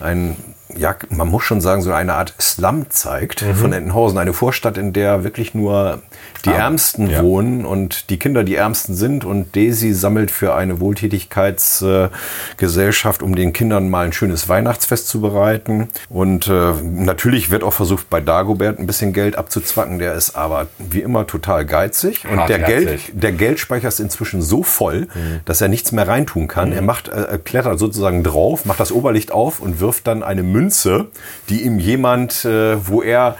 ein, ja, man muss schon sagen, so eine Art Slum zeigt
Mhm.
von Entenhausen, eine Vorstadt, in der wirklich nur die Ärmsten
ja.
wohnen und die Kinder die Ärmsten sind und Daisy sammelt für eine Wohltätigkeitsgesellschaft, um den Kindern mal ein schönes Weihnachtsfest zu bereiten und äh, natürlich wird auch versucht, bei Dagobert ein bisschen Geld abzuzwacken, der ist aber wie immer total geizig und der
Hartherzig.
Geld, der Geldspeicher ist inzwischen so voll,
Mhm.
dass er nichts mehr reintun kann. Er macht, äh, er klettert sozusagen drauf, macht das Oberlicht auf und wirft dann eine Münze, die ihm jemand, äh, wo er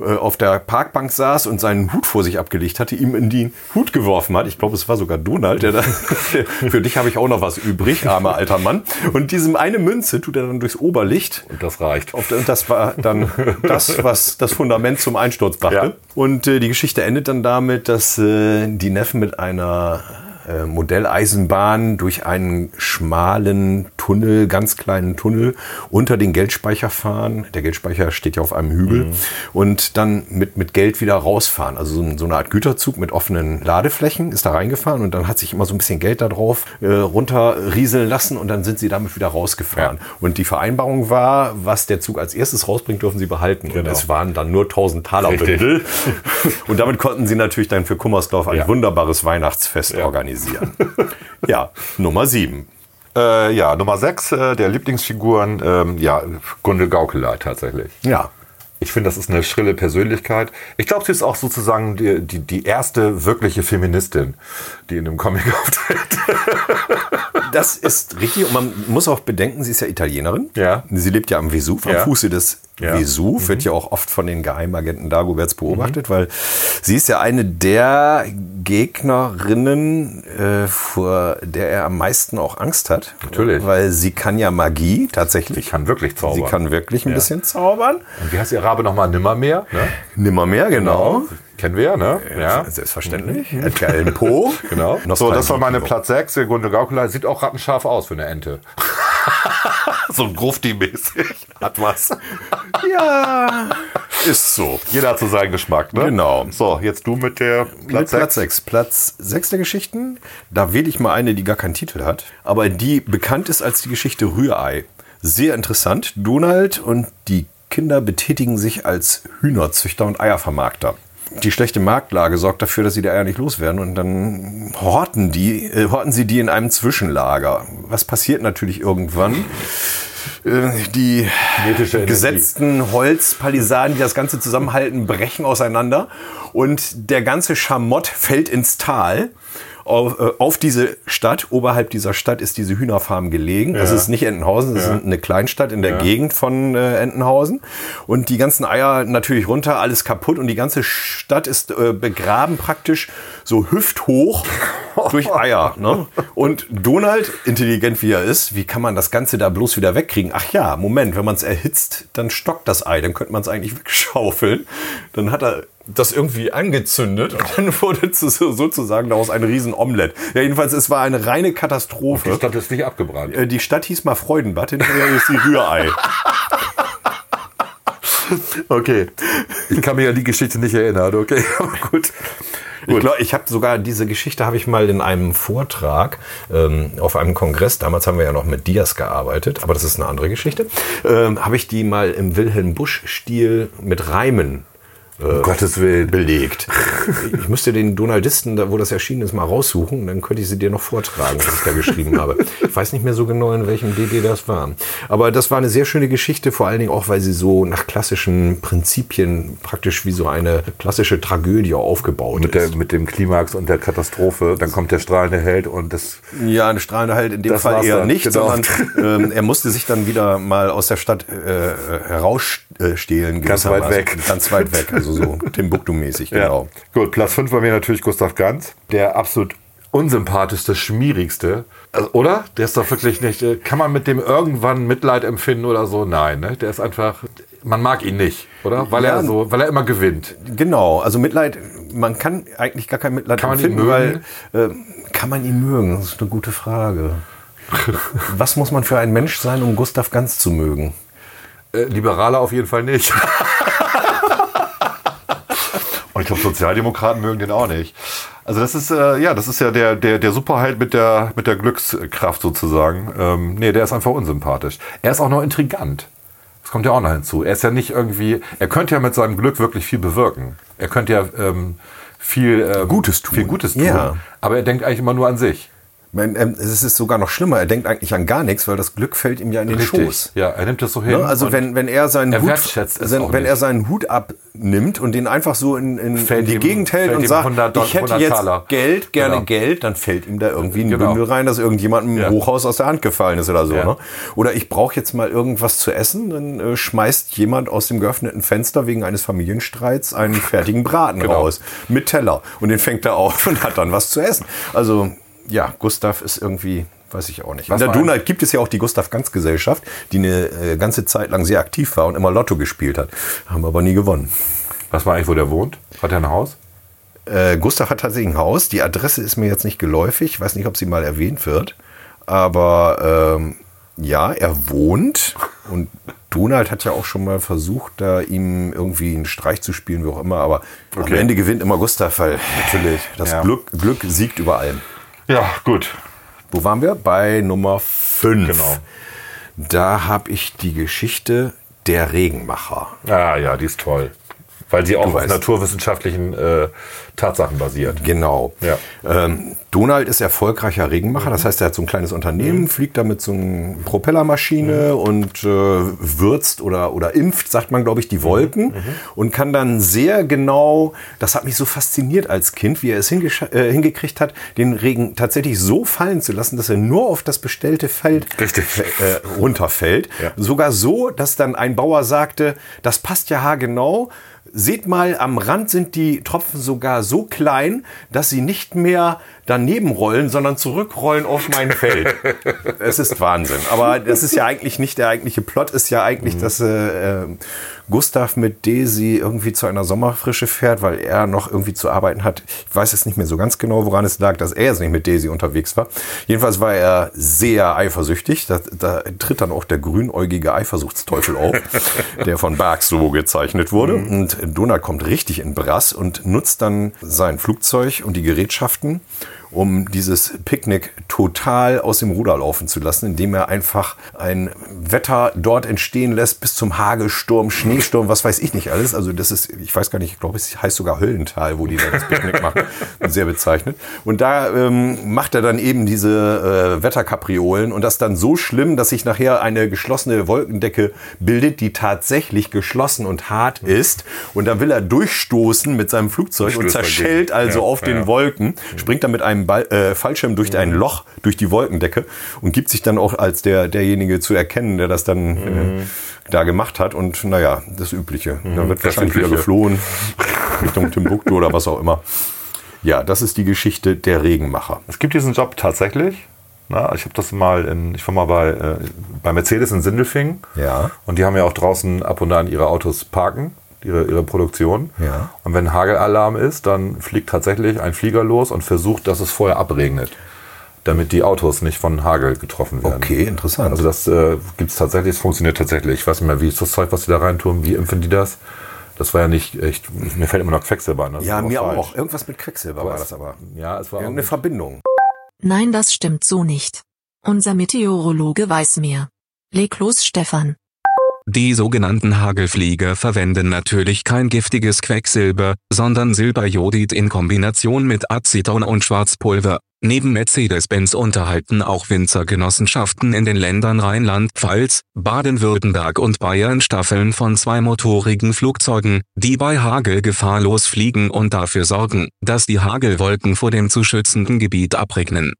äh, auf der Parkbank saß und seinen Hut vor sich abgelegt hatte, ihm in den Hut geworfen hat. Ich glaube, es war sogar Donald, der da, für dich habe ich auch noch was übrig, armer alter Mann. Und diesem eine Münze tut er dann durchs Oberlicht
Und das reicht.
auf, und das war dann das, was das Fundament zum Einsturz brachte.
Ja.
Und äh, die Geschichte endet dann damit, dass äh, die Neffen mit einer äh, Modelleisenbahn durch einen schmalen Tunnel, ganz kleinen Tunnel, unter den Geldspeicher fahren. Der Geldspeicher steht ja auf einem Hügel. Und dann mit, mit Geld wieder rausfahren. Also so, ein- so eine Art Güterzug mit offenen Ladeflächen ist da reingefahren und dann hat sich immer so ein bisschen Geld da drauf äh, runterrieseln lassen und dann sind sie damit wieder rausgefahren. Und die Vereinbarung war, was der Zug als erstes rausbringt, dürfen sie behalten. Und es waren dann nur 1000 Taler
Richtig.
Bündel. Und damit konnten sie natürlich dann für Kummersdorf ein
Ja.
wunderbares Weihnachtsfest organisieren. ja, Nummer 7.
Äh, ja, Nummer sechs äh, der Lieblingsfiguren, ähm, ja, Gundel Gaukelei tatsächlich.
Ja.
Ich finde, das ist eine schrille Persönlichkeit. Ich glaube, sie ist auch sozusagen die, die, die erste wirkliche Feministin, die in einem Comic auftritt.
Das ist richtig. Und man muss auch bedenken, sie ist ja Italienerin.
Ja.
Sie lebt ja am Vesuv, am
Ja.
Fuße des
Ja. Mhm.
Vesuv. Wird ja auch oft von den Geheimagenten Dagoberts beobachtet, weil sie ist ja eine der Gegnerinnen, äh, vor der er am meisten auch Angst hat.
Natürlich.
Weil sie kann ja Magie tatsächlich.
Sie kann wirklich zaubern.
Sie kann wirklich ein bisschen zaubern.
Und wie heißt ihr Rabe nochmal? Nimmermehr? Ne?
Nimmermehr, genau.
Kennen wir, ne? Ja.
Selbstverständlich. Edgar Allan Poe.
Genau. So,
Nostalgie-
das war meine Platz 6. Der Gunde Gaukelei sieht auch rattenscharf aus für eine Ente. so ein Grufti-mäßig. Hat was.
Ja, ist so.
Jeder hat so seinen Geschmack, ne?
Genau.
So, jetzt du mit der Platz
Platz sechs. Platz
6.
sechs. Platz sechs der Geschichten. Da wähle ich mal eine, die gar keinen Titel hat, aber die bekannt ist als die Geschichte Rührei. Sehr interessant. Donald und die Kinder betätigen sich als Hühnerzüchter und Eiervermarkter. die schlechte Marktlage sorgt dafür, dass sie die Eier nicht loswerden und dann horten die, äh, horten sie die in einem Zwischenlager. Was passiert natürlich irgendwann? Äh, Die
Kinetische Energie.
gesetzten Holzpalisaden, die das Ganze zusammenhalten, brechen auseinander und der ganze Schamott fällt ins Tal. Auf, äh, auf diese Stadt, oberhalb dieser Stadt ist diese Hühnerfarm gelegen. Das
Ja.
ist nicht Entenhausen, das
Ja.
ist eine Kleinstadt in der Gegend von äh, Entenhausen. Und die ganzen Eier natürlich runter, alles kaputt und die ganze Stadt ist äh, begraben praktisch so hüfthoch durch Eier. Ne? Und Donald, intelligent wie er ist, wie kann man das Ganze da bloß wieder wegkriegen? Ach ja, Moment, wenn man es erhitzt, dann stockt das Ei, dann könnte man es eigentlich wegschaufeln. Dann hat er das irgendwie angezündet und dann wurde zu, sozusagen daraus ein Riesenomelett. Ja, jedenfalls, es war eine reine Katastrophe.
Die Stadt ist nicht abgebrannt.
Äh, Die Stadt hieß mal Freudenbad, hinterher ist die Rührei.
Äh, Okay. Ich kann mich an die Geschichte nicht erinnern, okay? Aber gut.
Ich glaube, ich habe sogar diese Geschichte habe ich mal in einem Vortrag ähm, auf einem Kongress. Damals haben wir ja noch mit Diaz gearbeitet, aber das ist eine andere Geschichte. Ähm, habe ich die mal im Wilhelm Busch-Stil mit Reimen
Um Gottes Willen.
belegt. Ich müsste den Donaldisten, da wo das erschienen ist, mal raussuchen. Dann könnte ich sie dir noch vortragen, was ich da geschrieben habe. Ich weiß nicht mehr so genau, in welchem DD das war. Aber das war eine sehr schöne Geschichte, vor allen Dingen auch, weil sie so nach klassischen Prinzipien praktisch wie so eine klassische Tragödie aufgebaut
Mit,
ist.
der, mit dem Klimax und der Katastrophe, dann kommt der strahlende Held und das.
Ja, ein strahlender Held in dem
Das
Fall
war's
eher
dann,
nicht,
genau.
sondern ähm, er musste sich dann wieder mal aus der Stadt äh, äh, herausstehlen.
Ganz weit
gewissermaßen.
weg.
Ganz weit weg, also so Timbuktu-mäßig, genau.
Ja. Gut, Platz 5 bei mir natürlich Gustav Ganz, der absolut unsympathischste, schmierigste. Also, oder? Der ist doch wirklich nicht. äh, Kann man mit dem irgendwann Mitleid empfinden oder so? Nein, ne? Der ist einfach. Man mag ihn nicht, oder? Weil
Ja.
er so, weil er immer gewinnt.
Genau, also Mitleid, man kann eigentlich gar kein Mitleid
Kann man ihn
empfinden,
mögen?
weil äh, kann man ihn mögen? Das ist eine gute Frage. Was muss man für ein Mensch sein, um Gustav Ganz zu mögen?
Äh, Liberale auf jeden Fall nicht. Und ich glaube, Sozialdemokraten mögen den auch nicht. Also das ist äh, ja, das ist ja der der der Superheld mit der mit der Glückskraft sozusagen. Ähm, nee, der ist einfach unsympathisch. Er ist auch noch intrigant. Das kommt ja auch noch hinzu. Er ist ja nicht irgendwie. Er könnte ja mit seinem Glück wirklich viel bewirken. Er könnte ja ähm, viel ähm,
Gutes tun.
viel Gutes tun.
Ja.
Aber er denkt eigentlich immer nur an sich.
Man, ähm, Es ist sogar noch schlimmer, er denkt eigentlich an gar nichts, weil das Glück fällt ihm ja in den Schoß.
Ja, er nimmt das so hin.
Ne? Also
und
wenn, wenn er seinen
er
Hut,
wertschätzt es
wenn,
auch
wenn
nicht.
er seinen Hut abnimmt und den einfach so in, in, in
Fällt
die
ihm-
Gegend hält
fällt
und
ihm
sagt,
100 Dollar-
ich hätte
100
jetzt
Taler.
Geld, gerne
Genau.
Geld, dann fällt ihm da irgendwie ein
Genau.
Bündel rein, dass irgendjemandem
Ja.
im Hochhaus aus der Hand gefallen ist oder so.
Ja.
Ne? Oder ich brauche jetzt mal irgendwas zu essen, dann äh, schmeißt jemand aus dem geöffneten Fenster wegen eines Familienstreits einen fertigen Braten
Genau.
raus mit Teller und den fängt er auf und hat dann was zu essen. Also ja, Gustav ist irgendwie Weiß ich auch nicht.
Was
In der
war ein-
Donau gibt es ja auch die Gustav-Ganz-Gesellschaft, die eine äh, ganze Zeit lang sehr aktiv war und immer Lotto gespielt hat. Haben aber nie gewonnen.
was war eigentlich, wo der wohnt? Hat er ein Haus?
Äh, Gustav hat tatsächlich ein Haus. Die Adresse ist mir jetzt nicht geläufig. Ich weiß nicht, ob sie mal erwähnt wird. Aber ähm, ja, er wohnt. Und Donald hat ja auch schon mal versucht, da ihm irgendwie einen Streich zu spielen, wie auch immer. Aber am
Okay.
Ende gewinnt immer Gustav, weil natürlich das
Ja.
Glück, Glück siegt über allem.
Ja, gut.
Wo waren wir? Bei Nummer 5.
Genau.
Da habe ich die Geschichte der Regenmacher.
Ah ja, die ist toll. Weil sie auch auf
weißt.
naturwissenschaftlichen äh, Tatsachen basiert.
Genau.
Ja. Mhm.
Ähm, Donald ist erfolgreicher Regenmacher, das heißt, er hat so ein kleines Unternehmen, fliegt da mit so einer
Mhm.
Propellermaschine und äh, würzt oder, oder impft, sagt man, glaube ich,
Mhm.
die Wolken und kann dann sehr genau, das hat mich so fasziniert als Kind, wie er es hingesch- äh, hingekriegt hat, den Regen tatsächlich so fallen zu lassen, dass er nur auf das bestellte Feld
Richtig.
äh, runterfällt.
Ja.
Sogar so, dass dann ein Bauer sagte, das passt ja haargenau. Seht mal, am Rand sind die Tropfen sogar so klein, dass sie nicht mehr daneben rollen, sondern zurückrollen auf mein Feld. es ist Wahnsinn. Aber das ist ja eigentlich nicht der eigentliche Plot, ist ja eigentlich, dass äh, äh, Gustav mit Daisy irgendwie zu einer Sommerfrische fährt, weil er noch irgendwie zu arbeiten hat. Ich weiß jetzt nicht mehr so ganz genau, woran es lag, dass er jetzt nicht mit Daisy unterwegs war. Jedenfalls war er sehr eifersüchtig. Da, da tritt dann auch der grünäugige Eifersuchtsteufel auf, der von Barks so gezeichnet wurde. Und Donald kommt richtig in Brass und nutzt dann sein Flugzeug und die Gerätschaften um dieses Picknick total aus dem Ruder laufen zu lassen, indem er einfach ein Wetter dort entstehen lässt bis zum Hagelsturm, Schneesturm, was weiß ich nicht alles. Also das ist, ich weiß gar nicht, ich glaube, es heißt sogar Höllental, wo die da das Picknick machen. Sehr bezeichnet. Und da ähm, macht er dann eben diese äh, Wetterkapriolen und das dann so schlimm, dass sich nachher eine geschlossene Wolkendecke bildet, die tatsächlich geschlossen und hart ist. Und dann will er durchstoßen mit seinem Flugzeug und
Stößt
zerschellt
dagegen.
also
Ja,
auf den
ja. Mhm.
Wolken, springt dann mit einem Ball, äh, Fallschirm durch ein Loch durch die Wolkendecke und gibt sich dann auch als der, derjenige zu erkennen, der das dann äh, da gemacht hat. Und naja, das Übliche. Dann wird
Mhm. das
wahrscheinlich wieder
Übliche.
geflohen Richtung Timbuktu oder was auch immer. Ja, das ist die Geschichte der Regenmacher.
Es gibt diesen Job tatsächlich. Na, ich habe das mal in, ich war mal bei, äh, bei Mercedes in Sindelfingen.
Ja.
Und die haben ja auch draußen ab und an ihre Autos parken, ihre, ihre Produktion.
Ja.
Und wenn Hagelalarm ist, dann fliegt tatsächlich ein Flieger los und versucht, dass es vorher abregnet, damit die Autos nicht von Hagel getroffen werden.
Okay, interessant.
Also das äh, gibt es tatsächlich, es funktioniert tatsächlich. Ich weiß nicht mehr, wie ist das Zeug, was die da reintun, wie impfen die das? Das war ja nicht echt, mir fällt immer noch Quecksilber an. das ist
ja,
aber
mir
falsch.
auch. Irgendwas mit Quecksilber war das aber.
Ja, es war auch
Irgendeine Verbindung.
Nein, das stimmt so nicht. Unser Meteorologe weiß mehr. Leg los, Stefan.
Die sogenannten Hagelflieger verwenden natürlich kein giftiges Quecksilber, sondern Silberjodid in Kombination mit Aceton und Schwarzpulver. Neben Mercedes-Benz unterhalten auch Winzergenossenschaften in den Ländern Rheinland-Pfalz, Baden-Württemberg und Bayern Staffeln von zweimotorigen Flugzeugen, die bei Hagel gefahrlos fliegen und dafür sorgen, dass die Hagelwolken vor dem zu schützenden Gebiet abregnen.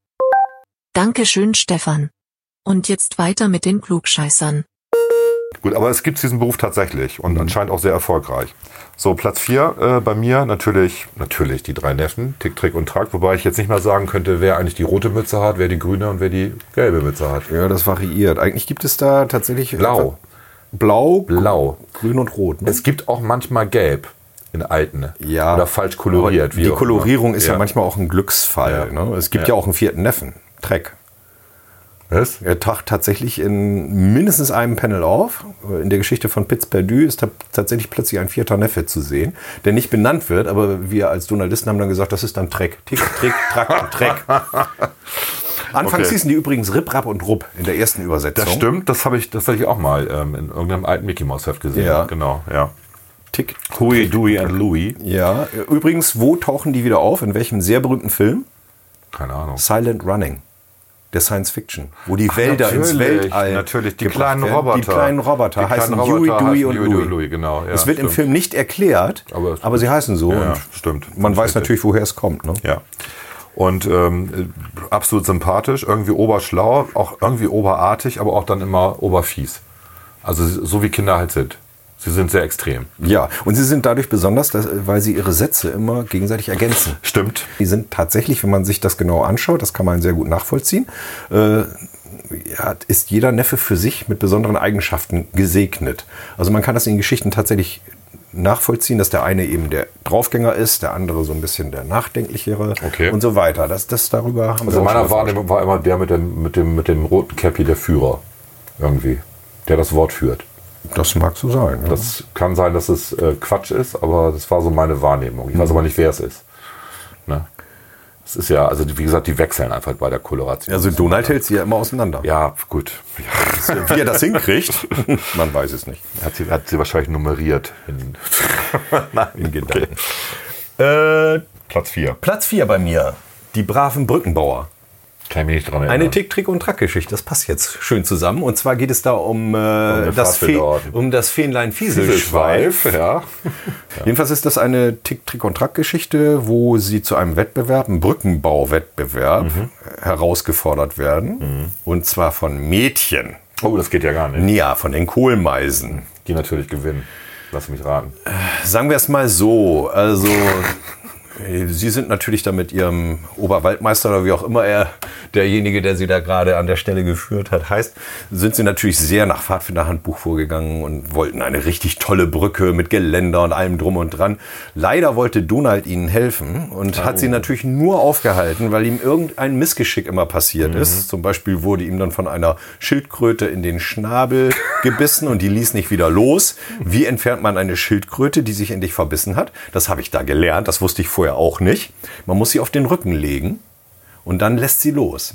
Dankeschön, Stefan. Und jetzt weiter mit den Klugscheißern.
Gut, aber es gibt diesen Beruf tatsächlich und anscheinend auch sehr erfolgreich. So, Platz 4 äh, bei mir natürlich, natürlich die drei Neffen, Tick, Trick und Track, wobei ich jetzt nicht mal sagen könnte, wer eigentlich die rote Mütze hat, wer die grüne und wer die gelbe Mütze hat.
Ja, das variiert. Eigentlich gibt es da tatsächlich. äh,
Blau.
Blau,
Blau.
grün und rot. Ne?
Es gibt auch manchmal gelb in alten. Oder falsch koloriert.
aber Die
auch
Kolorierung
immer.
ist ja. manchmal auch ein Glücksfall.
Ja.
Ne? Es gibt ja.
Ja.
auch einen vierten Neffen, Trek.
Was?
Er taucht tatsächlich in mindestens einem Panel auf. In der Geschichte von Pitz Perdue ist ta- tatsächlich plötzlich ein vierter Neffe zu sehen, der nicht benannt wird, aber wir als Journalisten haben dann gesagt, das ist dann Trek. Tick, Trick, Track, Trek. Anfangs
Okay.
hießen die übrigens Rip, Rap und Rupp in der ersten Übersetzung.
Das stimmt, das habe ich, das hab ich auch mal ähm, in irgendeinem alten Mickey Mouse Heft gesehen.
Ja.
Genau, ja.
Tick.
Huey, Dewey and Louie.
Ja, übrigens, wo tauchen die wieder auf? In welchem sehr berühmten Film?
Keine Ahnung.
Silent Running. Der Science Fiction, wo die Wälder ins
natürlich,
Weltall.
natürlich, die
gebracht
kleinen
werden.
Roboter.
Die kleinen Roboter
Die kleinen
heißen
Roboter
Huey, Dewey
heißen
und
Huey, Dewey,
Louie.
Louie, genau, ja,
es wird im
stimmt.
Film nicht erklärt, aber,
Aber-
sie heißen so.
Ja,
und
stimmt.
Man weiß
Richtig.
natürlich, woher es kommt. Ne?
Ja. Und ähm, äh, absolut sympathisch, irgendwie oberschlau, auch irgendwie oberartig, aber auch dann immer oberfies. Also so wie Kinder halt sind. Sie sind sehr extrem.
Ja, und sie sind dadurch besonders, dass, äh, weil sie ihre Sätze immer gegenseitig ergänzen.
Stimmt.
Die sind tatsächlich, wenn man sich das genau anschaut, das kann man sehr gut nachvollziehen, äh, ja, ist jeder Neffe für sich mit besonderen Eigenschaften gesegnet. Also man kann das in den Geschichten tatsächlich nachvollziehen, dass der eine eben der Draufgänger ist, der andere so ein bisschen der Nachdenklichere
Okay.
und so weiter. Das, das darüber haben
Also in
auch
meiner
schon mal
Wahrnehmung war immer der mit dem, mit dem, mit dem roten Cappy der Führer. Irgendwie. Der das Wort führt.
gesprochen. Das mag so sein. Das
Das kann sein, dass es äh, Quatsch ist, aber das war so meine Wahrnehmung. Ich weiß
Mhm.
aber nicht, wer es ist. Ne? Es ist ja, also wie gesagt, die wechseln einfach bei der Koloration.
also Donald hält sie ja immer auseinander.
ja, gut. Ja.
Wie er das hinkriegt, man weiß es nicht.
Hat sie, hat sie wahrscheinlich nummeriert. In Nein, in Gedanken. Platz 4.
Äh, Platz 4 bei mir. Die braven Brückenbauer.
Kann ich mich nicht dran erinnern.
Eine Tick, Trick und Track Geschichte, das passt jetzt schön zusammen. Und zwar geht es da um, äh,
Fahrt
das,
für
Fee-
Norden.
um das Fähnlein Fieselschweif.
Schweif, ja.
Jedenfalls ist das eine Tick, Trick und Track Geschichte, wo sie zu einem Wettbewerb, einem Brückenbauwettbewerb, äh, herausgefordert werden. Und zwar von Mädchen.
Oh, das geht ja gar nicht.
Ja, von den Kohlmeisen.
Die natürlich gewinnen. Lass mich raten.
Sagen wir es mal so, also äh, Sie sind natürlich da mit Ihrem Oberwaldmeister oder wie auch immer er, derjenige, der Sie da gerade an der Stelle geführt hat, heißt, sind Sie natürlich sehr nach Pfadfinderhandbuch vorgegangen und wollten eine richtig tolle Brücke mit Geländer und allem drum und dran. Leider wollte Donald Ihnen helfen und hat Sie natürlich nur aufgehalten, weil ihm irgendein Missgeschick immer passiert
Mhm.
ist. Zum Beispiel wurde ihm dann von einer Schildkröte in den Schnabel gebissen und die ließ nicht wieder los. Wie entfernt man eine Schildkröte, die sich in dich verbissen hat? Das habe ich da gelernt, das wusste ich vorher auch nicht. Man muss sie auf den Rücken legen Und dann lässt sie los.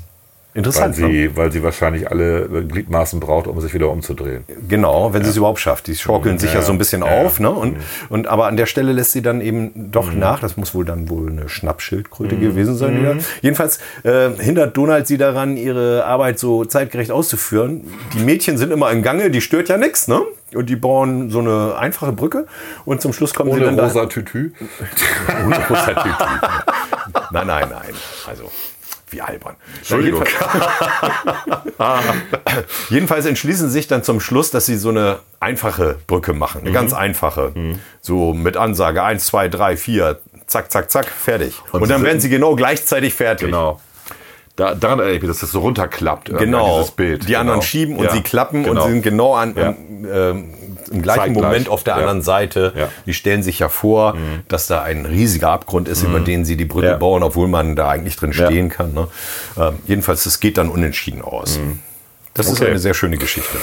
Weil
Interessant. ne?
sie, weil sie wahrscheinlich alle äh, Gliedmaßen braucht, um sich wieder umzudrehen.
Genau, wenn sie es überhaupt schafft. Die schaukeln sich ja, so ein bisschen auf, ne? Und, und aber an der Stelle lässt sie dann eben doch nach. Das muss wohl dann wohl eine Schnappschildkröte gewesen sein. die da- Jedenfalls äh, hindert Donald sie daran, ihre Arbeit so zeitgerecht auszuführen. Die Mädchen sind immer im Gange, die stört ja nichts, ne? Und die bauen so eine einfache Brücke und zum Schluss kommen sie
Ohne
dann da-
rosa Tütü.
Ohne rosa Tütü. Nein, nein, nein. Also, wie albern.
Entschuldigung.
Ah. Jedenfalls entschließen sich dann zum Schluss, dass sie so eine einfache Brücke machen.
Mhm.
Eine ganz einfache. So mit Ansage 1, 2, 3, 4, zack, zack, zack, fertig. Und, dann
sie
werden
sind-
sie genau gleichzeitig fertig.
Genau. Da, daran erinnere ich mich, dass das so runterklappt. irgendwie,
Genau.
Dieses Bild.
Die anderen
genau.
schieben und
Ja,
sie klappen
genau.
und sind genau an,
Ja.
im, ähm, im gleichen
Zeitgleich.
Moment auf der
Ja.
anderen Seite.
Ja. Mhm.
Die stellen sich ja vor, dass da ein riesiger Abgrund ist, über den sie die Brücke
Ja.
bauen, obwohl man da eigentlich drin
Ja.
stehen kann. Ne? Ähm, jedenfalls, es geht dann unentschieden aus. Das ist
Mhm. Okay.
eine sehr schöne Geschichte.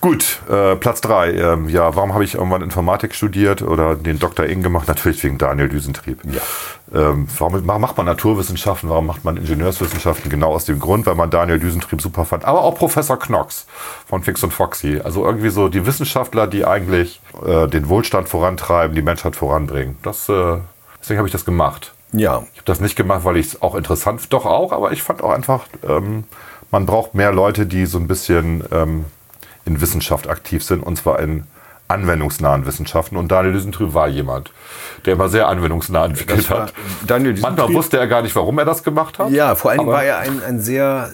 Gut, äh, Platz drei. Ähm, ja, warum habe ich irgendwann Informatik studiert oder den Dr. Ing gemacht? Natürlich wegen Daniel Düsentrieb. Ja. Ähm, warum ma- macht man Naturwissenschaften? Warum macht man Ingenieurswissenschaften? Genau aus dem Grund, weil man Daniel Düsentrieb super fand. Aber auch Professor Knox von Fix und Foxy. Also irgendwie so die Wissenschaftler, die eigentlich äh, den Wohlstand vorantreiben, die Menschheit voranbringen. Das, äh, deswegen habe ich das gemacht.
Ja,
Ich habe das nicht gemacht, weil ich es auch interessant, doch auch, aber ich fand auch einfach, ähm, man braucht mehr Leute, die so ein bisschen ähm, in Wissenschaft aktiv sind und zwar in anwendungsnahen Wissenschaften. Und Daniel Düsentrieb war jemand, der immer sehr anwendungsnah entwickelt
Das war-
hat.
Daniel
Manchmal
Düsentrieb-
wusste er gar nicht, warum er das gemacht hat.
Ja, vor allem
aber-
war er ein, ein sehr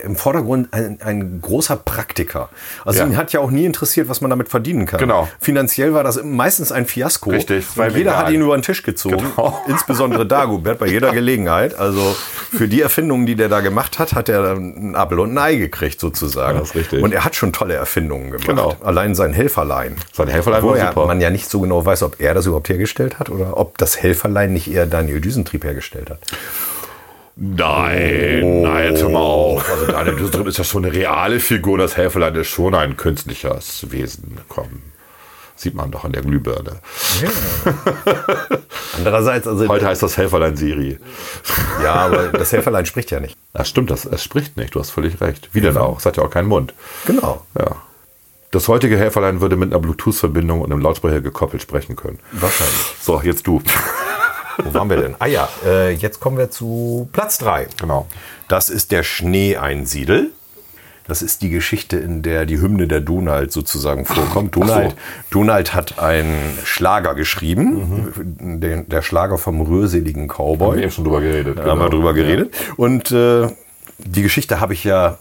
äh, im Vordergrund ein, ein großer Praktiker. Also
Ja.
ihn hat ja auch nie interessiert, was man damit verdienen kann.
Genau.
Finanziell war das meistens ein Fiasko.
Richtig, es war
Und
ihm
jeder
egal.
hat ihn über den Tisch gezogen.
Genau.
Insbesondere Dagobert bei jeder Gelegenheit. Also für die Erfindungen, die der da gemacht hat, hat er dann einen Appel und ein Ei gekriegt sozusagen.
Ja, das ist richtig.
Und er hat schon tolle Erfindungen gemacht.
Genau.
Allein sein Helferlein.
Sein Helferlein war
Wo er-
super.
man ja nicht so genau weiß, ob er das überhaupt hergestellt hat oder ob das Helferlein nicht eher Daniel Düsentrieb hergestellt hat.
Nein, nein, jetzt hör mal auf. Oh. Also Daniel Düsentrieb ist ja schon eine reale Figur. Das Helferlein ist schon ein künstliches Wesen. Komm, sieht man doch an der Glühbirne.
Andererseits, also
Heute heißt das Helferlein Siri.
Ja, aber das Helferlein spricht ja nicht.
Das stimmt, das, es spricht nicht, du hast völlig recht. Wie denn auch? Es hat ja auch keinen Mund.
Genau.
Ja. Das heutige Helferlein würde mit einer Bluetooth-Verbindung und einem Lautsprecher gekoppelt sprechen können.
Wahrscheinlich.
So, jetzt du.
Wo waren wir denn? Ah ja, äh, jetzt kommen wir zu Platz 3.
Genau.
Das ist der Schneeeinsiedel. Das ist die Geschichte, in der die Hymne der Donald sozusagen vorkommt. Donald, Donald hat einen Schlager geschrieben, den, der Schlager vom rührseligen Cowboy.
Haben wir eben schon drüber geredet,
Da
genau.
haben wir drüber geredet. Und äh, die Geschichte habe ich ja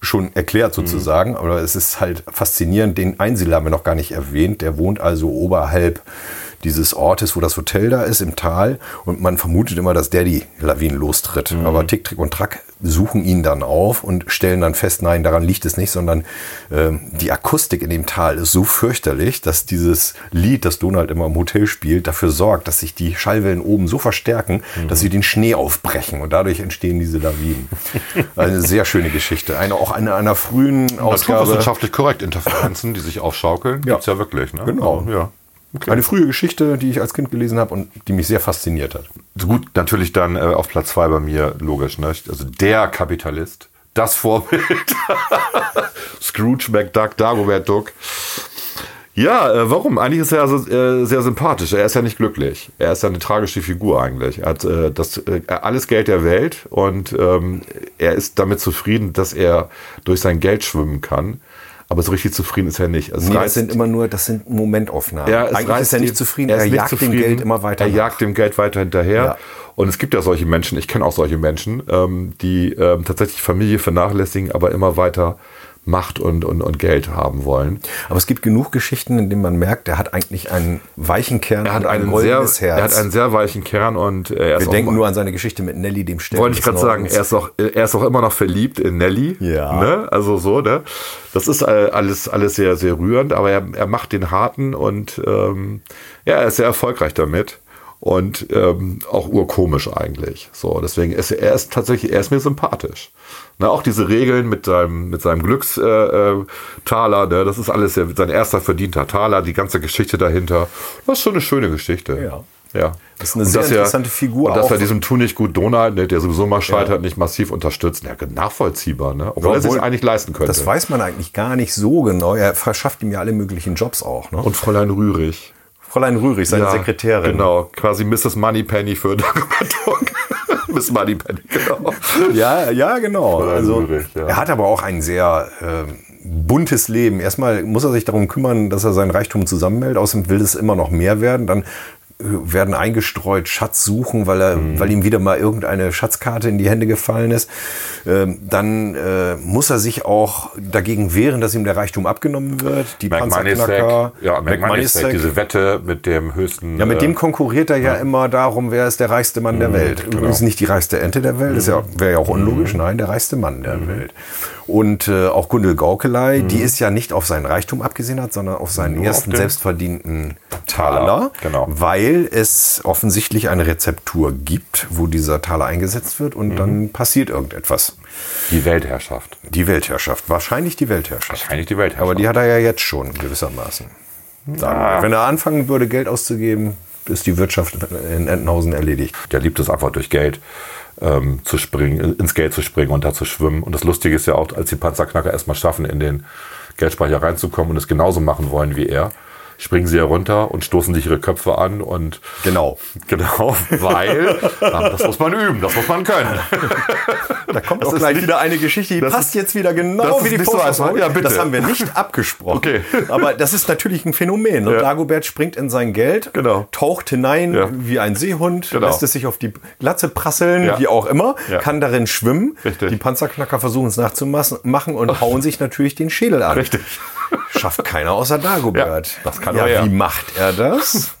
schon erklärt sozusagen, aber es ist halt faszinierend. Den Einsiedler haben wir noch gar nicht erwähnt. Der wohnt also oberhalb dieses Ortes, wo das Hotel da ist, im Tal. Und man vermutet immer, dass der die Lawinen lostritt. Aber Tick, Trick und Track suchen ihn dann auf und stellen dann fest, nein, daran liegt es nicht, sondern ähm, die Akustik in dem Tal ist so fürchterlich, dass dieses Lied, das Donald immer im Hotel spielt, dafür sorgt, dass sich die Schallwellen oben so verstärken, dass sie den Schnee aufbrechen und dadurch entstehen diese Lawinen. Eine sehr schöne Geschichte. Eine, auch eine einer frühen Ausgabe.
Naturwissenschaftlich korrekt Interferenzen, die sich aufschaukeln,
Ja.
gibt's ja wirklich. Ne?
Genau.
Also, ja.
Eine frühe Geschichte, die ich als Kind gelesen habe und die mich sehr fasziniert hat.
So Gut, natürlich dann äh, auf Platz zwei bei mir, logisch. Ne? Also der Kapitalist, das Vorbild. Scrooge McDuck, Dagobert Duck. Ja, äh, warum? Eigentlich ist er ja so, äh, sehr sympathisch. Er ist ja nicht glücklich. Er ist ja eine tragische Figur eigentlich. Er hat äh, das, äh, alles Geld der Welt und ähm, er ist damit zufrieden, dass er durch sein Geld schwimmen kann. Aber so richtig zufrieden ist er nicht. Also Es reizt-
immer nur, das sind Momentaufnahmen.
ja, es
Eigentlich
reißt
ist er
ihn-
nicht zufrieden,
er,
er,
ist nicht
jagt
zufrieden,
dem Geld immer weiter.
Er
nach.
jagt dem Geld weiter hinterher.
Ja.
Und es gibt ja solche Menschen, ich kenne auch solche Menschen, ähm, die ähm, tatsächlich Familie vernachlässigen, aber immer weiter Macht und, und, und Geld haben wollen.
Aber es gibt genug Geschichten, in denen man merkt, er hat eigentlich einen weichen Kern
Er hat,
und ein
einen sehr,
goldenes
er hat
Herz.
einen sehr weichen Kern und äh, er ist
Wir
auch
denken
mal-
nur an seine Geschichte mit Nelly, dem Stern.
Wollte ich
des
gerade sagen,
Nordens.
er ist, auch, er ist auch immer noch verliebt in Nelly.
Ja.
Ne? Also so, ne? Das ist äh, alles, alles sehr, sehr rührend, aber er, er macht den harten und ähm, ja, er ist sehr erfolgreich damit. Und ähm, auch urkomisch eigentlich. So, deswegen ist er er ist tatsächlich, er ist mir sympathisch. Ne, auch diese Regeln mit seinem, mit seinem Glückstaler, äh, Taler, ne, das ist alles sehr- sein erster verdienter Taler, die ganze Geschichte dahinter. Das ist schon eine schöne Geschichte.
Ja.
Ja.
Das ist eine sehr
dass er-
interessante Figur.
Und dass
auch.
er diesem Tun nicht gut Donald, ne, der sowieso mal scheitert, nicht massiv unterstützt. Ja, nachvollziehbar, ne? Obwohl er sich
Obwohl,
eigentlich leisten könnte.
das weiß man eigentlich gar nicht so genau. Er verschafft ihm ja alle möglichen Jobs auch. Ne?
und Fräulein Rührig.
Fräulein Rührig, seine
Ja,
Sekretärin.
Genau, quasi Mrs. Moneypenny für Dokumentung. Miss Moneypenny, genau.
Ja, ja, genau.
Fräulein
Also,
Rührig, ja.
Er hat aber auch ein sehr ähm, buntes Leben. Erstmal muss er sich darum kümmern, dass er seinen Reichtum zusammenhält. Außerdem will es immer noch mehr werden. Dann äh, werden eingestreut Schatzsuchen, weil, er,
Mhm.
weil ihm wieder mal irgendeine Schatzkarte in die Hände gefallen ist. Ähm, dann äh, muss er sich auch dagegen wehren, dass ihm der Reichtum abgenommen wird. Die
McMoneysack,
Panzerknacker,
ja, McMoneysack,
McMoneysack.
diese Wette mit dem höchsten.
Ja, mit dem
äh, Mhm,
konkurriert er ja, immer darum, wer ist der reichste Mann der Welt.
genau.
Übrigens nicht die reichste Ente der Welt, ist ja, wäre ja auch unlogisch.
Mhm.
Nein, der reichste Mann der Welt. Und äh, auch Gundel Gaukelei, die ist ja nicht auf seinen Reichtum abgesehen hat, sondern auf seinen
Mhm. Nur auf
ersten
den
selbstverdienten
Taler,
Taler,
genau.
weil es offensichtlich eine Rezeptur gibt, wo dieser Taler eingesetzt wird
Mhm.
und dann passiert irgendetwas.
die Weltherrschaft.
Die Weltherrschaft, wahrscheinlich die Weltherrschaft.
Wahrscheinlich die Weltherrschaft.
Aber die hat er ja jetzt schon gewissermaßen. Sagen wir. Wenn er anfangen würde, Geld auszugeben, ist die Wirtschaft in Entenhausen erledigt.
der liebt es einfach durch Geld ähm, zu springen, ins Geld zu springen und da zu schwimmen. Und das Lustige ist ja auch, als die Panzerknacker erstmal schaffen, in den Geldspeicher reinzukommen und es genauso machen wollen wie er, springen sie herunter und stoßen sich ihre Köpfe an und
Genau.
genau, weil ähm, das muss man üben, das muss man können.
Da kommt
Das
auch
ist
gleich
nicht-
wieder eine Geschichte, die
das
passt
ist-
jetzt wieder
das
genau
ist
wie die
nicht so einfach.
Postmann.
Ja, bitte.
Das haben wir nicht abgesprochen.
Okay.
Aber das ist natürlich ein Phänomen. Und
Ja.
Dagobert springt in sein Geld,
Genau.
taucht hinein
Ja.
wie ein Seehund,
Genau.
lässt es sich auf die Glatze prasseln,
Ja.
wie auch immer,
Ja.
kann darin schwimmen.
Richtig.
Die Panzerknacker versuchen es nachzumachen und hauen sich natürlich den Schädel an.
Richtig.
Schafft keiner außer Dagobert.
Ja, das kann
ja,
nur er.
Wie macht er das?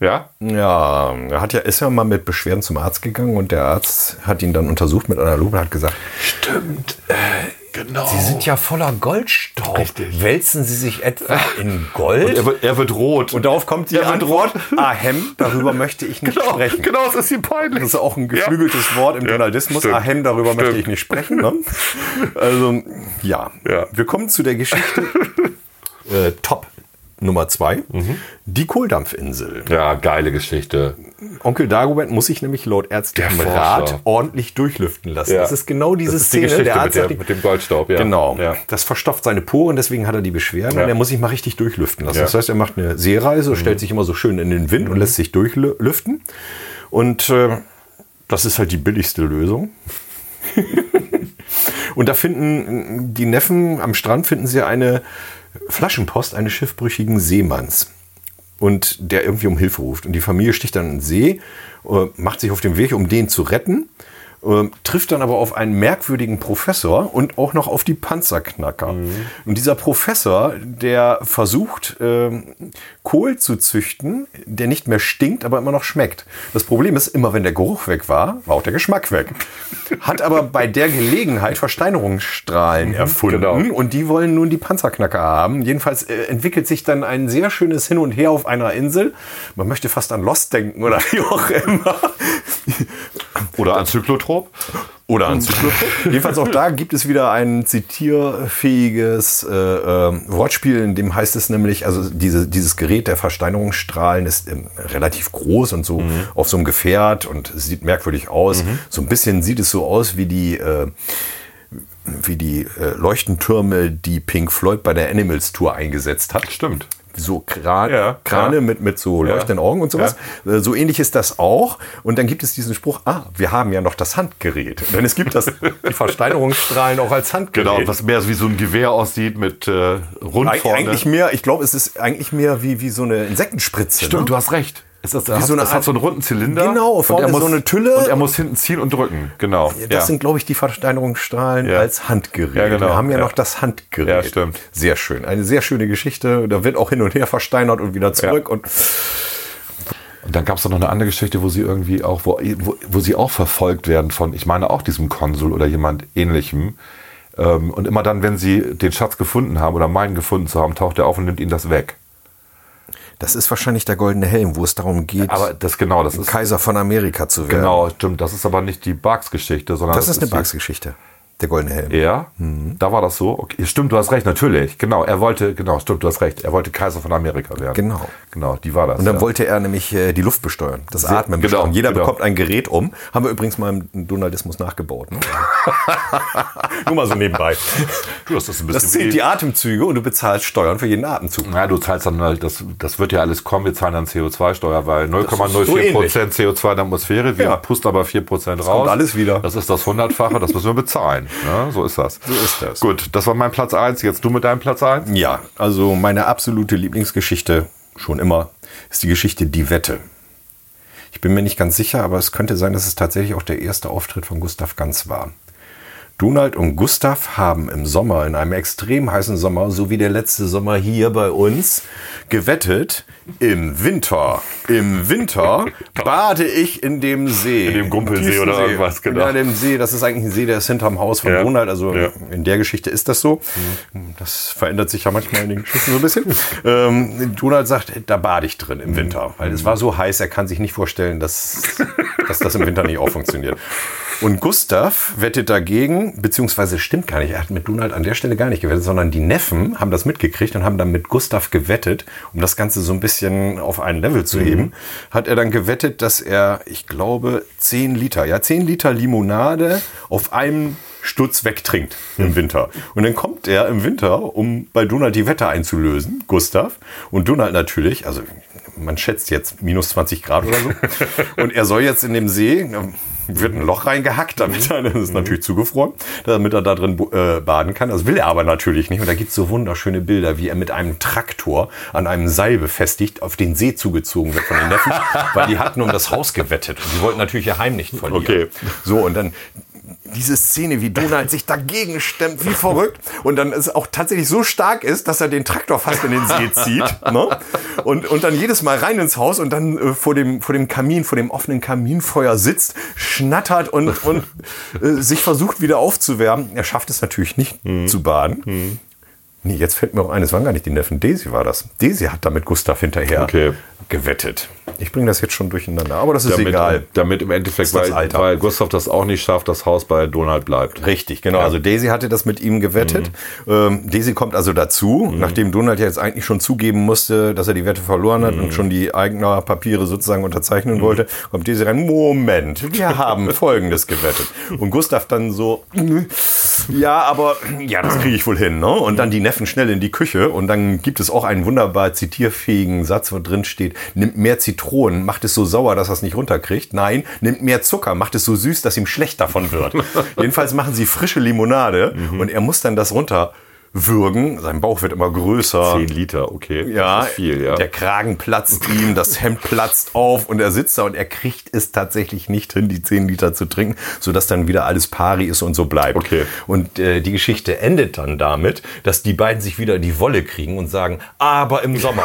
Ja,
Ja, er hat ja, ist ja mal mit Beschwerden zum Arzt gegangen und der Arzt hat ihn dann untersucht mit einer Lupe und hat gesagt,
stimmt. Genau.
Sie sind ja voller Goldstaub. Wälzen Sie sich etwa in Gold?
Ah. er, wird, er wird rot.
Und darauf kommt die
Er wird
Antwort,
rot.
Ahem, darüber möchte ich nicht
genau,
sprechen.
genau, es ist ihm peinlich.
Das ist auch ein geflügeltes
Ja.
Wort im
Ja,
Journalismus.
stimmt.
Ahem, darüber möchte
Stimmt.
ich nicht sprechen. Ne? Also, ja.
Ja.
Wir kommen zu der Geschichte äh, Top Nummer zwei.
Mhm.
Die Kohldampfinsel.
Ja, geile Geschichte.
Onkel Dagobert muss sich nämlich laut ärztlichem
Der Forscher.
Rat ordentlich durchlüften lassen.
Ja.
Das ist genau diese
Das ist die
Szene.
Geschichte
der
mit
Arzt
der-
hat die-
mit dem Goldstaub, ja.
Genau.
Ja.
Das verstopft seine Poren, deswegen hat er die Beschwerden
Ja.
und er muss sich mal richtig durchlüften lassen.
Ja. Mhm.
Das heißt, er macht eine Seereise, stellt sich immer so schön in den Wind und lässt sich durchlüften. Und äh, das ist halt die billigste Lösung. und da finden die Neffen am Strand finden sie eine Flaschenpost eines schiffbrüchigen Seemanns und der irgendwie um Hilfe ruft. Und die Familie sticht dann in den See, äh, macht sich auf den Weg, um den zu retten, äh, trifft dann aber auf einen merkwürdigen Professor und auch noch auf die Panzerknacker. Und dieser Professor, der versucht, ähm, Kohl zu züchten, der nicht mehr stinkt, aber immer noch schmeckt. Das Problem ist, immer wenn der Geruch weg war, war auch der Geschmack weg. Hat aber bei der Gelegenheit Versteinerungsstrahlen erfunden
genau.
und die wollen nun die Panzerknacker haben. Jedenfalls äh, entwickelt sich dann ein sehr schönes Hin und Her auf einer Insel. Man möchte fast an Lost denken oder wie auch immer.
Oder ein Zyklotrop.
Oder an Jedenfalls auch da gibt es wieder ein zitierfähiges äh, ähm, Wortspiel, in dem heißt es nämlich, also diese, dieses Gerät der Versteinerungsstrahlen ist ähm, relativ groß und so auf so einem Gefährt und sieht merkwürdig aus. So ein bisschen sieht es so aus wie die... Äh, wie die äh, Leuchtentürme, die Pink Floyd bei der Animals Tour eingesetzt hat
Stimmt.
so Kran
Ja,
Krane
ja.
Mit, mit so
Ja.
leuchtenden Augen und sowas. Äh, So ähnlich ist das auch. Und dann gibt es diesen Spruch, ah, wir haben ja noch das Handgerät. Denn es gibt das, die Versteinerungsstrahlen auch als Handgerät.
Genau, was mehr wie so ein Gewehr aussieht mit äh, rund
Eig
vorne.
eigentlich mehr, ich glaube, es ist eigentlich mehr wie, wie so eine Insektenspritze.
Stimmt,
ne?
du hast recht. Es, ist, hat,
so eine
es hat
Art-
so einen runden Zylinder.
Genau,
und
vorne
er
ist
muss,
so eine Tülle.
Und er muss hinten ziehen und drücken. Genau.
Ja, Das
ja.
sind, glaube ich, die Versteinerungsstrahlen
Ja.
als Handgerät.
Ja, genau.
Wir haben ja,
Ja.
noch das Handgerät.
Ja, stimmt.
Sehr schön. Eine sehr schöne Geschichte. Da wird auch hin und her versteinert und wieder zurück. Und
und dann gab es noch eine andere Geschichte, wo sie irgendwie auch, wo, wo, wo sie auch verfolgt werden von, ich meine auch diesem Konsul oder jemand ähnlichem. Ähm, und immer dann, wenn sie den Schatz gefunden haben oder meinen gefunden zu haben, taucht er auf und nimmt ihnen das weg.
das ist wahrscheinlich der goldene Helm, wo es darum geht,
Aber das genau, das ist
Kaiser von Amerika zu werden.
genau, stimmt. Das ist aber nicht die Bugs-Geschichte, sondern
Das ist eine Mhm.
die-
Bugs-Geschichte. Der goldene Helm.
Ja, da war das so. Okay. Stimmt, du hast recht, natürlich. Genau, er wollte, genau, stimmt, du hast recht. Er wollte Kaiser von Amerika werden.
Genau.
Genau, die war das.
Und dann
ja.
wollte er nämlich äh, die Luft besteuern, das Atmen
genau,
besteuern. Jeder
genau.
bekommt ein Gerät um. Haben wir übrigens mal im Donaldismus nachgebaut. Ne? Nur mal so nebenbei.
du hast das ein bisschen
Das zählt die Atemzüge und du bezahlst Steuern für jeden Atemzug.
Na, du zahlst dann, halt- das, das wird ja alles kommen, wir zahlen dann CO2-Steuer, weil
so
0,04%
ähnlich.
Prozent CO2 in der Atmosphäre, wir
Ja.
pusten aber 4% Prozent raus.
kommt alles wieder.
Das ist das Hundertfache, das müssen wir bezahlen. Ja, so ist das. So
ist das.
Gut, das war mein Platz 1, jetzt du mit deinem Platz 1.
Ja, also meine absolute Lieblingsgeschichte, schon immer, ist die Geschichte Die Wette. Ich bin mir nicht ganz sicher, aber es könnte sein, dass es tatsächlich auch der erste Auftritt von Gustav Ganz war. Donald und Gustav haben im Sommer, in einem extrem heißen Sommer, so wie der letzte Sommer hier bei uns, gewettet, im Winter, im Winter bade ich in dem See. In
dem Gumpelsee oder irgendwas, genau.
Genau, in dem See, das ist eigentlich ein See, der ist hinterm Haus von
Ja,
Donald, also
ja.
in der Geschichte ist das so. Das verändert sich ja manchmal in den Geschichten so ein bisschen. ähm, Donald sagt, da bade ich drin im Winter, weil es war so heiß, er kann sich nicht vorstellen, dass, dass das im Winter nicht auch funktioniert. Und Gustav wettet dagegen, beziehungsweise stimmt gar nicht, er hat mit Donald an der Stelle gar nicht gewettet, sondern die Neffen haben das mitgekriegt und haben dann mit Gustav gewettet, um das Ganze so ein bisschen auf ein Level zu heben, hat er dann gewettet, dass er, ich glaube, 10 Liter, ja, 10 Liter Limonade auf einem Stutz wegtrinkt im Winter. Und dann kommt er im Winter, um bei Donald die Wette einzulösen, Gustav. Und Donald natürlich, also man schätzt jetzt minus 20 Grad oder so. Und er soll jetzt in dem See, ähm, wird ein Loch reingehackt, damit er, das ist natürlich zugefroren, damit er da drin äh, baden kann. Das will er aber natürlich nicht. Und da gibt es so wunderschöne Bilder, wie er mit einem Traktor an einem Seil befestigt auf den See zugezogen wird von den Neffen, weil die hatten um das Haus gewettet. Und die wollten natürlich ihr Heim nicht verlieren.
Okay.
So, und dann diese Szene, wie Donald sich dagegen stemmt, wie verrückt. Und dann es auch tatsächlich so stark ist, dass er den Traktor fast in den See zieht. Ne? Und, und dann jedes Mal rein ins Haus und dann äh, vor, dem, vor dem Kamin, vor dem offenen Kaminfeuer sitzt, schnattert und, und äh, sich versucht wieder aufzuwärmen. Er schafft es natürlich nicht zu baden. Nee, jetzt fällt mir auch ein, es waren gar nicht die Neffen. Daisy war das. Daisy hat damit Gustav hinterher
Okay.
gewettet. Ich bringe das jetzt schon durcheinander, aber das ist
damit, um.
egal.
Damit im Endeffekt,
Ist das
weil,
Alter.
weil Gustav das auch nicht schafft, das Haus bei Donald bleibt.
Richtig, genau. Also Daisy hatte das mit ihm gewettet.
Mhm.
Ähm, Daisy kommt also dazu, nachdem Donald ja jetzt eigentlich schon zugeben musste, dass er die Wette verloren hat
Mhm.
und schon die Eigner Papiere sozusagen unterzeichnen wollte, kommt Daisy rein, Moment, wir haben Folgendes gewettet. Und Gustav dann so, ja, aber ja, das kriege ich wohl hin. Ne? Und dann die Neffen schnell in die Küche und dann gibt es auch einen wunderbar zitierfähigen Satz, wo drin steht, nimmt mehr Zitronen, macht es so sauer, dass er es nicht runterkriegt. Nein, nimmt mehr Zucker, macht es so süß, dass ihm schlecht davon wird. Jedenfalls machen sie frische Limonade und er muss dann das runterwürgen. Sein Bauch wird immer größer.
Zehn Liter, okay.
Ja,
Das ist viel, ja.
der Kragen platzt ihm, das Hemd platzt auf und er sitzt da und er kriegt es tatsächlich nicht hin, die 10 Liter zu trinken, sodass dann wieder alles pari ist und so bleibt.
Okay.
Und äh, die Geschichte endet dann damit, dass die beiden sich wieder in die Wolle kriegen und sagen, aber im Sommer,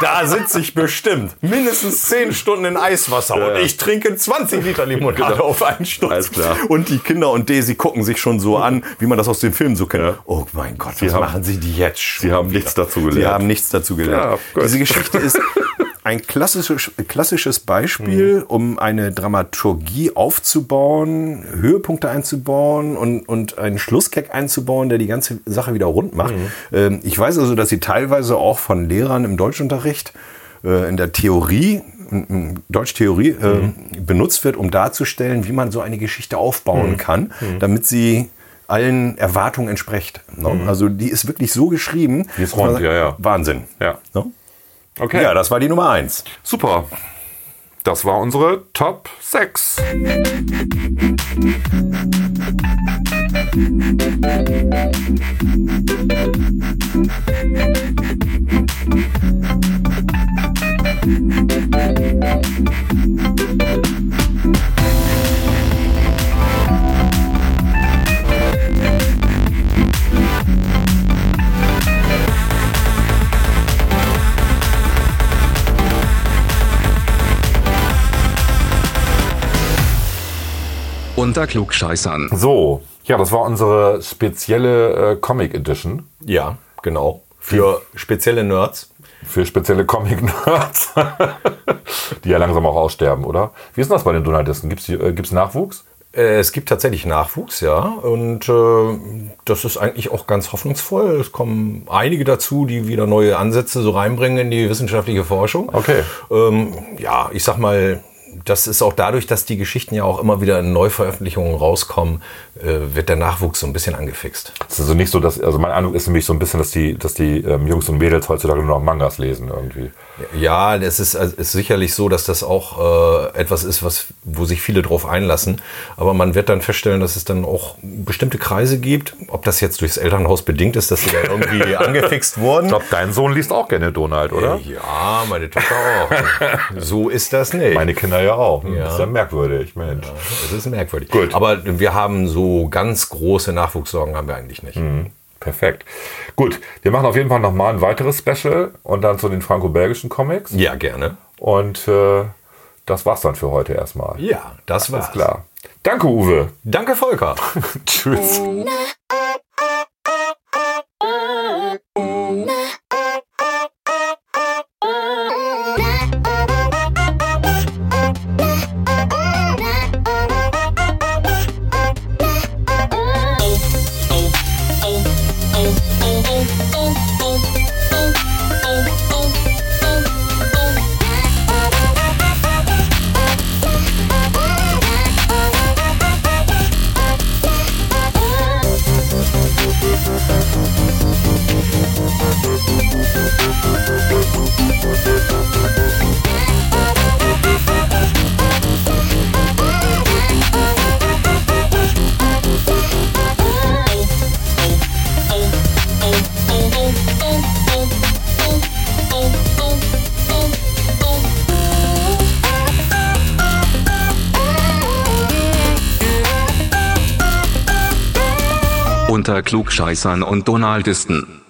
da sitze ich bestimmt mindestens 10 Stunden in Eiswasser und ich trinke 20 Liter Limonade auf einen Stutz.
Genau. Alles klar.
Und die Kinder und Daisy gucken sich schon so an, wie man das aus dem Film so kennt.
Ja.
Oh mein Gott, was
haben-
machen sie die jetzt schon?
Sie haben nichts dazu
Sie
gelernt.
haben nichts dazu gelernt.
Ja, gut.
Diese Geschichte ist ein klassisches, klassisches Beispiel,
Mhm.
um eine Dramaturgie aufzubauen, Höhepunkte einzubauen und, und einen Schlussgag einzubauen, der die ganze Sache wieder rund macht.
Mhm.
Ähm, Ich weiß also, dass sie teilweise auch von Lehrern im Deutschunterricht äh, in der Theorie in Deutschtheorie äh,
Mhm.
benutzt wird, um darzustellen, wie man so eine Geschichte aufbauen
Mhm.
kann, damit sie allen Erwartungen entspricht. ne? Also die ist wirklich so geschrieben.
Mhm. ist
dass man
rund, ja, ja.
Wahnsinn.
Ja.
Ne?
Okay.
Ja, das war die Nummer eins.
Super. Das war unsere Top 6.
Unter Klugscheißern.
So, ja, das war unsere spezielle äh, Comic Edition
Ja, genau. Für spezielle Nerds.
für spezielle Comic Nerds, die ja langsam auch aussterben, oder? Wie ist denn das bei den Donaldisten? Gibt es äh, gibt's Nachwuchs?
Äh, Es gibt tatsächlich Nachwuchs, ja. Und äh, das ist eigentlich auch ganz hoffnungsvoll. Es kommen einige dazu, die wieder neue Ansätze so reinbringen in die wissenschaftliche Forschung.
Okay.
Ähm, ja, ich sag mal, das ist auch dadurch, dass die Geschichten ja auch immer wieder in Neuveröffentlichungen rauskommen, äh, wird der Nachwuchs so ein bisschen angefixt.
Es ist also nicht so, dass, also mein Eindruck ist nämlich so ein bisschen, dass die, dass die ähm, Jungs und Mädels heutzutage nur noch Mangas lesen irgendwie.
Ja, das ist, also ist sicherlich so, dass das auch äh, etwas ist, was, wo sich viele drauf einlassen. Aber man wird dann feststellen, dass es dann auch bestimmte Kreise gibt. Ob das jetzt durchs Elternhaus bedingt ist, dass sie da irgendwie angefixt
Ich
wurden.
glaube, dein Sohn liest auch gerne Donald, oder?
Äh, Ja, meine Tochter auch. So ist das nicht.
Meine Kinder ja auch. Hm, Das ist ja merkwürdig, Mensch.
es ist merkwürdig.
Gut.
Aber wir haben so ganz große Nachwuchssorgen haben wir eigentlich nicht.
Hm. Perfekt. Gut, wir machen auf jeden Fall nochmal ein weiteres Special und dann zu den franco-belgischen Comics.
Ja, gerne.
Und äh, das war's dann für heute erstmal.
Ja, das war's.
Alles klar. Danke, Uwe.
Danke, Volker.
Tschüss.
Unter Klugscheißern und Donaldisten.